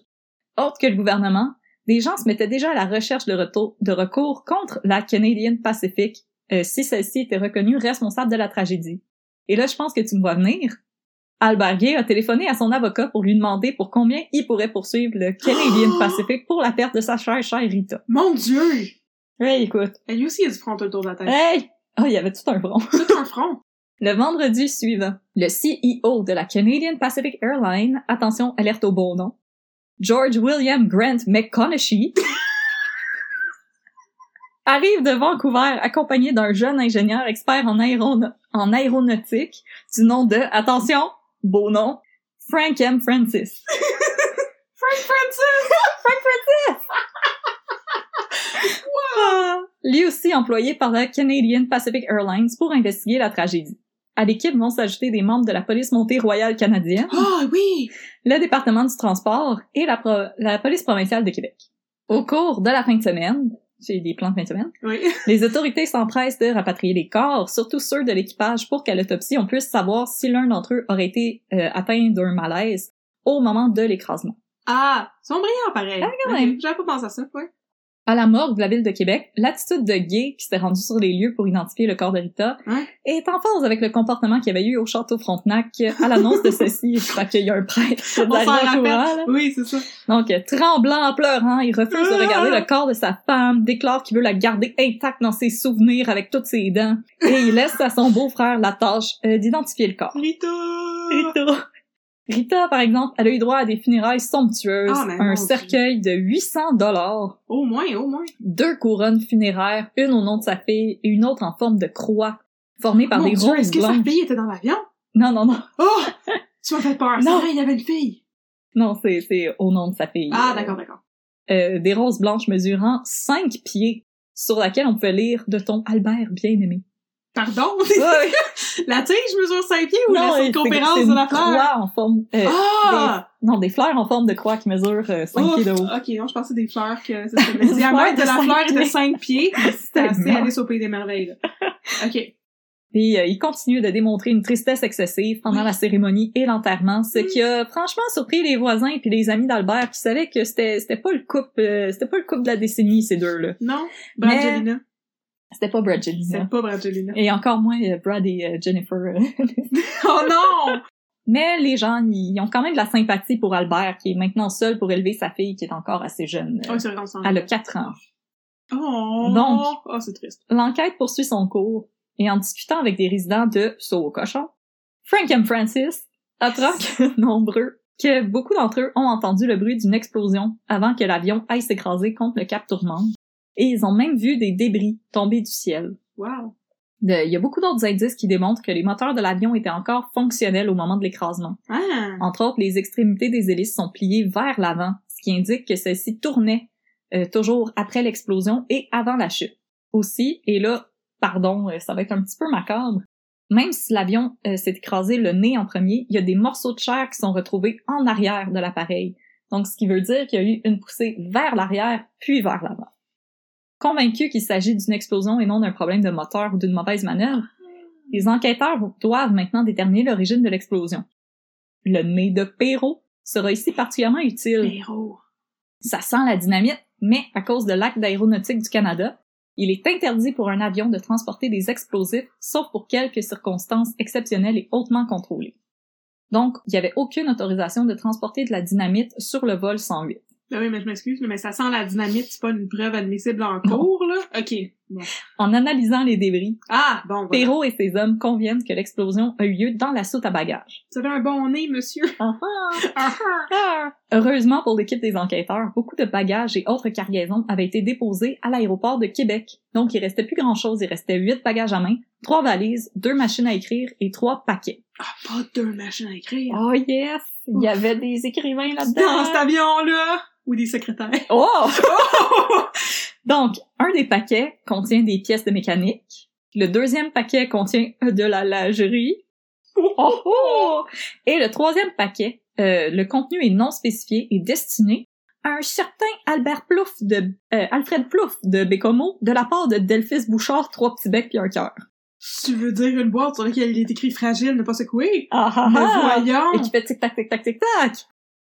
[SPEAKER 1] Autre que le gouvernement, des gens se mettaient déjà à la recherche de, retour- de recours contre la Canadian Pacific euh, si celle-ci était reconnue responsable de la tragédie. Et là, je pense que tu me vois venir. Albert Gay a téléphoné à son avocat pour lui demander pour combien il pourrait poursuivre le Canadian
[SPEAKER 2] Oh!
[SPEAKER 1] Pacific pour la perte de sa chère, chère Rita.
[SPEAKER 2] Mon Dieu!
[SPEAKER 1] Hey, écoute.
[SPEAKER 2] Et lui aussi, il a du front tout le tour de la tête.
[SPEAKER 1] Hey! Oh, il y avait tout un front.
[SPEAKER 2] Tout un front.
[SPEAKER 1] Le vendredi suivant, le CEO de la Canadian Pacific Airlines, attention, alerte au bon nom, George William Grant McConaughey, arrive de Vancouver accompagné d'un jeune ingénieur expert en, aérona- en aéronautique du nom de, attention, beau nom, Frank M. Francis.
[SPEAKER 2] Francis!
[SPEAKER 1] Lui aussi employé par la Canadian Pacific Airlines pour investiguer la tragédie. À l'équipe vont s'ajouter des membres de la police montée royale canadienne,
[SPEAKER 2] Ah oui!
[SPEAKER 1] le département du transport et la, pro- la police provinciale de Québec. Au cours de la fin de semaine, j'ai des plans de fin de semaine,
[SPEAKER 2] Oui.
[SPEAKER 1] les autorités s'empressent de rapatrier les corps, surtout ceux de l'équipage, pour qu'à l'autopsie, on puisse savoir si l'un d'entre eux aurait été euh, atteint d'un malaise au moment de l'écrasement.
[SPEAKER 2] Ah, ils sont brillants pareil.
[SPEAKER 1] Ah, quand même.
[SPEAKER 2] Ok, J'avais pas pensé à ça, ouais.
[SPEAKER 1] À la morgue de la ville de Québec, l'attitude de Gay, qui s'était rendu sur les lieux pour identifier le corps de Rita,
[SPEAKER 2] Ouais.
[SPEAKER 1] est en phase avec le comportement qu'il y avait eu au château Frontenac à l'annonce de ceci. Je crois qu'il y a un prêtre qui est
[SPEAKER 2] On s'en
[SPEAKER 1] arrivé au
[SPEAKER 2] rappelle.
[SPEAKER 1] courant, là.
[SPEAKER 2] Oui, c'est ça.
[SPEAKER 1] Donc, euh, tremblant, en pleurant, il refuse de regarder
[SPEAKER 2] Ah!
[SPEAKER 1] le corps de sa femme, déclare qu'il veut la garder intacte dans ses souvenirs avec toutes ses dents, et il laisse à son beau-frère la tâche euh, d'identifier le corps.
[SPEAKER 2] Rita!
[SPEAKER 1] Rita. Rita, par exemple, elle a eu droit à des funérailles somptueuses,
[SPEAKER 2] Ah, mais mon
[SPEAKER 1] un
[SPEAKER 2] Dieu.
[SPEAKER 1] cercueil de 800 dollars,
[SPEAKER 2] Au moins, au moins.
[SPEAKER 1] deux couronnes funéraires, une au nom de sa fille et une autre en forme de croix, formée par
[SPEAKER 2] Oh Mon
[SPEAKER 1] des
[SPEAKER 2] Dieu,
[SPEAKER 1] roses
[SPEAKER 2] est-ce que sa
[SPEAKER 1] blanches.
[SPEAKER 2] fille était dans l'avion?
[SPEAKER 1] Non, non, non.
[SPEAKER 2] Oh! Tu m'as fait peur.
[SPEAKER 1] Non.
[SPEAKER 2] Non, il y avait une fille.
[SPEAKER 1] Non, c'est c'est au nom de sa fille.
[SPEAKER 2] Ah,
[SPEAKER 1] Euh,
[SPEAKER 2] d'accord, d'accord.
[SPEAKER 1] euh, des roses blanches mesurant 5 pieds, sur laquelle on pouvait lire de ton Albert bien-aimé.
[SPEAKER 2] Pardon?
[SPEAKER 1] Ouais.
[SPEAKER 2] la tige mesure 5 pieds ou la
[SPEAKER 1] c'est- c'est
[SPEAKER 2] circonférence
[SPEAKER 1] une
[SPEAKER 2] de la fleur?
[SPEAKER 1] croix en forme... euh,
[SPEAKER 2] Ah! Oh!
[SPEAKER 1] Non, des fleurs en forme de croix qui mesurent 5
[SPEAKER 2] Ouf,
[SPEAKER 1] pieds de haut.
[SPEAKER 2] ok, non, je pensais des fleurs que c'est ça. Le
[SPEAKER 1] Une
[SPEAKER 2] diamètre
[SPEAKER 1] fleur de
[SPEAKER 2] de la
[SPEAKER 1] cinq
[SPEAKER 2] fleur est de
[SPEAKER 1] pieds.
[SPEAKER 2] 5 pieds. C'était assez
[SPEAKER 1] Tellement.
[SPEAKER 2] Alice au Pays des Merveilles. là. Ok.
[SPEAKER 1] Puis euh, il continue de démontrer une tristesse excessive pendant
[SPEAKER 2] Oui.
[SPEAKER 1] la cérémonie et l'enterrement, ce
[SPEAKER 2] Mm.
[SPEAKER 1] qui a franchement surpris les voisins et puis les amis d'Albert qui savaient que c'était c'était pas le couple euh, c'était pas le couple de la décennie ces deux-là.
[SPEAKER 2] Non?
[SPEAKER 1] Mais-
[SPEAKER 2] Brangelina.
[SPEAKER 1] C'était pas Brad Jelena.
[SPEAKER 2] C'est pas Brangelina.
[SPEAKER 1] Et encore moins euh, Brad et euh, Jennifer. euh.
[SPEAKER 2] Oh non!
[SPEAKER 1] Mais les gens, ils ont quand même de la sympathie pour Albert, qui est maintenant seul pour élever sa fille, qui est encore assez jeune.
[SPEAKER 2] Oh, c'est vrai, on s'en
[SPEAKER 1] Elle a 4 ans.
[SPEAKER 2] Oh!
[SPEAKER 1] Donc.
[SPEAKER 2] Oh, c'est triste.
[SPEAKER 1] L'enquête poursuit son cours, et en discutant avec des résidents de Saut au cochon, Frank M. Francis apprend que nombreux, que beaucoup d'entre eux ont entendu le bruit d'une explosion avant que l'avion aille s'écraser contre le cap tourmente, et ils ont même vu des débris tomber du ciel.
[SPEAKER 2] Wow.
[SPEAKER 1] De- Il y a beaucoup d'autres indices qui démontrent que les moteurs de l'avion étaient encore fonctionnels au moment de l'écrasement.
[SPEAKER 2] Ah!
[SPEAKER 1] Entre autres, les extrémités des hélices sont pliées vers l'avant, ce qui indique que celles-ci tournaient euh, toujours après l'explosion et avant la chute. Aussi, et là, pardon, euh, ça va être un petit peu macabre, même si l'avion euh, s'est écrasé le nez en premier, il y a des morceaux de chair qui sont retrouvés en arrière de l'appareil. Donc, ce qui veut dire qu'il y a eu une poussée vers l'arrière, puis vers l'avant. Convaincus qu'il s'agit d'une explosion et non d'un problème de moteur ou d'une mauvaise manœuvre, les enquêteurs doivent maintenant déterminer l'origine de l'explosion le nez de Perrault sera ici particulièrement utile.
[SPEAKER 2] Héros.
[SPEAKER 1] Ça sent la dynamite, mais à cause de l'acte d'aéronautique du Canada, il est interdit pour un avion de transporter des explosifs, sauf pour quelques circonstances exceptionnelles et hautement contrôlées. Donc, il n'y avait aucune autorisation de transporter de la dynamite sur le vol 108.
[SPEAKER 2] Ben oui, mais je m'excuse, mais ça sent la dynamite, c'est pas une preuve admissible en cours, là. Ok. Bon.
[SPEAKER 1] En analysant les débris,
[SPEAKER 2] Ah, bon, voilà.
[SPEAKER 1] Perrault et ses hommes conviennent que l'explosion a eu lieu dans la soute à bagages.
[SPEAKER 2] Vous avez un bon nez, monsieur.
[SPEAKER 1] Ah ah!
[SPEAKER 2] Ah, ah.
[SPEAKER 1] Heureusement pour l'équipe des enquêteurs, beaucoup de bagages et autres cargaisons avaient été déposés à l'aéroport de Québec. Donc, il restait plus grand chose. Il restait huit bagages à main, trois valises, deux machines à écrire et trois paquets.
[SPEAKER 2] Ah, pas deux machines à écrire.
[SPEAKER 1] Oh yes! Il y avait des écrivains
[SPEAKER 2] Dans cet
[SPEAKER 1] là-dedans.
[SPEAKER 2] avion-là! ou des secrétaires.
[SPEAKER 1] Oh! Donc, un des paquets contient des pièces de mécanique. Le deuxième paquet contient de la lingerie. Oh, oh! Et le troisième paquet, euh, le contenu est non spécifié et destiné à un certain Albert Plouf de euh, Alfred Plouf de Bécomo de la part de Delphis Bouchard, trois petits becs puis un cœur.
[SPEAKER 2] Tu veux dire une boîte sur laquelle il est écrit fragile, ne pas secouer?
[SPEAKER 1] Ah ah
[SPEAKER 2] Mais
[SPEAKER 1] ah!
[SPEAKER 2] voyons!
[SPEAKER 1] et qui fait tic tac tic tac tic tac.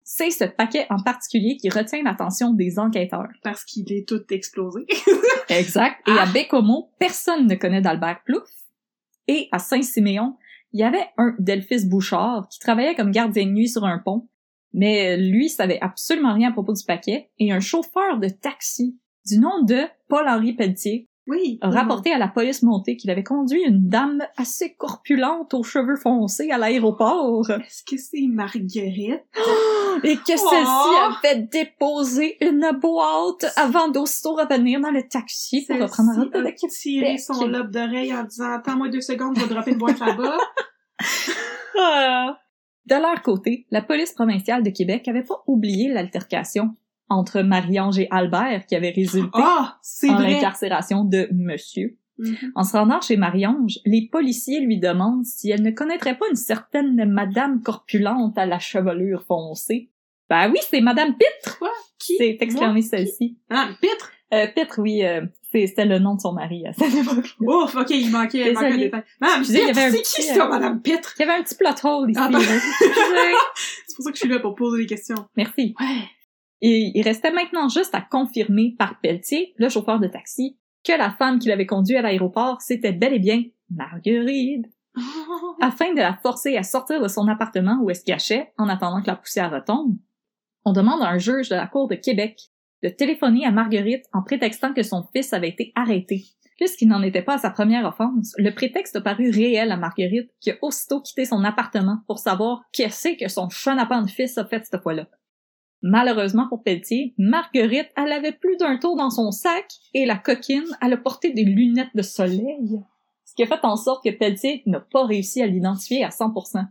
[SPEAKER 1] C'est ce paquet en particulier qui retient l'attention des enquêteurs.
[SPEAKER 2] Parce qu'il est tout explosé.
[SPEAKER 1] Exact. Et à Bécomo, personne ne connaît d'Albert Plouf. Et à Saint-Siméon, il y avait un Delphis Bouchard qui travaillait comme gardien de nuit sur un pont, mais lui savait absolument rien à propos du paquet, et un chauffeur de taxi du nom de Paul-Henri Pelletier
[SPEAKER 2] Oui.
[SPEAKER 1] a rapporté à la police montée qu'il avait conduit une dame assez corpulente aux cheveux foncés à l'aéroport
[SPEAKER 2] Est-ce que c'est Marguerite?
[SPEAKER 1] et que
[SPEAKER 2] Oh.
[SPEAKER 1] celle-ci avait déposé une boîte avant d'aussitôt revenir dans le taxi pour reprendre la route de
[SPEAKER 2] Celle-ci a tiré son lobe d'oreille en disant Attends-moi deux secondes, je vais dropper une boîte là-bas.
[SPEAKER 1] De leur côté, la police provinciale de Québec avait pas oublié l'altercation entre Marie-Ange et Albert qui avait résulté
[SPEAKER 2] Ah, c'est
[SPEAKER 1] en
[SPEAKER 2] vrai!
[SPEAKER 1] l'incarcération de monsieur.
[SPEAKER 2] Mhm.
[SPEAKER 1] En se rendant chez Marie-Ange, les policiers lui demandent si elle ne connaîtrait pas une certaine madame corpulente à la chevelure foncée. Ben oui, c'est madame Pitre!
[SPEAKER 2] Quoi? Qui?
[SPEAKER 1] C'est
[SPEAKER 2] Moi?
[SPEAKER 1] exclamé celle-ci.
[SPEAKER 2] Ah, Pitre!
[SPEAKER 1] Euh, Pitre, oui, euh, c'est- c'était le nom de son mari à cette époque.
[SPEAKER 2] Ouf, ok, il manquait, il manquait un
[SPEAKER 1] Désolée.
[SPEAKER 2] détail. Madame
[SPEAKER 1] Excusez, il y
[SPEAKER 2] Pitre,
[SPEAKER 1] avait un
[SPEAKER 2] c'est
[SPEAKER 1] petit,
[SPEAKER 2] qui ça,
[SPEAKER 1] euh,
[SPEAKER 2] Madame Pitre?
[SPEAKER 1] Il y avait un petit plot hole ici.
[SPEAKER 2] Ah ben.
[SPEAKER 1] là. Excusez.
[SPEAKER 2] C'est pour ça que je suis là pour poser des questions.
[SPEAKER 1] Merci.
[SPEAKER 2] Ouais.
[SPEAKER 1] Et il restait maintenant juste à confirmer par Pelletier, le chauffeur de taxi, que la femme qui l'avait conduit à l'aéroport, c'était bel et bien Marguerite, afin de la forcer à sortir de son appartement où elle se cachait en attendant que la poussière retombe. On demande à un juge de la Cour de Québec de téléphoner à Marguerite en prétextant que son fils avait été arrêté. Puisqu'il n'en était pas à sa première offense, le prétexte a paru réel à Marguerite, qui a aussitôt quitté son appartement pour savoir qu'est-ce que son chenapan de fils a fait cette fois-là. Malheureusement pour Pelletier, Marguerite, elle avait plus d'un tour dans son sac et la coquine, elle a porté des lunettes de soleil. Ce qui a fait en sorte que Pelletier n'a pas réussi à l'identifier à 100%.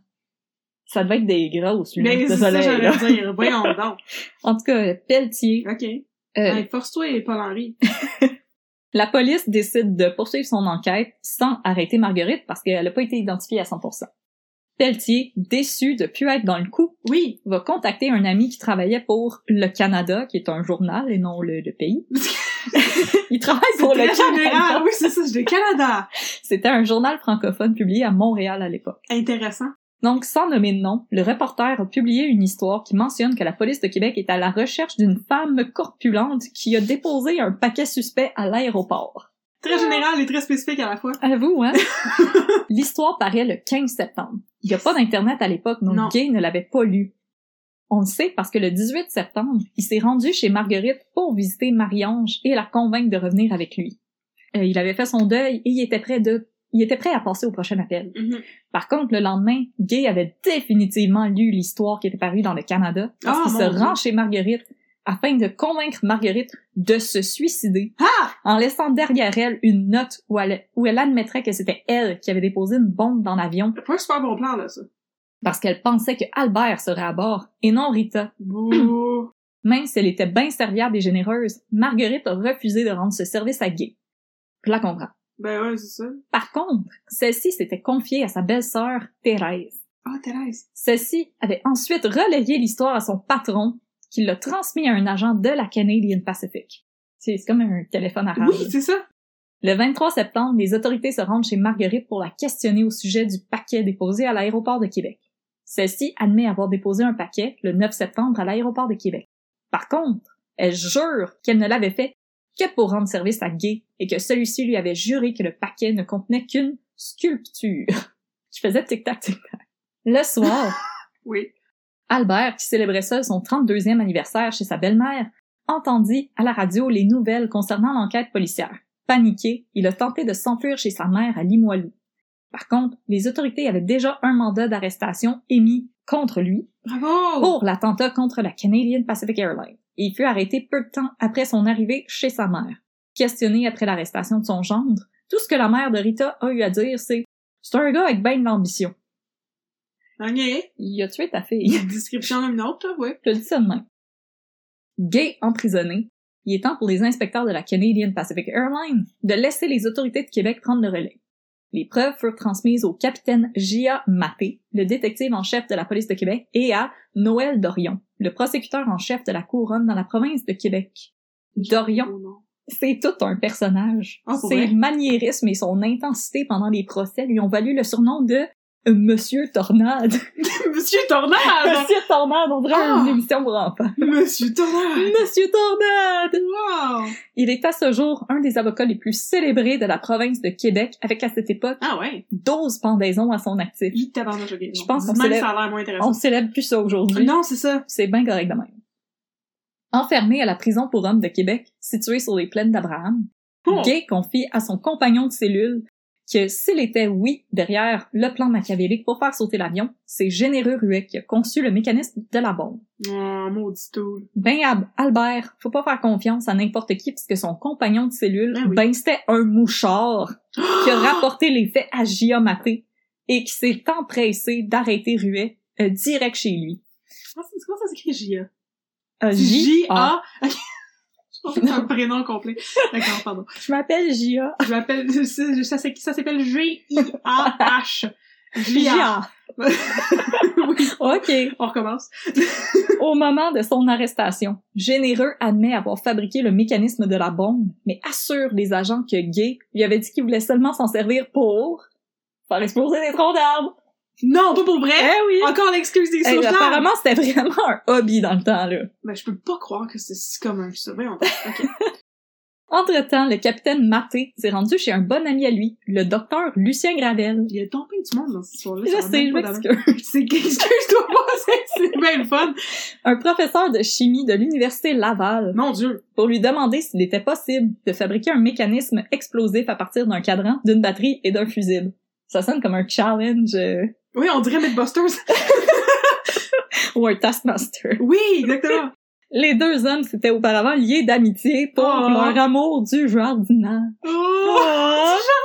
[SPEAKER 1] Ça devait être des grosses lunettes
[SPEAKER 2] Mais
[SPEAKER 1] de
[SPEAKER 2] Ben, c'est ça,
[SPEAKER 1] soleil. là.
[SPEAKER 2] j'allais dire. Voyons donc.
[SPEAKER 1] En tout cas, Pelletier,
[SPEAKER 2] Ok.
[SPEAKER 1] euh,
[SPEAKER 2] Hey, Force-toi, Paul-Henri.
[SPEAKER 1] la police décide de poursuivre son enquête sans arrêter Marguerite parce qu'elle n'a pas été identifiée à 100%. Pelletier, déçu de ne plus être dans le coup,
[SPEAKER 2] Oui.
[SPEAKER 1] va contacter un ami qui travaillait pour Le Canada, qui est un journal et non le, le pays. Il travaille pour
[SPEAKER 2] Très
[SPEAKER 1] Le
[SPEAKER 2] général.
[SPEAKER 1] Canada.
[SPEAKER 2] Oui, c'est ça, c'est le Canada.
[SPEAKER 1] C'était un journal francophone publié à Montréal à l'époque.
[SPEAKER 2] Intéressant.
[SPEAKER 1] Donc, sans nommer de nom, le reporter a publié une histoire qui mentionne que la police de Québec est à la recherche d'une femme corpulente qui a déposé un paquet suspect à l'aéroport.
[SPEAKER 2] Très général et très spécifique à la fois.
[SPEAKER 1] À vous, hein? L'histoire paraît le 15 septembre. Il n'y a pas d'Internet à l'époque, donc
[SPEAKER 2] Non.
[SPEAKER 1] Gay ne l'avait pas lu. On le sait parce que le 18 septembre, il s'est rendu chez Marguerite pour visiter Marie-Ange et la convaincre de revenir avec lui. Euh, il avait fait son deuil et il était prêt de, il était prêt à passer au prochain appel.
[SPEAKER 2] Mhm.
[SPEAKER 1] Par contre, le lendemain, Gay avait définitivement lu l'histoire qui était parue dans le Canada parce
[SPEAKER 2] Ah,
[SPEAKER 1] qu'il
[SPEAKER 2] mon
[SPEAKER 1] se
[SPEAKER 2] Dieu.
[SPEAKER 1] rend chez Marguerite afin de convaincre Marguerite de se suicider
[SPEAKER 2] Ah!
[SPEAKER 1] en laissant derrière elle une note où elle, où elle admettrait que c'était elle qui avait déposé une bombe dans l'avion
[SPEAKER 2] C'est pas un super bon plan, là, ça.
[SPEAKER 1] parce qu'elle pensait que Albert serait à bord et non Rita.
[SPEAKER 2] Bouh.
[SPEAKER 1] Même si elle était bien serviable et généreuse, Marguerite a refusé de rendre ce service à Gay. Je la comprends.
[SPEAKER 2] ben ouais, c'est ça.
[SPEAKER 1] Par contre, celle-ci s'était confiée à sa belle-sœur Thérèse.
[SPEAKER 2] Ah, Thérèse.
[SPEAKER 1] Celle-ci avait ensuite relayé l'histoire à son patron, qui l'a transmis à un agent de la Canadian Pacific. C'est c'est comme un téléphone arabe.
[SPEAKER 2] Oui, c'est ça.
[SPEAKER 1] Le 23 septembre, les autorités se rendent chez Marguerite pour la questionner au sujet du paquet déposé à l'aéroport de Québec. Celle-ci admet avoir déposé un paquet le 9 septembre à l'aéroport de Québec. Par contre, elle jure qu'elle ne l'avait fait que pour rendre service à Gay et que celui-ci lui avait juré que le paquet ne contenait qu'une sculpture. Je faisais tic-tac, tic-tac. Le soir,
[SPEAKER 2] Oui.
[SPEAKER 1] Albert, qui célébrait seul son 32e anniversaire chez sa belle-mère, entendit à la radio les nouvelles concernant l'enquête policière. Paniqué, il a tenté de s'enfuir chez sa mère à Limoilou. Par contre, les autorités avaient déjà un mandat d'arrestation émis contre lui
[SPEAKER 2] Bravo!
[SPEAKER 1] pour l'attentat contre la Canadian Pacific Airlines. Et il fut arrêté peu de temps après son arrivée chez sa mère. Questionné après l'arrestation de son gendre, tout ce que la mère de Rita a eu à dire, c'est « C'est un gars avec ben de l'ambition.
[SPEAKER 2] Ok.
[SPEAKER 1] Il a tué ta fille.
[SPEAKER 2] Description d'une autre, là, ouais.
[SPEAKER 1] Je le dis ça de même. gays emprisonnés, il est temps pour les inspecteurs de la Canadian Pacific Airlines de laisser les autorités de Québec prendre le relais. Les preuves furent transmises au capitaine Gia Maté, le détective en chef de la police de Québec, et à Noël Dorion, le prosécuteur en chef de la couronne dans la province de Québec. Dorion,
[SPEAKER 2] Oh non.
[SPEAKER 1] c'est tout un personnage.
[SPEAKER 2] Ah, pour
[SPEAKER 1] Ses
[SPEAKER 2] vrai?
[SPEAKER 1] maniérismes et son intensité pendant les procès lui ont valu le surnom de Monsieur Tornade.
[SPEAKER 2] Monsieur Tornade!
[SPEAKER 1] Monsieur Tornade, on dirait
[SPEAKER 2] Ah!
[SPEAKER 1] une émission pour enfants.
[SPEAKER 2] Monsieur Tornade!
[SPEAKER 1] Monsieur Tornade!
[SPEAKER 2] Wow!
[SPEAKER 1] Il est à ce jour un des avocats les plus célébrés de la province de Québec, avec à cette époque
[SPEAKER 2] Ah ouais!
[SPEAKER 1] 12 pendaisons à son actif.
[SPEAKER 2] Il tabarnak, ok.
[SPEAKER 1] Je
[SPEAKER 2] non.
[SPEAKER 1] pense qu'on
[SPEAKER 2] Dis-moi
[SPEAKER 1] se
[SPEAKER 2] que
[SPEAKER 1] lève-
[SPEAKER 2] ça a l'air moins
[SPEAKER 1] On
[SPEAKER 2] intéressant.
[SPEAKER 1] célèbre plus ça aujourd'hui.
[SPEAKER 2] Non, c'est ça.
[SPEAKER 1] C'est bien correct de même. Enfermé à la prison pour hommes de Québec, située sur les plaines d'Abraham,
[SPEAKER 2] Oh.
[SPEAKER 1] Gay confie à son compagnon de cellule que s'il était, oui, derrière le plan machiavélique pour faire sauter l'avion, c'est généreux Ruet qui a conçu le mécanisme de la bombe.
[SPEAKER 2] Oh, maudit tout.
[SPEAKER 1] Ben, Ab- Albert, faut pas faire confiance à n'importe qui puisque son compagnon de cellule,
[SPEAKER 2] Ah oui.
[SPEAKER 1] ben, c'était un mouchard qui a rapporté les faits à Giamaté et qui s'est empressé d'arrêter Ruet euh, direct chez lui.
[SPEAKER 2] Comment ça- comment ça s'écrit J.A.?
[SPEAKER 1] Euh, J.A.
[SPEAKER 2] J.A. Ok. Je pense que c'est un prénom complet. D'accord, pardon.
[SPEAKER 1] Je m'appelle J.A.
[SPEAKER 2] Je m'appelle, ça, ça s'écrit- ça s'appelle G-I-A-H. J.A.
[SPEAKER 1] J.A.
[SPEAKER 2] Oui.
[SPEAKER 1] OK.
[SPEAKER 2] On recommence.
[SPEAKER 1] Au moment de son arrestation, Généreux admet avoir fabriqué le mécanisme de la bombe, mais assure les agents que Gay lui avait dit qu'il voulait seulement s'en servir pour faire exploser des troncs d'arbres.
[SPEAKER 2] Non, pas pour vrai!
[SPEAKER 1] Eh oui!
[SPEAKER 2] Encore l'excuse des
[SPEAKER 1] Hey,
[SPEAKER 2] sauveteurs!
[SPEAKER 1] Eh, apparemment, c'était vraiment un hobby dans le temps, là.
[SPEAKER 2] Ben, je peux pas croire que c'est si commun que ça. Voyons donc. Ok.
[SPEAKER 1] Entre-temps, le capitaine Maté s'est rendu chez un bon ami à lui, le docteur Lucien Gravel.
[SPEAKER 2] Il y a tant plein du monde dans cette histoire-là.
[SPEAKER 1] Je
[SPEAKER 2] ça va
[SPEAKER 1] sais, je
[SPEAKER 2] même pas dans-
[SPEAKER 1] m'excuse.
[SPEAKER 2] C'est excuse-toi pas, c'est- c'est bien le fun.
[SPEAKER 1] Un professeur de chimie de l'université Laval
[SPEAKER 2] Mon dieu.
[SPEAKER 1] pour lui demander s'il était possible de fabriquer un mécanisme explosif à partir d'un cadran, d'une batterie et d'un fusible. Ça sonne comme un challenge euh,
[SPEAKER 2] Oui, on dirait Mythbusters.
[SPEAKER 1] ou un taskmaster.
[SPEAKER 2] Oui, exactement.
[SPEAKER 1] Les deux hommes s'étaient auparavant liés d'amitié pour
[SPEAKER 2] Oh.
[SPEAKER 1] leur amour du jardinage.
[SPEAKER 2] Oh!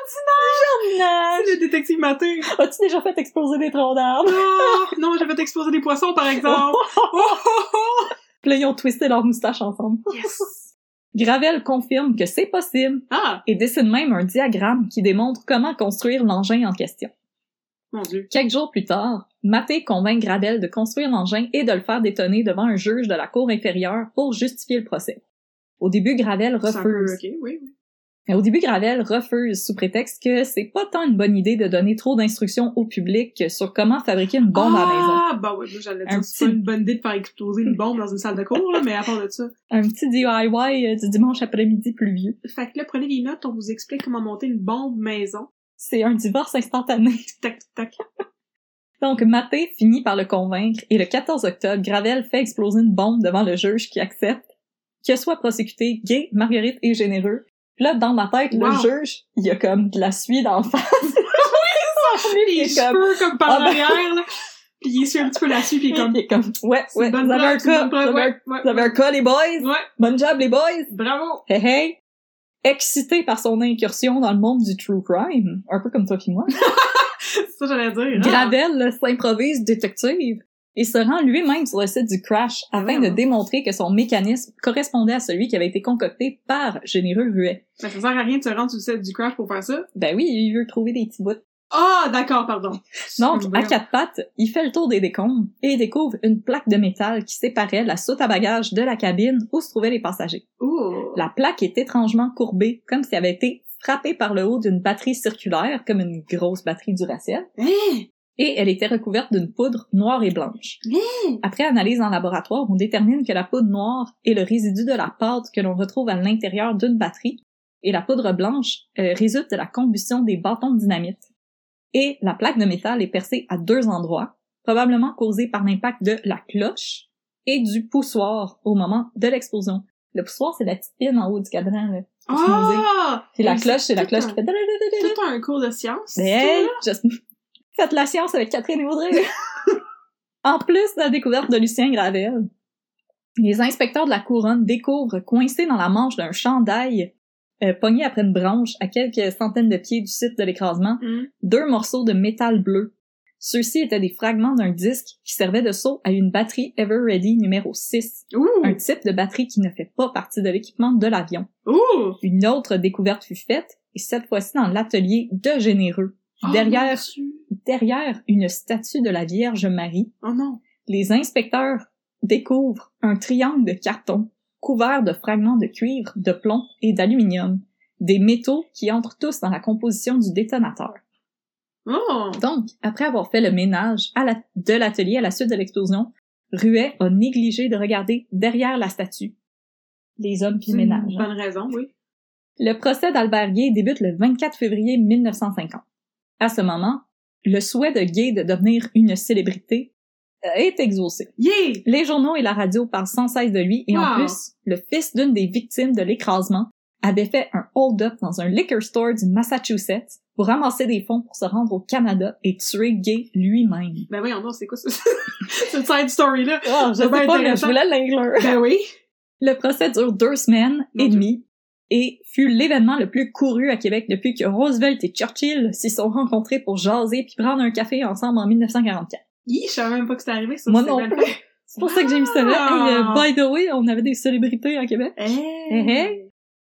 [SPEAKER 1] Du jardinage!
[SPEAKER 2] Le détective matin.
[SPEAKER 1] As-tu déjà fait exploser des troncs d'arbres?
[SPEAKER 2] Oh! Non, j'avais exposé des poissons, par exemple. Oh, oh, oh.
[SPEAKER 1] Puis là, ils ont twisté leurs moustaches ensemble.
[SPEAKER 2] Yes.
[SPEAKER 1] Gravel confirme que c'est possible
[SPEAKER 2] Ah!
[SPEAKER 1] et dessine même un diagramme qui démontre comment construire l'engin en question.
[SPEAKER 2] Mon dieu.
[SPEAKER 1] Quelques jours plus tard, Maté convainc Gravel de construire l'engin et de le faire détonner devant un juge de la cour inférieure pour justifier le procès. Au début, Gravel
[SPEAKER 2] C'est un peu,
[SPEAKER 1] refuse.
[SPEAKER 2] ok, oui, oui.
[SPEAKER 1] Mais Au début, Gravel refuse sous prétexte que c'est pas tant une bonne idée de donner trop d'instructions au public sur comment fabriquer une bombe à la maison.
[SPEAKER 2] Ah, bah oui, moi, j'allais
[SPEAKER 1] Un
[SPEAKER 2] dire, c'est pas
[SPEAKER 1] petit-
[SPEAKER 2] une bonne idée de faire exploser une bombe dans une salle de cours, là, mais à part de ça.
[SPEAKER 1] Un petit DIY euh, du dimanche après-midi pluvieux.
[SPEAKER 2] Fait que là, prenez des notes, on vous explique comment monter une bombe maison.
[SPEAKER 1] C'est un divorce instantané.
[SPEAKER 2] Tac, tac.
[SPEAKER 1] Donc, Maté finit par le convaincre et le 14 octobre, Gravel fait exploser une bombe devant le juge qui accepte que soit prosécuté gay, Marguerite et généreux. Puis là, dans ma tête, le
[SPEAKER 2] Wow.
[SPEAKER 1] juge, il y a comme de la suie d'en face.
[SPEAKER 2] les
[SPEAKER 1] est comme-
[SPEAKER 2] cheveux comme par
[SPEAKER 1] Ah, ben-
[SPEAKER 2] l'arrière, là. Puis il suit un petit peu là-dessus, puis il est comme...
[SPEAKER 1] Il est comme, ouais,
[SPEAKER 2] C'est
[SPEAKER 1] ouais,
[SPEAKER 2] une bonne
[SPEAKER 1] vous avez un
[SPEAKER 2] blague, c'est une
[SPEAKER 1] cas,
[SPEAKER 2] bonne
[SPEAKER 1] vous avez un-
[SPEAKER 2] blague, ouais,
[SPEAKER 1] vous avez
[SPEAKER 2] ouais,
[SPEAKER 1] un cas, les boys!
[SPEAKER 2] ouais,
[SPEAKER 1] Bonne job, les boys!
[SPEAKER 2] bravo!
[SPEAKER 1] Hey, hey! Excité par son incursion dans le monde du true crime, un peu comme toi pis moi,
[SPEAKER 2] C'est ça que j'allais dire. Ah.
[SPEAKER 1] Gravel là, s'improvise détective et se rend lui-même sur le site du crash afin de
[SPEAKER 2] Vraiment?
[SPEAKER 1] démontrer que son mécanisme correspondait à celui qui avait été concocté par Généreux Ruet.
[SPEAKER 2] Mais ça sert à rien de se rendre sur le site du crash pour faire ça.
[SPEAKER 1] Ben oui, il veut trouver des petits bouts.
[SPEAKER 2] Ah, d'accord, pardon.
[SPEAKER 1] Donc, à
[SPEAKER 2] Voyons.
[SPEAKER 1] quatre pattes, il fait le tour des décombres et découvre une plaque de métal qui séparait la soute à bagages de la cabine où se trouvaient les passagers.
[SPEAKER 2] Ouh.
[SPEAKER 1] La plaque est étrangement courbée, comme si elle avait été frappée par le haut d'une batterie circulaire, comme une grosse batterie Duracell,
[SPEAKER 2] Hein?
[SPEAKER 1] et elle était recouverte d'une poudre noire et blanche.
[SPEAKER 2] Hein?
[SPEAKER 1] Après analyse en laboratoire, on détermine que la poudre noire est le résidu de la pâte que l'on retrouve à l'intérieur d'une batterie, et la poudre blanche euh, résulte de la combustion des bâtons de dynamite. Et la plaque de métal est percée à deux endroits, probablement causée par l'impact de la cloche et du poussoir au moment de l'explosion. Le poussoir, c'est la petite pine en haut du cadran, là.
[SPEAKER 2] Ah!
[SPEAKER 1] Puis la
[SPEAKER 2] Mais
[SPEAKER 1] cloche, c'est la
[SPEAKER 2] tout
[SPEAKER 1] cloche qui
[SPEAKER 2] un-
[SPEAKER 1] fait... dadadadadada.
[SPEAKER 2] Tout un cours de science.
[SPEAKER 1] Mais hey, just- faites la science avec Catherine et Audrey. en plus de la découverte de Lucien Gravel, les inspecteurs de la couronne découvrent coincé dans la manche d'un chandail euh, pogné après une branche à quelques centaines de pieds du site de l'écrasement,
[SPEAKER 2] Hum.
[SPEAKER 1] deux morceaux de métal bleu. Ceux-ci étaient des fragments d'un disque qui servait de saut à une batterie Ever Ready numéro 6,
[SPEAKER 2] Ouh!
[SPEAKER 1] un type de batterie qui ne fait pas partie de l'équipement de l'avion.
[SPEAKER 2] Ouh!
[SPEAKER 1] Une autre découverte fut faite, et cette fois-ci dans l'atelier de Généreux.
[SPEAKER 2] Oh,
[SPEAKER 1] Derrière-
[SPEAKER 2] mon Dieu.
[SPEAKER 1] Derrière une statue de la Vierge Marie,
[SPEAKER 2] Oh non.
[SPEAKER 1] les inspecteurs découvrent un triangle de carton couvert de fragments de cuivre, de plomb et d'aluminium, des métaux qui entrent tous dans la composition du détonateur.
[SPEAKER 2] Oh!
[SPEAKER 1] Donc, après avoir fait le ménage à la- de l'atelier à la suite de l'explosion, Ruet a négligé de regarder derrière la statue. Les hommes puis le ménage.
[SPEAKER 2] Une
[SPEAKER 1] hein.
[SPEAKER 2] Bonne raison, oui.
[SPEAKER 1] Le procès d'Albert Gay débute le 24 février 1950. À ce moment, le souhait de Gay de devenir une célébrité euh, est exaucé.
[SPEAKER 2] Yeah!
[SPEAKER 1] Les journaux et la radio parlent sans cesse de lui et en
[SPEAKER 2] Wow.
[SPEAKER 1] plus, le fils d'une des victimes de l'écrasement avait fait un hold-up dans un liquor store du Massachusetts pour ramasser des fonds pour se rendre au Canada et tuer Gay lui-même.
[SPEAKER 2] Ben voyons donc, c'est quoi ça? Cette side story-là?
[SPEAKER 1] Oh, je
[SPEAKER 2] Ah, C'est
[SPEAKER 1] sais
[SPEAKER 2] bien
[SPEAKER 1] pas, mais je
[SPEAKER 2] intéressant.
[SPEAKER 1] voulais l'inclure.
[SPEAKER 2] Ben oui!
[SPEAKER 1] Le procès dure deux semaines
[SPEAKER 2] Mon
[SPEAKER 1] et
[SPEAKER 2] Dieu.
[SPEAKER 1] demie et fut l'événement le plus couru à Québec depuis que Roosevelt et Churchill s'y sont rencontrés pour jaser puis prendre un café ensemble en 1944.
[SPEAKER 2] Hi, je savais même pas que c'était arrivé, ça.
[SPEAKER 1] Moi
[SPEAKER 2] c'est
[SPEAKER 1] non
[SPEAKER 2] belle.
[SPEAKER 1] plus. C'est pour ça que j'ai mis ça là.
[SPEAKER 2] Ah.
[SPEAKER 1] Hey, euh, by the way, on avait des célébrités à Québec.
[SPEAKER 2] Hey!
[SPEAKER 1] Hey.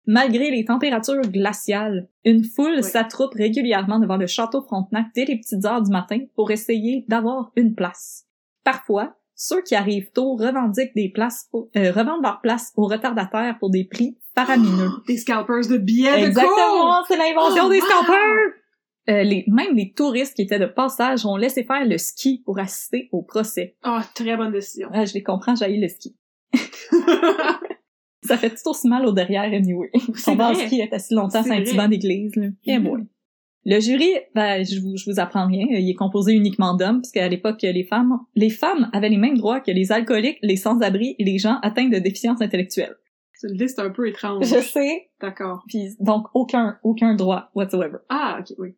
[SPEAKER 1] Malgré les températures glaciales, une foule
[SPEAKER 2] Oui.
[SPEAKER 1] s'attroupe régulièrement devant le château Frontenac dès les petites heures du matin pour essayer d'avoir une place. Parfois, ceux qui arrivent tôt revendiquent des places, au- euh, revendent leurs places aux retardataires pour des prix faramineux.
[SPEAKER 2] Des scalpers de billets de cours!
[SPEAKER 1] Exactement, c'est l'invention
[SPEAKER 2] Oh,
[SPEAKER 1] des
[SPEAKER 2] wow!
[SPEAKER 1] scampeurs! Euh, les, même les touristes qui étaient de passage ont laissé faire le ski pour assister au procès.
[SPEAKER 2] Ah, très bonne décision.
[SPEAKER 1] Ah, je les comprends, j'ai le ski. Ça fait tout aussi mal au derrière, anyway.
[SPEAKER 2] C'est
[SPEAKER 1] Son
[SPEAKER 2] vrai.
[SPEAKER 1] basque est assis longtemps sur
[SPEAKER 2] C'est
[SPEAKER 1] un petit
[SPEAKER 2] vrai.
[SPEAKER 1] banc d'église. là. Eh
[SPEAKER 2] Mhm.
[SPEAKER 1] boy. Le jury, ben, je vous, je vous apprends rien. Il est composé uniquement d'hommes, parce qu'à l'époque, les femmes, les femmes avaient les mêmes droits que les alcooliques, les sans-abri et les gens atteints de déficience intellectuelle.
[SPEAKER 2] C'est une liste un peu étrange.
[SPEAKER 1] Je sais.
[SPEAKER 2] D'accord.
[SPEAKER 1] Puis, donc, aucun, aucun droit, whatsoever.
[SPEAKER 2] Ah, ok, oui.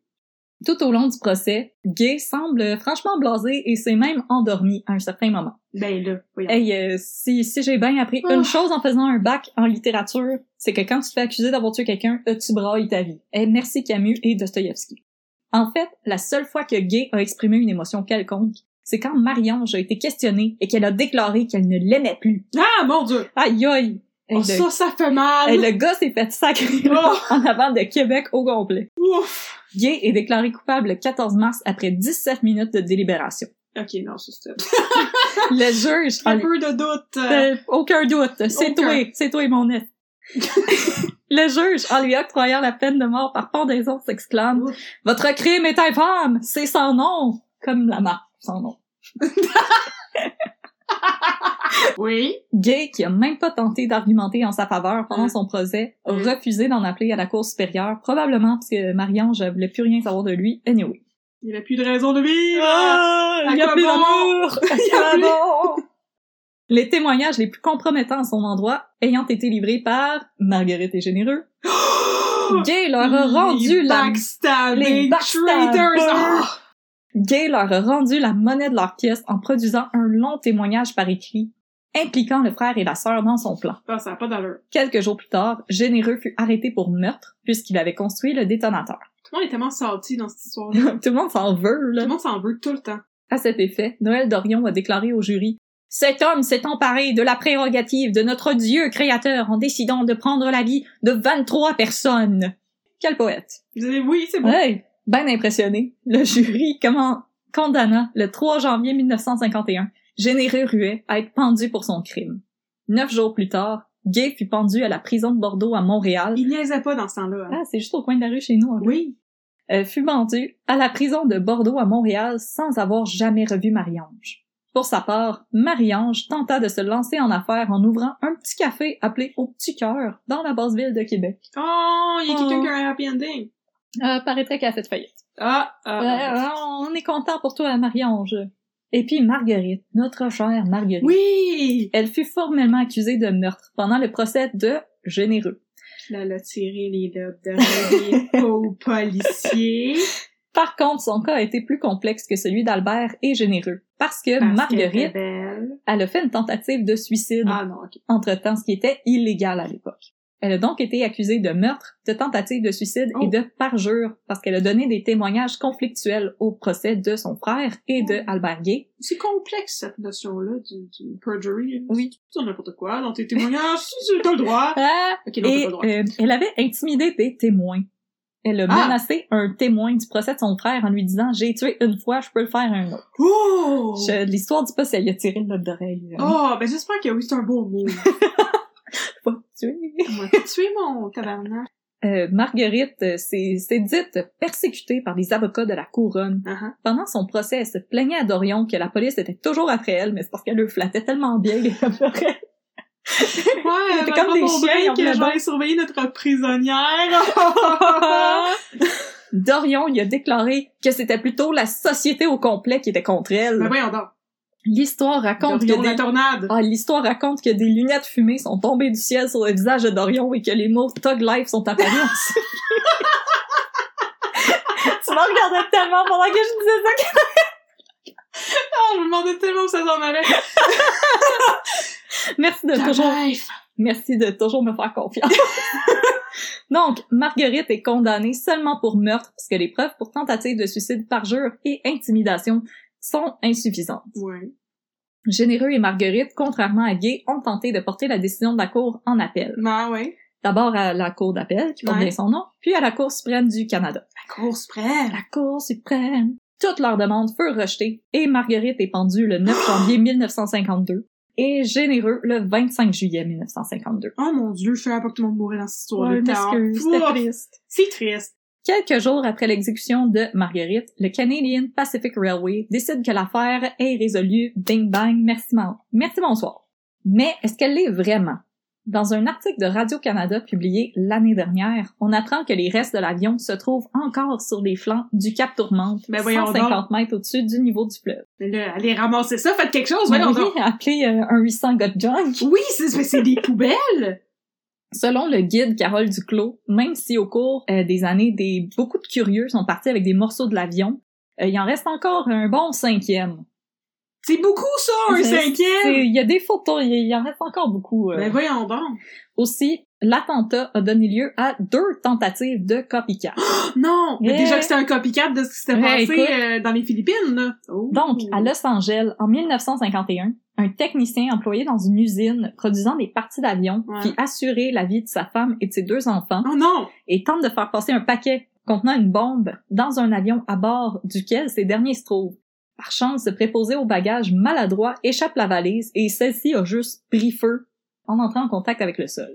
[SPEAKER 1] Tout au long du procès, Gay semble franchement blasé et s'est même endormi à un certain moment.
[SPEAKER 2] Ben là, voyons.
[SPEAKER 1] Hey, euh, si, si j'ai bien appris
[SPEAKER 2] Ah.
[SPEAKER 1] une chose en faisant un bac en littérature, c'est que quand tu te fais accuser d'avoir tué quelqu'un, euh, tu brailles ta vie. Eh, merci Camus et Dostoïevski. En fait, la seule fois que Gay a exprimé une émotion quelconque, c'est quand Marie-Ange a été questionnée et qu'elle a déclaré qu'elle ne l'aimait plus.
[SPEAKER 2] Ah, mon dieu!
[SPEAKER 1] Aïe aïe! Hey,
[SPEAKER 2] Oh,
[SPEAKER 1] le,
[SPEAKER 2] ça, ça fait mal!
[SPEAKER 1] hey, ben. le gars s'est fait sacrer
[SPEAKER 2] Oh,
[SPEAKER 1] en avant de Québec au complet.
[SPEAKER 2] ouf!
[SPEAKER 1] Gay est déclaré coupable le 14 mars après 17 minutes de délibération.
[SPEAKER 2] Ok, non, ça c'était...
[SPEAKER 1] Le juge
[SPEAKER 2] Un
[SPEAKER 1] en
[SPEAKER 2] peu de doute. euh,
[SPEAKER 1] Euh, aucun doute. C'est
[SPEAKER 2] Aucun.
[SPEAKER 1] toi. C'est toi, mon nez. Le juge, en lui octroyant la peine de mort par pendaison, s'exclame
[SPEAKER 2] Ouf.
[SPEAKER 1] Votre crime est infâme! C'est sans nom! Comme la marque, sans nom.
[SPEAKER 2] Oui.
[SPEAKER 1] Gay, qui a même pas tenté d'argumenter en sa faveur pendant
[SPEAKER 2] Hein.
[SPEAKER 1] son procès, a
[SPEAKER 2] Hein.
[SPEAKER 1] refusé d'en appeler à la Cour supérieure, probablement parce que Marie-Ange voulait plus rien savoir de lui, anyway.
[SPEAKER 2] Il n'y a plus de raison de vivre!
[SPEAKER 1] Il
[SPEAKER 2] Ah, y a plus
[SPEAKER 1] d'amour!
[SPEAKER 2] y a plus-
[SPEAKER 1] Les témoignages les plus compromettants à son endroit ayant été livrés par Marguerite et Généreux,
[SPEAKER 2] Oh!
[SPEAKER 1] Gay leur a rendu
[SPEAKER 2] Mm,
[SPEAKER 1] la
[SPEAKER 2] les
[SPEAKER 1] les Ah!
[SPEAKER 2] backstabbing
[SPEAKER 1] backstabbers.
[SPEAKER 2] traitors!
[SPEAKER 1] Gay leur a rendu la monnaie de leur pièce en produisant un long témoignage par écrit impliquant le frère et la sœur dans son plan.
[SPEAKER 2] Oh, ça n'a pas d'allure.
[SPEAKER 1] Quelques jours plus tard, Généreux fut arrêté pour meurtre puisqu'il avait construit le détonateur.
[SPEAKER 2] Tout le monde est tellement salty dans cette histoire-là.
[SPEAKER 1] Tout le monde s'en veut,
[SPEAKER 2] Tout
[SPEAKER 1] là.
[SPEAKER 2] le monde s'en veut tout le temps.
[SPEAKER 1] À cet effet, Noël Dorion a déclaré au jury Cet homme s'est emparé de la prérogative de notre Dieu créateur en décidant de prendre la vie de 23 personnes. Quel poète.
[SPEAKER 2] Vous avez- oui, c'est bon.
[SPEAKER 1] Ouais, ben impressionné. Le jury comment condamna le 3 janvier 1951 Généreux Ruet à être pendu pour son crime. Neuf jours plus tard, Gay fut pendu à la prison de Bordeaux à Montréal.
[SPEAKER 2] Il niaisait pas dans ce temps-là. hein.
[SPEAKER 1] Ah, c'est juste au coin de la rue chez nous. en fait.
[SPEAKER 2] Oui.
[SPEAKER 1] Euh, fut pendu à la prison de Bordeaux à Montréal sans avoir jamais revu Marie-Ange. Pour sa part, Marie-Ange tenta de se lancer en affaires en ouvrant un petit café appelé Au Petit Cœur dans la basse ville de Québec.
[SPEAKER 2] Oh, il y a
[SPEAKER 1] Oh.
[SPEAKER 2] quelqu'un qui a un happy ending.
[SPEAKER 1] Euh, paraîtrait qu'elle a fait faillite.
[SPEAKER 2] Ah, ah, ah.
[SPEAKER 1] Euh, on est content pour toi, Marie-Ange. Et puis Marguerite, notre chère Marguerite.
[SPEAKER 2] Oui!
[SPEAKER 1] Elle fut formellement accusée de meurtre pendant le procès de Généreux.
[SPEAKER 2] Puis elle a tiré les lobes d'oreiller aux policiers.
[SPEAKER 1] Par contre, son cas a été plus complexe que celui d'Albert et Généreux, parce que
[SPEAKER 2] parce qu'elle était
[SPEAKER 1] Marguerite, Mm.
[SPEAKER 2] belle.
[SPEAKER 1] elle a fait une tentative de suicide
[SPEAKER 2] Ah non, ok.
[SPEAKER 1] entre-temps, ce qui était illégal à l'époque. Elle a donc été accusée de meurtre, de tentative de suicide
[SPEAKER 2] Oh.
[SPEAKER 1] et de parjure parce qu'elle a donné des témoignages conflictuels au procès de son frère et de
[SPEAKER 2] Oh.
[SPEAKER 1] Albert Gay.
[SPEAKER 2] C'est complexe, cette notion-là du, du perjury. là.
[SPEAKER 1] Oui.
[SPEAKER 2] C'est n'importe quoi, dans tes témoignages, si t'as le droit.
[SPEAKER 1] Ah!
[SPEAKER 2] Ok, non, t'as
[SPEAKER 1] Et
[SPEAKER 2] pas le droit.
[SPEAKER 1] euh, elle avait intimidé des témoins. Elle a
[SPEAKER 2] Ah!
[SPEAKER 1] menacé un témoin du procès de son frère en lui disant « J'ai tué une fois, je peux le faire un autre
[SPEAKER 2] Oh!
[SPEAKER 1] Je- L'histoire dit pas si elle y a tiré le lobe d'oreille. euh,
[SPEAKER 2] Oh, ben j'espère que oui, c'est un beau mot.
[SPEAKER 1] pas tué.
[SPEAKER 2] Moi, tu es mon tabarnak.
[SPEAKER 1] Euh, Marguerite euh, s'est s'est dite persécutée par les avocats de la couronne.
[SPEAKER 2] Uh-huh.
[SPEAKER 1] Pendant son procès, elle se plaignait à Dorion que la police était toujours après elle, mais c'est parce qu'elle le flattait tellement bien les avocats.
[SPEAKER 2] Ouais,
[SPEAKER 1] C'était comme des
[SPEAKER 2] maintenant, mon
[SPEAKER 1] chiens,
[SPEAKER 2] break,
[SPEAKER 1] ils ont plein
[SPEAKER 2] je
[SPEAKER 1] de
[SPEAKER 2] vais aller surveiller notre
[SPEAKER 1] Ah!
[SPEAKER 2] prisonnière.
[SPEAKER 1] Dorion lui a déclaré que c'était plutôt la société au complet qui était contre
[SPEAKER 2] Mais
[SPEAKER 1] elle.
[SPEAKER 2] Ben, voyons donc.
[SPEAKER 1] L'histoire raconte que
[SPEAKER 2] Dorion, la
[SPEAKER 1] des...
[SPEAKER 2] tornade.
[SPEAKER 1] Ah, l'histoire raconte que des lunettes fumées sont tombées du ciel sur le visage de Dorion et que les mots Tug Life sont apparus en dessous. Tu me regardais tellement pendant que je disais ça
[SPEAKER 2] Oh, je me demandais tellement où ça s'en allait.
[SPEAKER 1] Merci de toujours,
[SPEAKER 2] Life.
[SPEAKER 1] merci de toujours me faire confiance. Donc, Marguerite est condamnée seulement pour meurtre parce que les preuves pour tentative de suicide, parjure et intimidation sont insuffisantes.
[SPEAKER 2] Ouais.
[SPEAKER 1] Généreux et Marguerite, contrairement à Gay, ont tenté de porter la décision de la Cour en appel.
[SPEAKER 2] Ben ouais.
[SPEAKER 1] D'abord à la Cour d'appel, qui porte
[SPEAKER 2] Ouais.
[SPEAKER 1] bien son nom, puis à la Cour suprême du Canada.
[SPEAKER 2] La course prête.
[SPEAKER 1] La Cour suprême! Toutes leurs demandes furent rejetées et Marguerite est pendue le 9 janvier 1952 et Généreux le 25 juillet 1952.
[SPEAKER 2] Oh mon dieu, je savais pas que tout le monde mourait dans cette histoire.
[SPEAKER 1] Ouais,
[SPEAKER 2] de temps.
[SPEAKER 1] m'excuse, c'était
[SPEAKER 2] Pouah,
[SPEAKER 1] triste.
[SPEAKER 2] C'est triste.
[SPEAKER 1] Quelques jours après l'exécution de Marguerite, le Canadian Pacific Railway décide que l'affaire est résolue. Bing bang, merci, mon- merci bonsoir. Mais est-ce qu'elle l'est vraiment? Dans un article de Radio-Canada publié l'année dernière, on apprend que les restes de l'avion se trouvent encore sur les flancs du Cap Tourmente,
[SPEAKER 2] Ben voyons
[SPEAKER 1] 150 mètres au-dessus du niveau du fleuve.
[SPEAKER 2] Mais là, allez ramasser ça, faites quelque chose, voyons
[SPEAKER 1] On
[SPEAKER 2] donc.
[SPEAKER 1] appelé euh, un 800 Got Junk.
[SPEAKER 2] Oui, c'est, mais c'est des poubelles.
[SPEAKER 1] Selon le guide Carole Duclos, même si au cours euh, des années, des, beaucoup de curieux sont partis avec des morceaux de l'avion, euh, il en reste encore un bon cinquième.
[SPEAKER 2] C'est beaucoup ça, un
[SPEAKER 1] C'est- C'est-
[SPEAKER 2] cinquième.
[SPEAKER 1] Il y a des photos, il, il en reste encore beaucoup. euh.
[SPEAKER 2] Ben voyons donc.
[SPEAKER 1] Aussi, l'attentat a donné lieu à deux tentatives de copycat.
[SPEAKER 2] Oh. Non, mais
[SPEAKER 1] Eh.
[SPEAKER 2] déjà que c'était un copycat de ce qui s'était
[SPEAKER 1] Ouais,
[SPEAKER 2] passé
[SPEAKER 1] écoute.
[SPEAKER 2] euh, dans les Philippines, là. Oh.
[SPEAKER 1] Donc, à Los Angeles, en 1951, un technicien employé dans une usine produisant des parties d'avion
[SPEAKER 2] Ouais.
[SPEAKER 1] qui assurait la vie de sa femme et de ses deux enfants
[SPEAKER 2] Oh non!
[SPEAKER 1] et tente de faire passer un paquet contenant une bombe dans un avion à bord duquel ces derniers se trouvent. Par chance, le préposé au bagage maladroit échappe la valise et celle-ci a juste pris feu en entrant en contact avec le sol.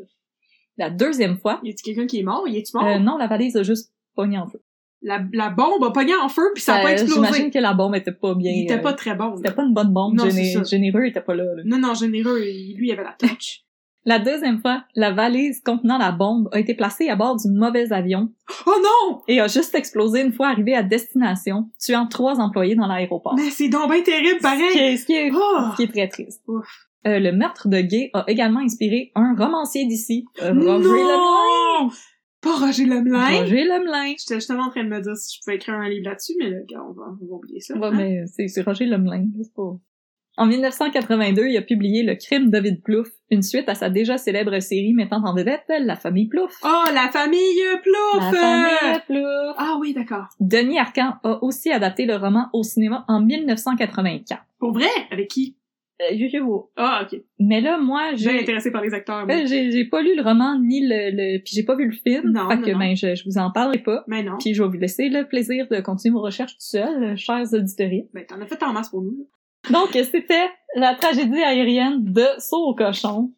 [SPEAKER 1] La deuxième fois,
[SPEAKER 2] Y a-tu quelqu'un qui est mort? Y est tu mort?
[SPEAKER 1] euh, non, la valise a juste pogné en feu.
[SPEAKER 2] La, la bombe a pogné en feu puis ça a
[SPEAKER 1] Euh,
[SPEAKER 2] pas explosé.
[SPEAKER 1] J'imagine que la bombe était pas bien.
[SPEAKER 2] Il était
[SPEAKER 1] euh,
[SPEAKER 2] pas très bon. là.
[SPEAKER 1] c'était pas une bonne bombe.
[SPEAKER 2] Non,
[SPEAKER 1] Géné-
[SPEAKER 2] c'est ça.
[SPEAKER 1] Généreux était pas là, là.
[SPEAKER 2] Non, non, généreux, il- lui, il avait la touch.
[SPEAKER 1] La deuxième fois, la valise contenant la bombe a été placée à bord du mauvais avion
[SPEAKER 2] oh non!
[SPEAKER 1] et a juste explosé une fois arrivée à destination, tuant trois employés dans l'aéroport.
[SPEAKER 2] Mais c'est donc bien terrible,
[SPEAKER 1] Ce qui
[SPEAKER 2] pareil!
[SPEAKER 1] est, ce qui est-
[SPEAKER 2] Oh!
[SPEAKER 1] ce qui est très triste.
[SPEAKER 2] Ouf.
[SPEAKER 1] Euh, le meurtre de Gay a également inspiré un romancier d'ici, euh, Roger Lemelin.
[SPEAKER 2] Non! Pas Roger Lemelin!
[SPEAKER 1] Roger Lemelin.
[SPEAKER 2] J'étais justement en train de me dire si je pouvais écrire un livre là-dessus, mais là, gars, on va, on va oublier ça.
[SPEAKER 1] Ouais, mais c'est c'est Roger Lemelin, c'est pas- En 1982, il a publié Le crime David Plouffe, une suite à sa déjà célèbre série mettant en vedette la famille Plouffe.
[SPEAKER 2] Oh, la famille Plouf!
[SPEAKER 1] La famille Plouffe.
[SPEAKER 2] Ah oui, d'accord.
[SPEAKER 1] Denis Arcan a aussi adapté le roman au cinéma en 1984.
[SPEAKER 2] Pour vrai? Avec qui?
[SPEAKER 1] Euh, yo-yo.
[SPEAKER 2] Ah, ok.
[SPEAKER 1] Mais là, moi,
[SPEAKER 2] J'ai
[SPEAKER 1] j'ai...
[SPEAKER 2] intéressé par les acteurs. moi.
[SPEAKER 1] Ben, j'ai j'ai pas lu le roman ni le, le puis j'ai pas vu le film,
[SPEAKER 2] Non,
[SPEAKER 1] fait
[SPEAKER 2] non,
[SPEAKER 1] que
[SPEAKER 2] non.
[SPEAKER 1] ben je, je vous en parlerai pas.
[SPEAKER 2] Mais non.
[SPEAKER 1] Puis je vais vous laisser le plaisir de continuer vos recherches tout seul, euh, chers auditeurs.
[SPEAKER 2] Ben, t'en as fait en masse pour nous.
[SPEAKER 1] Donc c'était la tragédie aérienne de Saut au cochon.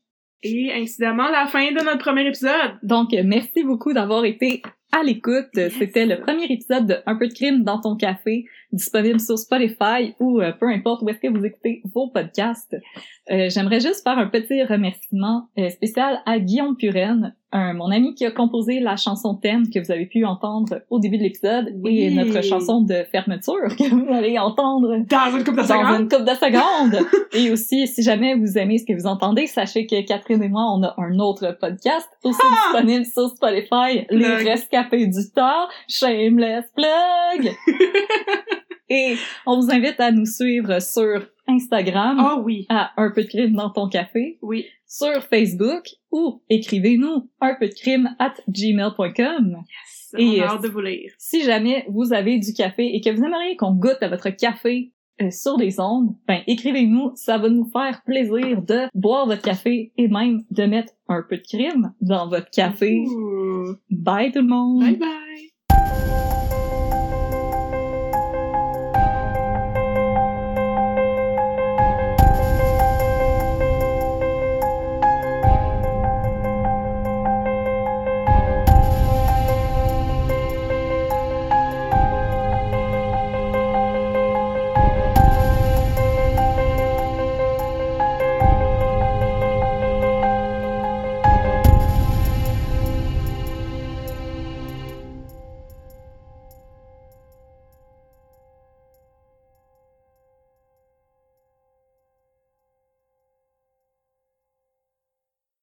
[SPEAKER 2] Et incidemment, la fin de notre premier épisode.
[SPEAKER 1] Donc euh, merci beaucoup d'avoir été à l'écoute. Euh,
[SPEAKER 2] Yes.
[SPEAKER 1] C'était le premier épisode de Un peu de crime dans ton café, disponible sur Spotify ou euh, peu importe où est-ce que vous écoutez vos podcasts. Euh, J'aimerais juste faire un petit remerciement euh, spécial à Guillaume Puren, un- mon ami qui a composé la chanson thème que vous avez pu entendre au début de l'épisode
[SPEAKER 2] Oui.
[SPEAKER 1] et notre chanson de fermeture que vous allez entendre
[SPEAKER 2] Dans une coupe de
[SPEAKER 1] dans
[SPEAKER 2] secondes.
[SPEAKER 1] une couple de secondes. et aussi, si jamais vous aimez ce que vous entendez, sachez que Catherine et moi, on a un autre podcast aussi disponible sur Spotify, Les
[SPEAKER 2] Ah! Plug.
[SPEAKER 1] Rescapés du Tort, Shameless Plug. Et on vous invite à nous suivre sur Instagram,
[SPEAKER 2] Ah oui.
[SPEAKER 1] à Un peu de crime dans ton café,
[SPEAKER 2] Oui.
[SPEAKER 1] sur Facebook ou écrivez-nous un peu de crime at gmail.com.
[SPEAKER 2] Yes.
[SPEAKER 1] Et, euh,
[SPEAKER 2] on a hâte de vous lire.
[SPEAKER 1] Si jamais vous avez du café et que vous aimeriez qu'on goûte à votre café euh, sur des ondes, ben écrivez-nous, ça va nous faire plaisir de boire votre café et même de mettre un peu de crime dans votre café.
[SPEAKER 2] Ouh.
[SPEAKER 1] Bye tout le monde!
[SPEAKER 2] Bye bye.